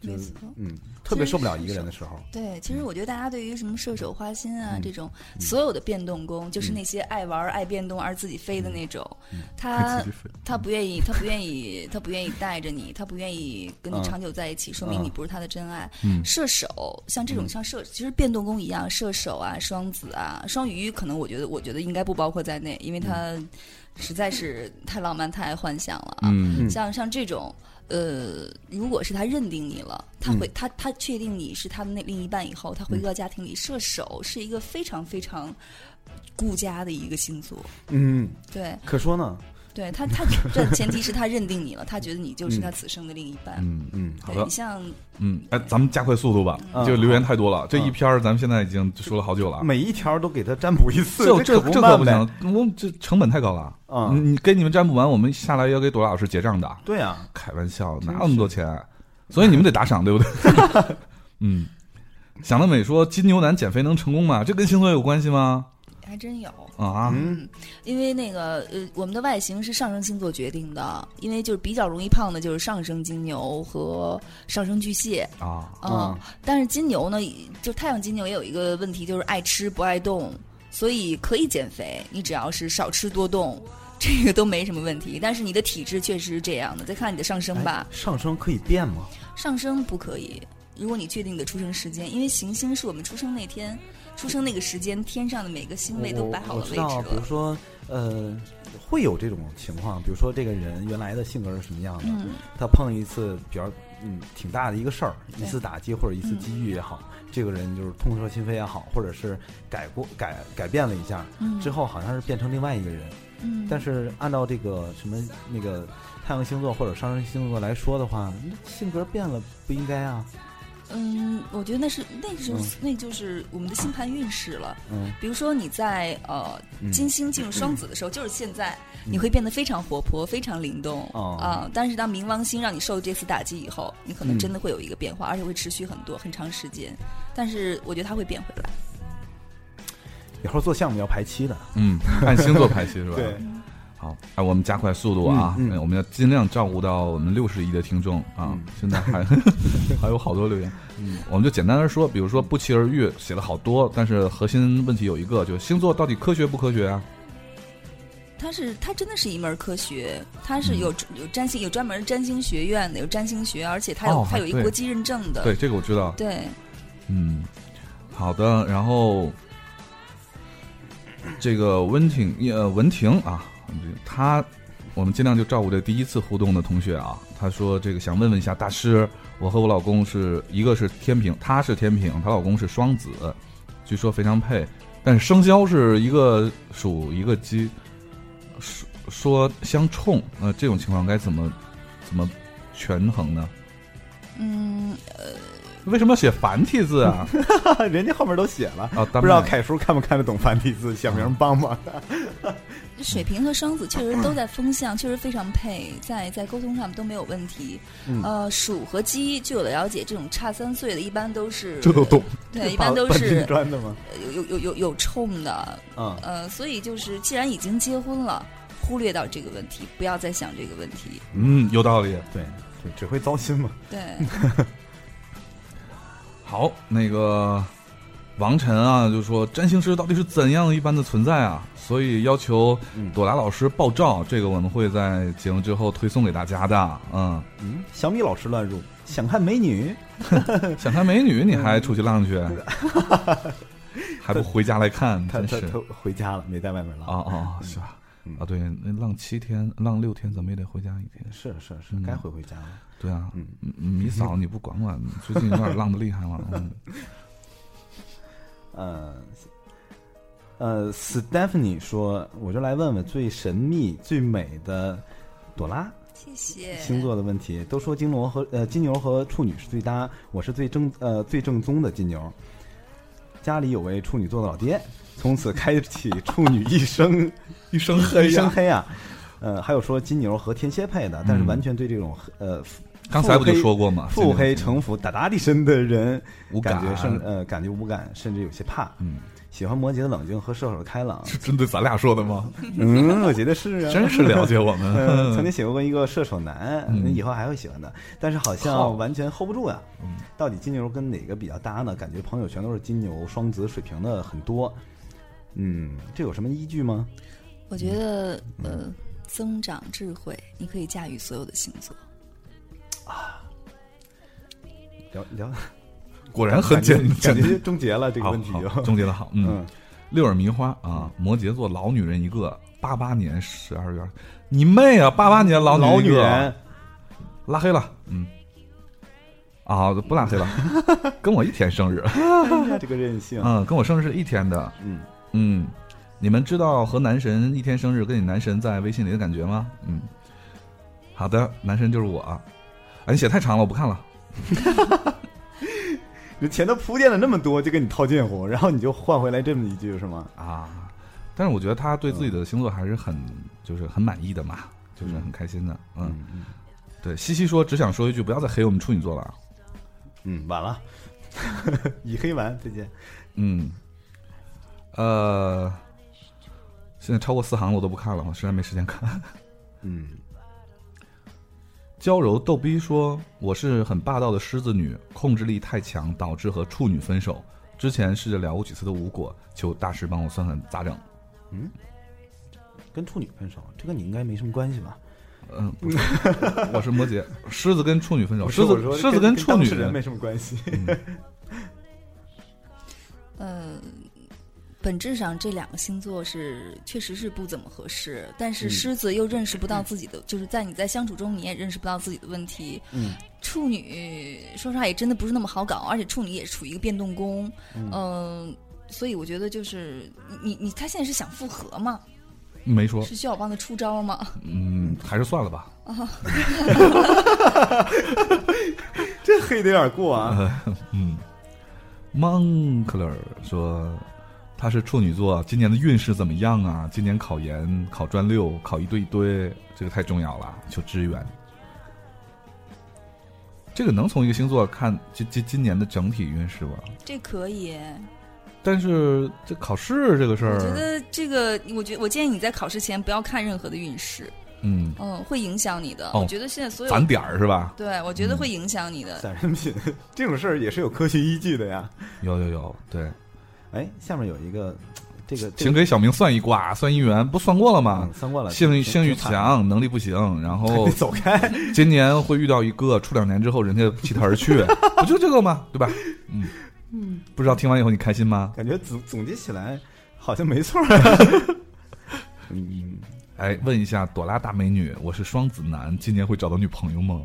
Speaker 3: 就
Speaker 4: 没
Speaker 3: 是
Speaker 4: 错。
Speaker 3: 嗯特别受不了一个人的时候，
Speaker 4: 对，其实我觉得大家对于什么射手花心啊、
Speaker 3: 嗯
Speaker 4: 这种，所有的变动宫，就是那些爱玩、爱变动而自己飞的
Speaker 3: 嗯
Speaker 4: 那种，他他不愿意，他不愿意，他不愿意带着你，他不愿意跟
Speaker 3: 嗯
Speaker 4: 你长久在一起，说明
Speaker 3: 嗯
Speaker 4: 你不是他的真爱。
Speaker 2: 嗯
Speaker 4: 射手像这种像射，其实变动宫一样，射手啊、双子啊、双鱼，可能我觉得我觉得应该不包括在内，因为他实在是太浪漫、太幻想了啊。
Speaker 2: 嗯，
Speaker 4: 像像这种，呃，如果是他认定你了，他回、他他确定你是他的那另一半以后，他回归到家庭里，射手是一个非常非常顾家的一个星座，
Speaker 3: 嗯，
Speaker 4: 对
Speaker 3: 可说呢，
Speaker 4: 对，他他这前提是他认定你了，他觉得你就是他此生的另一半。
Speaker 2: 嗯啊
Speaker 3: 嗯，
Speaker 2: 好
Speaker 4: 对
Speaker 2: 的
Speaker 4: 你，像
Speaker 2: 嗯，哎，咱们加快速度吧，
Speaker 3: 嗯
Speaker 2: 就留言太多了，这
Speaker 3: 嗯
Speaker 2: 一篇儿咱们现在已经说了好久了。
Speaker 3: 每一条都给他占卜一次，
Speaker 2: 嗯这这
Speaker 3: 可
Speaker 2: 这可
Speaker 3: 慢
Speaker 2: 不
Speaker 3: 呗，
Speaker 2: 行，我们这成本太高了。
Speaker 3: 啊
Speaker 2: 你你给你们占卜完，我们下来要给朵老师结账的。
Speaker 3: 对啊，
Speaker 2: 开玩笑，
Speaker 3: 是
Speaker 2: 哪有那么多钱？啊所以你们得打赏，对不对？嗯，想得美说金牛男减肥能成功吗？这跟星座有关系吗？
Speaker 4: 还真有，
Speaker 2: 啊，
Speaker 3: 嗯
Speaker 4: 因为那个呃，我们的外形是上升星座决定的，因为就是比较容易胖的就是上升金牛和上升巨蟹，
Speaker 2: 啊，
Speaker 4: 嗯，但是金牛呢，就太阳金牛也有一个问题，就是爱吃不爱动，所以可以减肥，你只要是少吃多动，这个都没什么问题。但是你的体质确实是这样的，再看你的上升吧
Speaker 3: 哎，上升可以变吗？
Speaker 4: 上升不可以。如果你确定你的出生时间，因为行星是我们出生那天、出生那个时间，天上的每个星位都摆好
Speaker 3: 我
Speaker 4: 了
Speaker 3: 我
Speaker 4: 位
Speaker 3: 知
Speaker 4: 置
Speaker 3: 道，比如
Speaker 4: 了。
Speaker 3: 说，呃，会有这种情况，比如说这个人原来的性格是什么样的，
Speaker 4: 嗯，
Speaker 3: 他碰一次比较嗯挺大的一个事儿，一
Speaker 4: 对
Speaker 3: 次打击或者一次
Speaker 4: 嗯
Speaker 3: 机遇也好，这个人就是痛彻心扉也好，或者是改过改改变了一下，
Speaker 4: 嗯
Speaker 3: 之后好像是变成另外一个人。
Speaker 4: 嗯，
Speaker 3: 但是按照这个什么那个太阳星座或者上升星座来说的话，那性格变了不应该啊。
Speaker 4: 嗯，我觉得那是那时候、那就是我们的星盘运势了。
Speaker 3: 嗯，
Speaker 4: 比如说你在呃金星进入双子的时候，就是现在，你会变得非常活泼，非常灵动啊、
Speaker 3: 嗯哦
Speaker 4: 但是当冥王星让你受这次打击以后，你
Speaker 3: 嗯
Speaker 4: 可能真的会有一个变化，而且会持续很多很长时间。但是我觉得它会变回来。
Speaker 3: 以后做项目要排期的，
Speaker 2: 嗯，按星座排序是吧？
Speaker 3: 对。
Speaker 2: 好，哎，我们加快速度啊！
Speaker 3: 嗯嗯
Speaker 2: 哎我们要尽量照顾到我们六十亿的听众啊！
Speaker 3: 嗯
Speaker 2: 现在 还还有好多留言，嗯，我们就简单的说，比如说不期而遇写了好多，但是核心问题有一个，就是星座到底科学不科学啊？
Speaker 4: 它是它真的是一门科学，它
Speaker 3: 嗯
Speaker 4: 是有、有占星有专门占星学院的，有占星学，而且它有、
Speaker 2: 哦
Speaker 4: 它有一
Speaker 2: 对
Speaker 4: 国际认证的。
Speaker 2: 对，这个我知道。
Speaker 4: 对
Speaker 2: 嗯，好的。然后这个温婷呃文婷啊，她我们尽量就照顾这第一次互动的同学啊。她说这个想问问一下大师，我和我老公是一个是天平，她是天平，她老公是双子，据说非常配，但是生肖是一个属一个鸡，说说相冲，呃，这种情况该怎么怎么权衡呢？
Speaker 4: 嗯，
Speaker 2: 为什么要写繁体字啊？
Speaker 3: 人家后面都写了，
Speaker 2: 啊，
Speaker 3: 不
Speaker 2: 丹
Speaker 3: 知道
Speaker 2: 麦
Speaker 3: 凯叔看不看得懂繁体
Speaker 2: 嗯
Speaker 3: 字，小明帮帮。
Speaker 4: 水瓶和双子确实都在风向，确实非常配，在在沟通上都没有问题。
Speaker 3: 嗯
Speaker 4: 呃，鼠和鸡，据我的了解，这种差三岁的，一般都是
Speaker 3: 这
Speaker 2: 呃
Speaker 3: 都懂，
Speaker 4: 对，一 般都
Speaker 3: 搬搬
Speaker 4: 是
Speaker 3: 金砖的吗？
Speaker 4: 呃有有有有有冲的，
Speaker 3: 嗯，
Speaker 4: 呃，所以就是既然已经结婚了，忽略到这个问题，不要再想这个问题。
Speaker 2: 嗯，有道理。
Speaker 3: 对，就只会糟心嘛。
Speaker 4: 对，
Speaker 2: 好，那个王晨啊，就说占星师到底是怎样一般的存在啊？所以要求
Speaker 3: 嗯
Speaker 2: 朵拉老师爆照，这个我们会在节目之后推送给大家的。嗯，
Speaker 3: 嗯，小米老师乱入，想看美女，
Speaker 2: 想看美女你还出去浪去， 还不回家来看，
Speaker 3: 嗯他
Speaker 2: 真
Speaker 3: 他
Speaker 2: 是
Speaker 3: 他回家了，没在外面了
Speaker 2: 啊。啊，是吧
Speaker 3: 嗯？
Speaker 2: 啊，对，那浪七天，浪六天，怎么也得回家一天。
Speaker 3: 是是是，
Speaker 2: 嗯
Speaker 3: 该回回家了。
Speaker 2: 对啊，
Speaker 3: 嗯
Speaker 2: 嗯，米嫂，你不管管，最近有点浪的厉害了。嗯，
Speaker 3: 呃，呃，Stephanie 说，我就来问问最神秘、最美的朵拉
Speaker 4: 谢谢。
Speaker 3: 星座的问题。都说金牛和呃金牛和处女是最搭，我是最正呃最正宗的金牛。家里有位处女座的老爹，从此开启处女一 生
Speaker 2: 一身
Speaker 3: 一生黑啊。呃，还有说金牛和天蝎配的，但是完全对这种呃
Speaker 2: 嗯刚才不就说过吗？
Speaker 3: 腹黑城府打打地身的人
Speaker 2: 无
Speaker 3: 感觉
Speaker 2: 感
Speaker 3: 甚呃感觉无感，甚至有些怕。
Speaker 2: 嗯，
Speaker 3: 喜欢摩羯的冷静和射手的开 朗。
Speaker 2: 是针对咱俩说的吗？
Speaker 3: 嗯，我觉得是啊。
Speaker 2: 真是了解我
Speaker 3: 嗯，
Speaker 2: 们。
Speaker 3: 曾经喜欢过一个射手男，
Speaker 2: 嗯
Speaker 3: 以后还会喜欢的，但是好
Speaker 2: 好嗯
Speaker 3: 像完全 hold 不住呀、到底金牛跟哪个比较搭呢？感觉朋友全都是金牛、双子、水瓶的很多。嗯，这有什么依据吗？
Speaker 4: 我觉得呃，增长智慧，你可以驾驭所有的星座。
Speaker 3: 聊聊，
Speaker 2: 果然很简
Speaker 3: 感
Speaker 2: 简
Speaker 3: 觉就终结了这个
Speaker 2: 好
Speaker 3: 问题啊
Speaker 2: 好
Speaker 3: 就。
Speaker 2: 终结 的好。嗯，，六耳迷花啊，摩羯座老女人一个，八八年十二月，你妹啊！八八 年老
Speaker 3: 老
Speaker 2: 女
Speaker 3: 女
Speaker 2: 一个
Speaker 3: 人，
Speaker 2: 拉黑了，嗯，啊，不拉 黑了，跟我一天生日，
Speaker 3: 哎呀，这个任性。
Speaker 2: 嗯，跟我生日是一天的，
Speaker 3: 嗯，
Speaker 2: 嗯，你们知道和男神一天生日跟你男神在微信里的感觉吗？嗯，好的，男神就是我啊。哎，你写太长了，我不看了。
Speaker 3: 你前头铺垫了那么多，就跟你套近乎，然后你就换回来这么一句是吗？
Speaker 2: 啊，但是我觉得他对自己的星座还是很就是很满意的嘛，就是很开心的。嗯，
Speaker 3: 嗯
Speaker 2: 对，西西说只想说一句，不要再黑我们处女座了啊。
Speaker 3: 嗯，晚了， 以黑完，再见。
Speaker 2: 嗯，呃，现在超过四行了我都不看了，我实在没时间看。
Speaker 3: 嗯，
Speaker 2: 娇柔逗逼说：“我是很霸道的狮子女，控制力太强，导致和处女分手。之前试着聊过几次的无果，求大师帮我算算咋整。
Speaker 3: 跟处女分手，这跟你应该没什么关系吧？”
Speaker 2: 嗯，不是，我是 摩羯，狮子跟处女分手，
Speaker 3: 不
Speaker 2: 哦狮
Speaker 3: 是
Speaker 2: 子
Speaker 3: 我说
Speaker 2: 狮子
Speaker 3: 跟
Speaker 2: 处女
Speaker 3: 当
Speaker 2: 嗯
Speaker 3: 事人没什么关系。
Speaker 4: 呃，本质上这两个星座是确实是不怎么合适，但是
Speaker 3: 嗯
Speaker 4: 狮子又认识不到自己的，就是在你在相处中你也认识不到自己的问题。
Speaker 3: 嗯，
Speaker 4: 处女说实话也真的不是那么好搞，而且处女也处于一个变动宫，嗯、所以我觉得就是你你你他现在是想复合吗？
Speaker 2: 没说，
Speaker 4: 是需要我帮他出招吗？
Speaker 2: 嗯，还是算了吧。
Speaker 3: 这黑的有点过啊。
Speaker 2: 嗯，Moncler 说他是处女座，今年的运势怎么样啊？今年考研、考专六、考一堆一堆，这个太重要了，求支援。这个能从一个星座看今今今年的整体运势吧？
Speaker 4: 这可以。
Speaker 2: 但是这考试这个事
Speaker 4: 我
Speaker 2: 儿，
Speaker 4: 觉得这个，我觉我建议你在考试前不要看任何的运势，
Speaker 2: 嗯，
Speaker 4: 嗯，会影响你的。
Speaker 2: 哦
Speaker 4: 我觉得现在所
Speaker 2: 攒
Speaker 4: 有，
Speaker 2: 点儿是吧？
Speaker 4: 对我觉得会影响你 的。
Speaker 3: 散人品这种事儿也是有科学依据的呀。
Speaker 2: 有有有，对，
Speaker 3: 哎，下面有一个这个这
Speaker 2: 请
Speaker 3: 个
Speaker 2: 给小明算一卦，算姻缘，不算过了吗
Speaker 3: 嗯？算过了，
Speaker 2: 性欲
Speaker 3: 挺
Speaker 2: 性欲，
Speaker 3: 挺惨
Speaker 2: 强，能力不行，然后
Speaker 3: 你走开。
Speaker 2: 今年会遇到一个，处两年之后人家弃他而去，不就这个吗？对吧？嗯不知道听完以后你开心吗？
Speaker 3: 感觉总总结起来好像没错儿。 嗯，
Speaker 2: 哎，问一下朵拉大美女，我是双子男，今年会找到女朋友吗？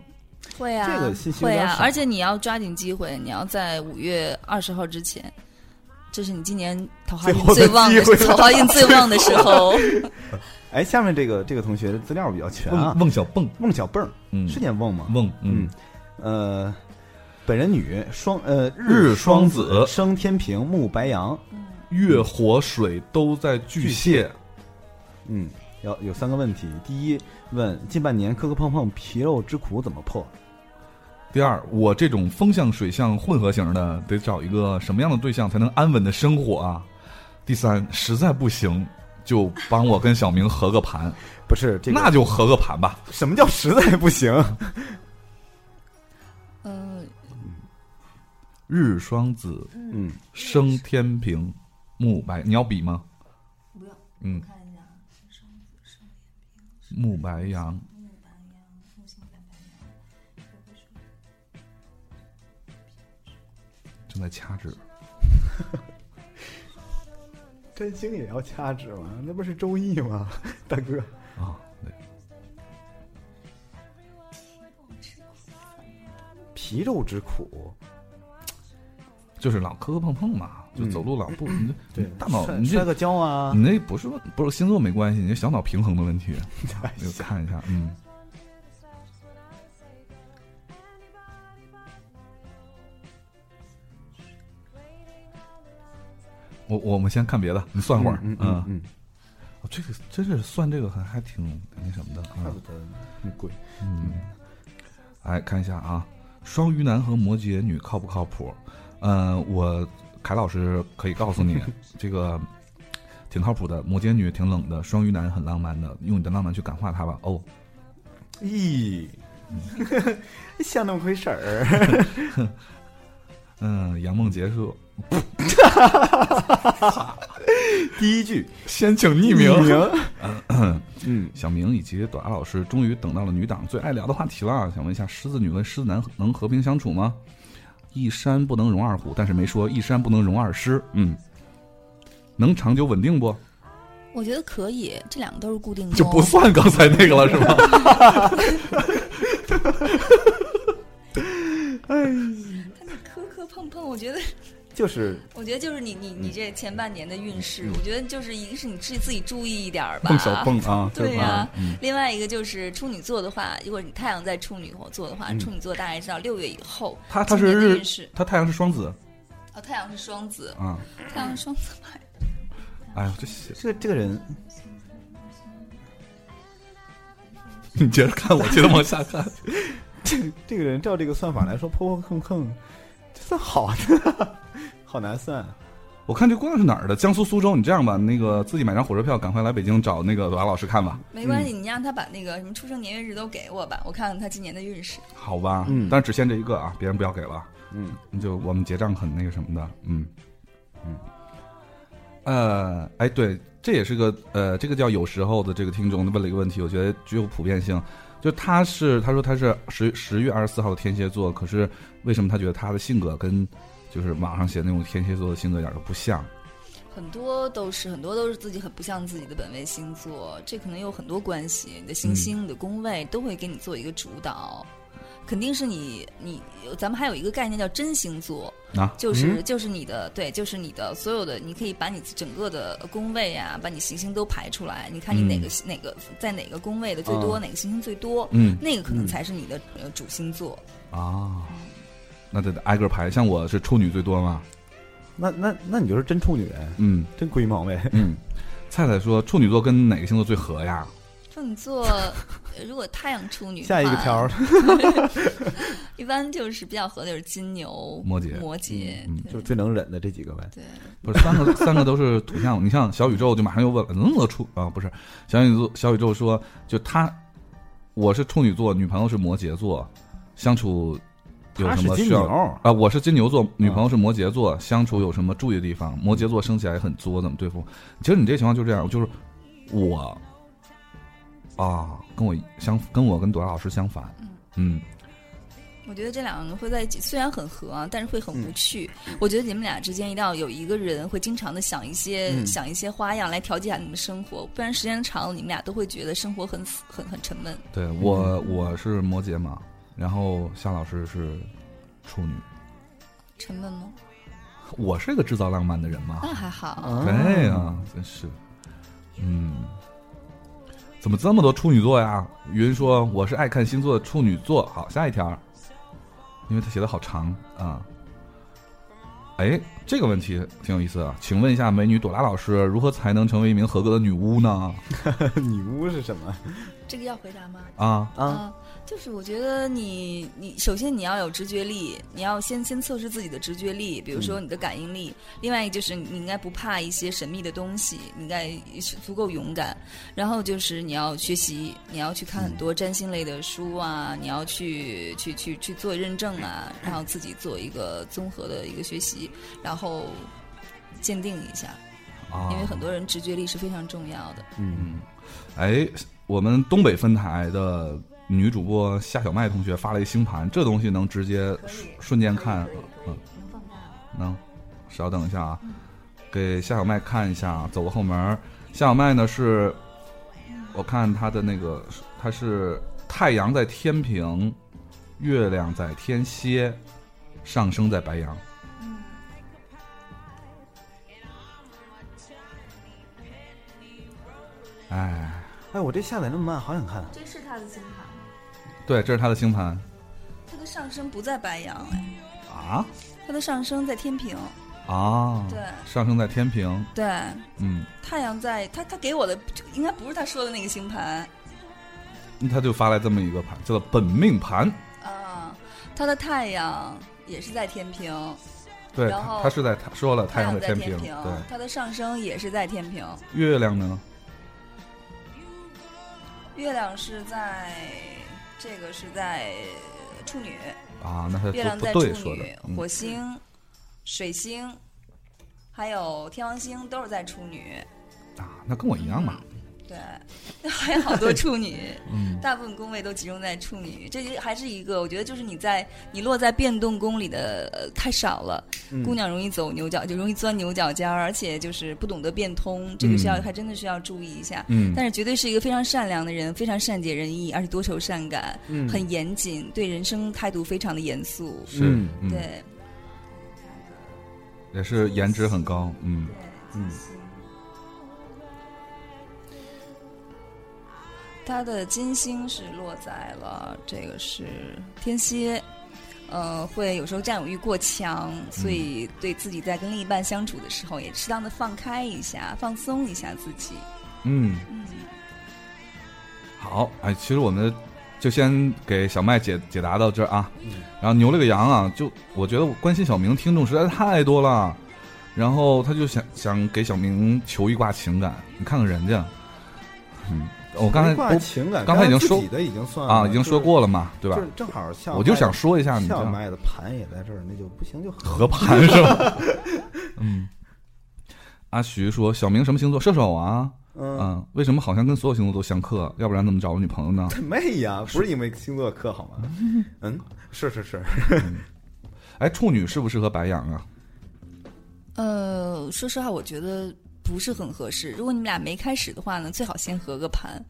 Speaker 4: 会啊，
Speaker 3: 这个信息有
Speaker 4: 会
Speaker 3: 点
Speaker 4: 啊，
Speaker 3: 少
Speaker 4: 而且你要抓紧机会，你要在五月二十号之前，这是你今年桃花运最旺
Speaker 3: 最后的
Speaker 4: 的
Speaker 3: 机会
Speaker 4: 桃花运最旺的时候。
Speaker 3: 哎，下面这个这个同学的资料比较全啊
Speaker 2: 孟。孟小蹦，
Speaker 3: 孟小蹦儿
Speaker 2: 嗯，
Speaker 3: 是念孟吗？
Speaker 2: 孟，
Speaker 3: 嗯
Speaker 2: 嗯，，
Speaker 3: 呃，本人女，双呃
Speaker 2: 日双子
Speaker 3: 生天平，木白羊。
Speaker 2: 月火水都在巨蟹，
Speaker 3: 嗯，有有三个问题。第一，问近半年磕磕碰碰皮肉之苦怎么破？
Speaker 2: 第二，我这种风象水象混合型的，得找一个什么样的对象才能安稳的生活啊？第三，实在不行，就帮我跟小明合个盘，
Speaker 3: 不是这个，
Speaker 2: 那就合个盘吧。
Speaker 3: 什么叫实在不行？
Speaker 4: 嗯，
Speaker 2: 日双子
Speaker 3: 嗯，
Speaker 2: 生天平，木白，你要比吗？
Speaker 4: 不要，
Speaker 2: 嗯，
Speaker 4: 看一下。
Speaker 2: 木白羊，正在掐指。
Speaker 3: 占星也要掐指吗？那不是周易吗， 大哥？
Speaker 2: 啊，对，
Speaker 3: 皮肉之苦，
Speaker 2: 就是老磕磕碰碰嘛，就走路老不，你这你大脑
Speaker 3: 摔
Speaker 2: 你
Speaker 3: 嗯摔
Speaker 2: 这
Speaker 3: 个跤啊
Speaker 2: 你，那不是问不是星座没关系，你这小脑平衡的问题，
Speaker 3: 哎
Speaker 2: 就看一下，嗯。我我们先看别的，你算会儿，
Speaker 3: 嗯嗯嗯，
Speaker 2: 哦这个真是算这个还还挺挺那什么的啊。
Speaker 3: 怪不得很贵。
Speaker 2: 嗯，哎，看一下啊，双鱼男和摩羯女靠不靠谱？嗯、我凯老师可以告 诉你，这个挺靠谱的。摩羯女挺冷的，双鱼男很浪漫的，用你的浪漫去感化他吧。哦，
Speaker 3: 咦， 像那么回事 儿？
Speaker 2: 嗯，杨梦结束，
Speaker 3: 第一句
Speaker 2: 先请匿
Speaker 3: 匿名，嗯，
Speaker 2: 小明以及朵拉老师终于等到了女党最爱聊的话题了，啊想问一下，狮子女跟狮子男能和平相处吗？一山不能容二虎，但是没说一山不能容二狮。嗯，能长久稳定不？
Speaker 4: 我觉得可以，这两个都是固定哦
Speaker 2: 就
Speaker 4: 宫
Speaker 2: 不算刚才那个了，是吗？
Speaker 4: 磕磕碰碰，我觉得，
Speaker 3: 就是
Speaker 4: 我觉得就是你你你这前半年的运势，我觉得就是一个是你自己自己注意一点儿吧。
Speaker 2: 蹦小蹦啊，
Speaker 4: 对呀、
Speaker 2: 啊，嗯
Speaker 4: 另外一个就是处女座的话，如果你太阳在处女座的话，处女座大概知道六月以后，
Speaker 2: 啊他他
Speaker 4: 今
Speaker 2: 是
Speaker 4: 年的
Speaker 2: 日
Speaker 4: 运势，
Speaker 2: 他太阳是双子
Speaker 4: 哦，太阳是双子，
Speaker 2: 啊，
Speaker 4: 太阳是双 子吧？
Speaker 2: 哎呦，这写
Speaker 3: 这个这个人，
Speaker 2: 你接着看，我接着往下看。
Speaker 3: 这个人照这个算法来说，破破坑坑，这算好的， 好难算。
Speaker 2: 我看这姑娘是哪儿的？江苏苏州。你这样吧，那个自己买张火车票，赶快来北京找那个朵拉老师看吧，
Speaker 4: 没关
Speaker 2: 嗯
Speaker 4: 系，你让他把那个什么出生年月日都给我吧，我看看他今年的运势。
Speaker 2: 好吧？
Speaker 3: 嗯
Speaker 2: 但是只限这一个啊，别人不要给了。
Speaker 3: 嗯，
Speaker 2: 就我们结账很那个什么的，嗯
Speaker 3: 嗯，
Speaker 2: 呃，哎，对，这也是个呃，这个叫有时候的这个听众问了一个问题，我觉得具有普遍性。就他是他说他是十十月二十四号的天蝎座，可是为什么他觉得他的性格跟就是网上写的那种天蝎座的性格一点都不像？
Speaker 4: 很多都是很多都是自己很不像自己的本位星座，这可能有很多关系，你的行
Speaker 2: 嗯
Speaker 4: 星、你的宫位都会给你做一个主导。肯定是你，你咱们还有一个概念叫真星座
Speaker 2: 啊
Speaker 4: 就是、就是你的对，就是你的所有的，你可以把你整个的宫位啊，把你行星都排出来，你看你
Speaker 2: 嗯
Speaker 4: 哪个、哪个在哪个
Speaker 2: 哦
Speaker 4: 宫位的最多，
Speaker 3: 嗯
Speaker 4: 哪个行星最多，
Speaker 2: 嗯
Speaker 4: 那个可能才是你的、呃主星座。
Speaker 2: 啊，那得挨个排。像我是处女最多嘛，
Speaker 3: 那那那你就是真处女，哎
Speaker 2: 嗯
Speaker 3: 真龟毛 呗。
Speaker 2: 嗯。菜菜说处女座跟哪个星座最合呀？
Speaker 4: 处女座，呃如果太阳处女，
Speaker 3: 下一个条，儿，
Speaker 4: 哎一般就是比较合的就是金牛、
Speaker 2: 摩羯
Speaker 4: 摩羯，
Speaker 2: 嗯
Speaker 4: 对
Speaker 3: 就是最能忍的这几个呗。
Speaker 4: 对，
Speaker 2: 不是三个， 三个都是土象。你像小宇宙就马上又问了，能不能处啊？不是，小宇宙小宇宙说，就他，我是处女座，女朋友是摩羯座，相处有
Speaker 3: 他
Speaker 2: 什
Speaker 3: 是
Speaker 2: 么
Speaker 3: 金
Speaker 2: 需要？啊、
Speaker 3: 牛，嗯
Speaker 2: 我是金牛座，女朋友是摩羯座，相处有什么注意的地方？摩羯座生起来很作，怎么对付？其实你这情况就这样，就是我啊，跟我相跟我跟朵拉老师相反，嗯，
Speaker 4: 我觉得这两个人会在一起，虽然很合啊，但是会很无趣。我觉得你们俩之间一定要有一个人会经常的想一些、想一些花样来调剂一下你们生活，不然时间长了，你们俩都会觉得生活很死很很沉闷。
Speaker 2: 对我我是摩羯嘛，然后夏老师是处女。
Speaker 4: 沉闷吗？
Speaker 2: 我是一个制造浪漫的人嘛
Speaker 4: 那，还好，
Speaker 3: 哎
Speaker 2: 对呀、 真是，嗯，怎么这么多处女座呀？云说我是爱看星座的处女座。好，下一条儿，因为他写的好长啊。哎，这个问题挺有意思啊，请问一下美女朵拉老师，如何才能成为一名合格的女巫呢？
Speaker 3: 女巫是什么
Speaker 4: 这个要回答吗？
Speaker 2: 啊，
Speaker 3: 啊？
Speaker 4: 啊，就是我觉得你你首先你要有直觉力，你要先先测试自己的直觉力，比如说你的感应力。另外一个就是你你应该不怕一些神秘的东西，你应该是足够勇敢。然后就是你要学习，你要去看很多占星类的书啊，你要去去去去做认证啊，然后自己做一个综合的一个学习，然后鉴定一下，
Speaker 2: 啊
Speaker 4: 因为很多人直觉力是非常重要的。
Speaker 2: 嗯，哎，我们东北分台的女主播夏小麦同学发了一星盘，这东西能直接瞬瞬间看，嗯，能，稍等一下啊，给夏小麦看一下，啊走个后门儿。夏小麦呢是，我看她的那个，她是太阳在天平，月亮在天蝎，上升在白羊。哎，
Speaker 3: 哎，我这下载那么慢，好想看啊。
Speaker 4: 这是他的星盘，
Speaker 2: 对，这是她的星盘
Speaker 4: 他的上升不在白羊哎。
Speaker 2: 啊
Speaker 4: 它的上升在天平，
Speaker 2: 啊，
Speaker 4: 对
Speaker 2: 上升在天平，
Speaker 4: 对，
Speaker 2: 嗯，
Speaker 4: 太阳在他他给我的应该不是他说的那个星盘
Speaker 2: 他就发来这么一个盘，叫做本命盘。
Speaker 4: 啊，他的太阳也是在天平，
Speaker 2: 对，
Speaker 4: 然
Speaker 2: 他
Speaker 4: 后
Speaker 2: 他是在他说了太阳
Speaker 4: 阳
Speaker 2: 在
Speaker 4: 在
Speaker 2: 平，
Speaker 4: 平
Speaker 2: 对，，
Speaker 4: 他的上升也是在天平，
Speaker 2: 月亮呢？
Speaker 4: 月亮是在这个是在处女，
Speaker 2: 啊，那他
Speaker 4: 月亮
Speaker 2: 不
Speaker 4: 在
Speaker 2: 不
Speaker 4: 处
Speaker 2: 对说的
Speaker 4: 女，，
Speaker 2: 嗯
Speaker 4: 火星、水星还有天王星都是在处女，
Speaker 2: 啊，那跟我一样嘛。嗯
Speaker 4: 对， 还有好多 处女，大部分宫位都集中在处女，这就还是一个，我觉得就是你在你落在变动宫里的、呃、太少了，
Speaker 3: 嗯
Speaker 2: 嗯
Speaker 4: 姑娘容易走牛角，就容易钻牛角尖儿，而且就是不懂得变通，这个是要、
Speaker 2: 嗯
Speaker 4: 还真的是要注意一下。
Speaker 2: 嗯
Speaker 4: 但是绝对是一个非常善良的人，非常善解人意，而且多愁善感，
Speaker 2: 嗯
Speaker 4: 很严谨，对人生态度非常的严肃。
Speaker 2: 是，
Speaker 3: 嗯
Speaker 2: 嗯，
Speaker 4: 对，
Speaker 2: 也是颜值很高，嗯，
Speaker 4: 他的金星是落在了这个是天蝎，呃，会有时候占有欲过强，所以对自己在跟另一半相处的时候，也适当的放开一下，放松一下自己。
Speaker 2: 嗯，好，哎，其实我们就先给小麦解解答到这儿啊。
Speaker 4: 嗯
Speaker 2: 然后牛了个羊啊，就我觉得我关心小明听众实在太多了，然后他就想想给小明求一卦情感，你看看人家，嗯，我刚才
Speaker 3: 挂
Speaker 2: 不
Speaker 3: 情感，
Speaker 2: 刚才已经说
Speaker 3: 自己的已经算了
Speaker 2: 啊，已经说过了嘛，对
Speaker 3: 了，
Speaker 2: 吧
Speaker 3: 就是？正好像
Speaker 2: 我就想说一下你这
Speaker 3: 下
Speaker 2: 样
Speaker 3: 麦的盘也在这儿，那就不行就合
Speaker 2: 合盘是吧？ 嗯，阿徐说小明什么星座？射手啊，
Speaker 3: 嗯，
Speaker 2: 嗯，为什么好像跟所有星座都相克？要不然怎么找个女朋友呢？
Speaker 3: 他妹呀，不是因为星座课好吗？ 嗯，是是是，
Speaker 2: 哎，处女适不适合白羊啊？
Speaker 4: 呃，说实话，我觉得不是很合适。如果你们俩没开始的话呢，最好先合个盘，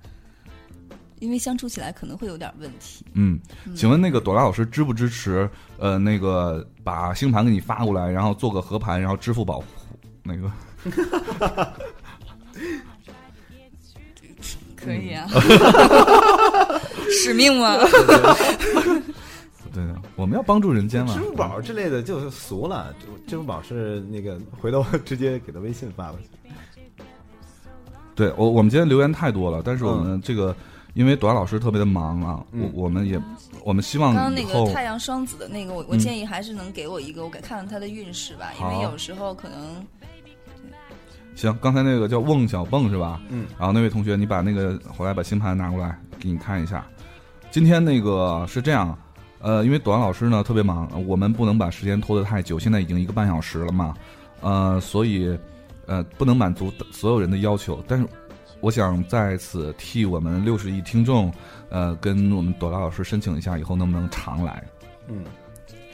Speaker 4: 因为相处起来可能会有点问题。
Speaker 2: 嗯，请问那个朵拉老师支不支持？呃，那个把星盘给你发过来，然后做个合盘，然后支付宝那个
Speaker 4: 可以 啊，使命吗？
Speaker 2: 对的，我们要帮助人间嘛啊
Speaker 3: 支。付宝之类的就是俗了，支付支付宝是那个，回头直接给他微信发过去。
Speaker 2: 对我，我们今天留言太多了，但是我们这
Speaker 4: 嗯
Speaker 2: 个，因为朵拉老师特别的忙啊，
Speaker 3: 嗯
Speaker 2: 我我们也，我们希
Speaker 4: 刚
Speaker 2: 望
Speaker 4: 刚那
Speaker 2: 嗯以
Speaker 4: 个
Speaker 2: 后嗯
Speaker 4: 太阳双子的那个，我我建议还是能给我一个，我给看看他的运势吧，因
Speaker 2: 好
Speaker 4: 为有时候可能
Speaker 2: 行，刚才那个叫瓮小蹦是吧？
Speaker 3: 嗯，
Speaker 2: 然后那位同学，你把那个回来把星盘拿过来给你看一下。今天那个是这样，呃，因为朵拉老师呢特别忙，我们不能把时间拖得太久，现在已经一个半小时了嘛，呃，所以呃不能满足所有人的要求，但是我想在此替我们六十亿听众，呃，跟我们朵拉老师申请一下，以后能不能常来？
Speaker 3: 嗯，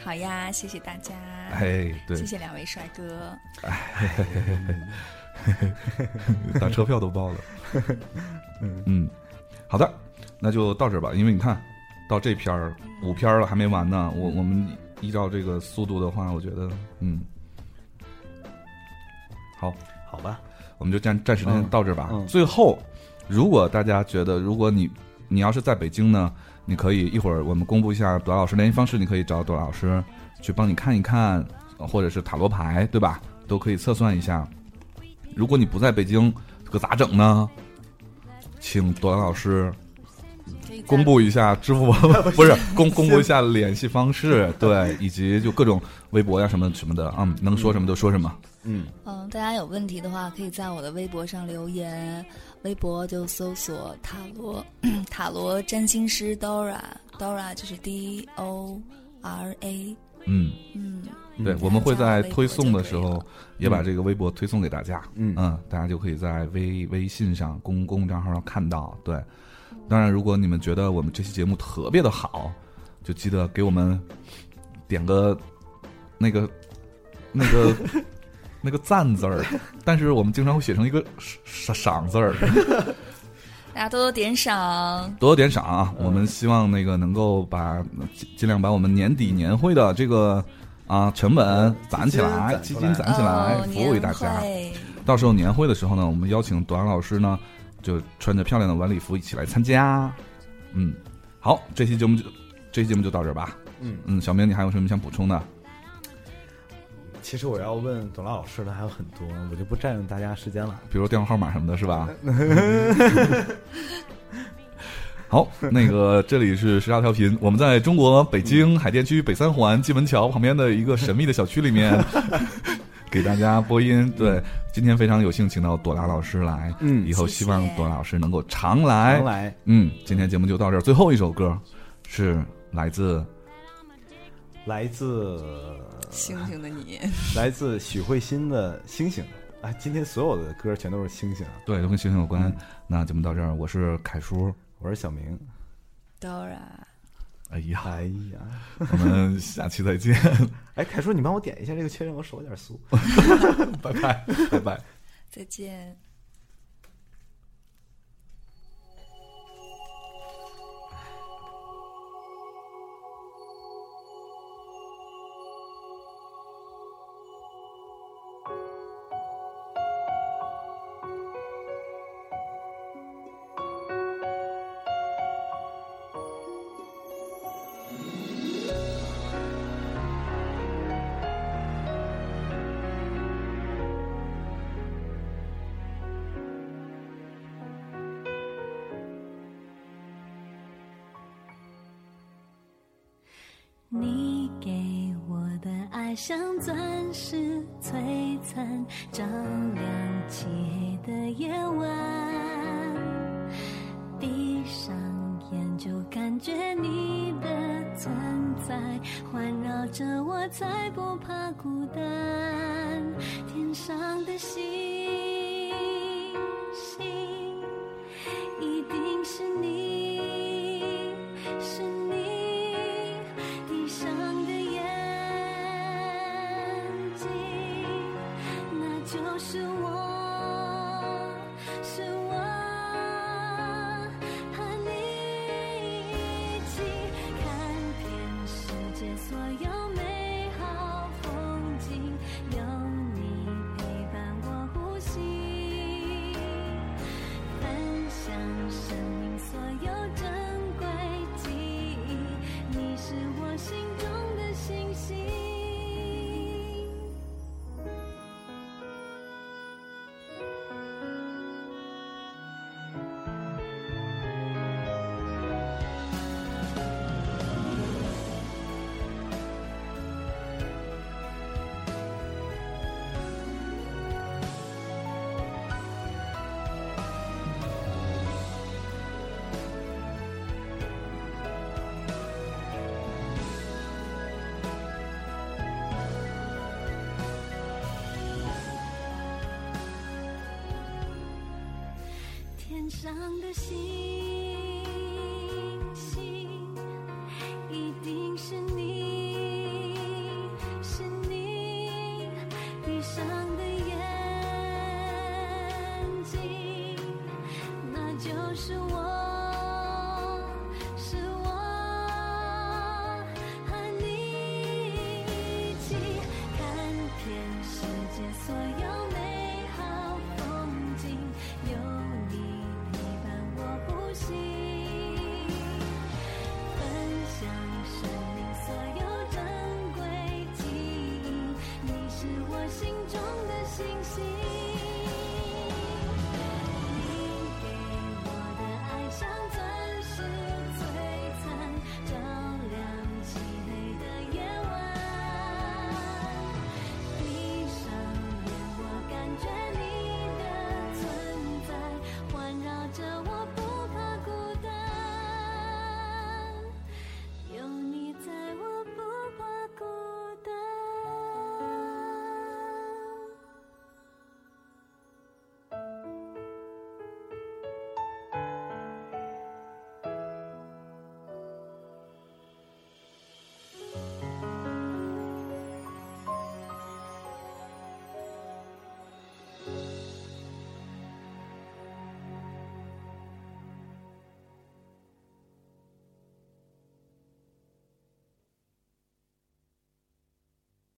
Speaker 4: 好呀，谢谢大家，
Speaker 2: 哎，对
Speaker 4: 谢，谢两位帅哥，
Speaker 2: 打车票都包了。嗯，好的，那就到这儿吧，因为你看到这篇儿五篇儿了还没完呢，我我们依照这个速度的话，我觉得嗯，好，
Speaker 3: 好吧，
Speaker 2: 我们就暂暂时先到这儿吧。
Speaker 3: 嗯嗯
Speaker 2: 最后，如果大家觉得，如果你你要是在北京呢，你可以一会儿我们公布一下朵拉老师联系方式，你可以找朵拉老师去帮你看一看，呃或者是塔罗牌，对吧？都可以测算一下。如果你不在北京，可咋整呢？请朵拉老师
Speaker 4: 可以在
Speaker 2: 公布一下支付宝，不是公公布一下联系方式，对，以及就各种微博呀、什么什么的，嗯，能说什么就说什么。
Speaker 3: 嗯，
Speaker 4: 嗯，大家有问题的话，可以在我的微博上留言，微博就搜索塔罗 塔罗占星师 Dora，Dora 就是 D O R A，
Speaker 2: 嗯，
Speaker 4: 嗯，
Speaker 2: 对，我们会在推送的时候也把这个微博推送给大家，
Speaker 3: 嗯
Speaker 2: 大家就可以在微微信上公公众账号上看到。对，当然，如果你们觉得我们这期节目特别的好，就记得给我们点个那个那个 那个赞字儿，但是我们经常会写成一个赏赏字儿，
Speaker 4: 大家多多点赏，
Speaker 2: 多多点赏啊！我们希望那个能够把尽尽量把我们年底年会的这个啊成本攒起来，
Speaker 3: 基
Speaker 2: 基
Speaker 3: 金
Speaker 2: 金
Speaker 3: 攒
Speaker 2: 攒起来
Speaker 4: 哦，
Speaker 2: 服务于大家。
Speaker 4: 年会
Speaker 2: 到时候年会的时候呢，我们邀请朵拉老师呢，就穿着漂亮的晚礼服一起来参加。嗯，好，这期节目就这期节目就到这儿吧。
Speaker 3: 嗯
Speaker 2: 嗯，小明，你还有什么想补充的？
Speaker 3: 其实我要问董拉老师的还有很多，我就不占用大家时间了。
Speaker 2: 比如电话号码什么的，是 吧？ 好，那个这里是时差调频，我们在中国北京海淀区北三环蓟门桥旁边的一个神秘的小区里面， 给大家播音。对，今天非常有幸请到朵拉老师来，
Speaker 3: 嗯
Speaker 2: 以后希望
Speaker 4: 谢谢
Speaker 2: 朵拉老师能够常来。
Speaker 3: 常来，
Speaker 2: 嗯，今天节目就到这儿，最后一首歌是来自
Speaker 3: 来自
Speaker 4: 星星的你，
Speaker 3: 来自许慧欣的《星星》啊，今天所有的歌全都是《星星》啊。
Speaker 2: 对都跟星星有关。
Speaker 3: 嗯
Speaker 2: 那节目到这儿，我是凯叔，
Speaker 3: 我是小明，
Speaker 4: Dora，
Speaker 2: 哎呀，
Speaker 3: 哎呀，
Speaker 2: 我们下期再见，
Speaker 3: 哎，凯叔，你帮我点一下这个，确认我手有点酥。
Speaker 2: 拜拜，拜拜。
Speaker 4: 再见。
Speaker 5: 你给我的爱像钻石璀璨，照亮漆黑的夜晚。闭上眼就感觉你的存在，环绕着我，才不怕孤单。天上的星星，一定是你，是你。地上的眼睛，那就是我，是我和你一起看遍世界所有美好风景，有你陪伴我。天上的星星，一定是你，是你闭上的眼睛，那就是我，是我和你一起看遍世界所有美好风景，有你陪伴我呼吸，分享生命所有珍贵记忆，你是我心中的星星。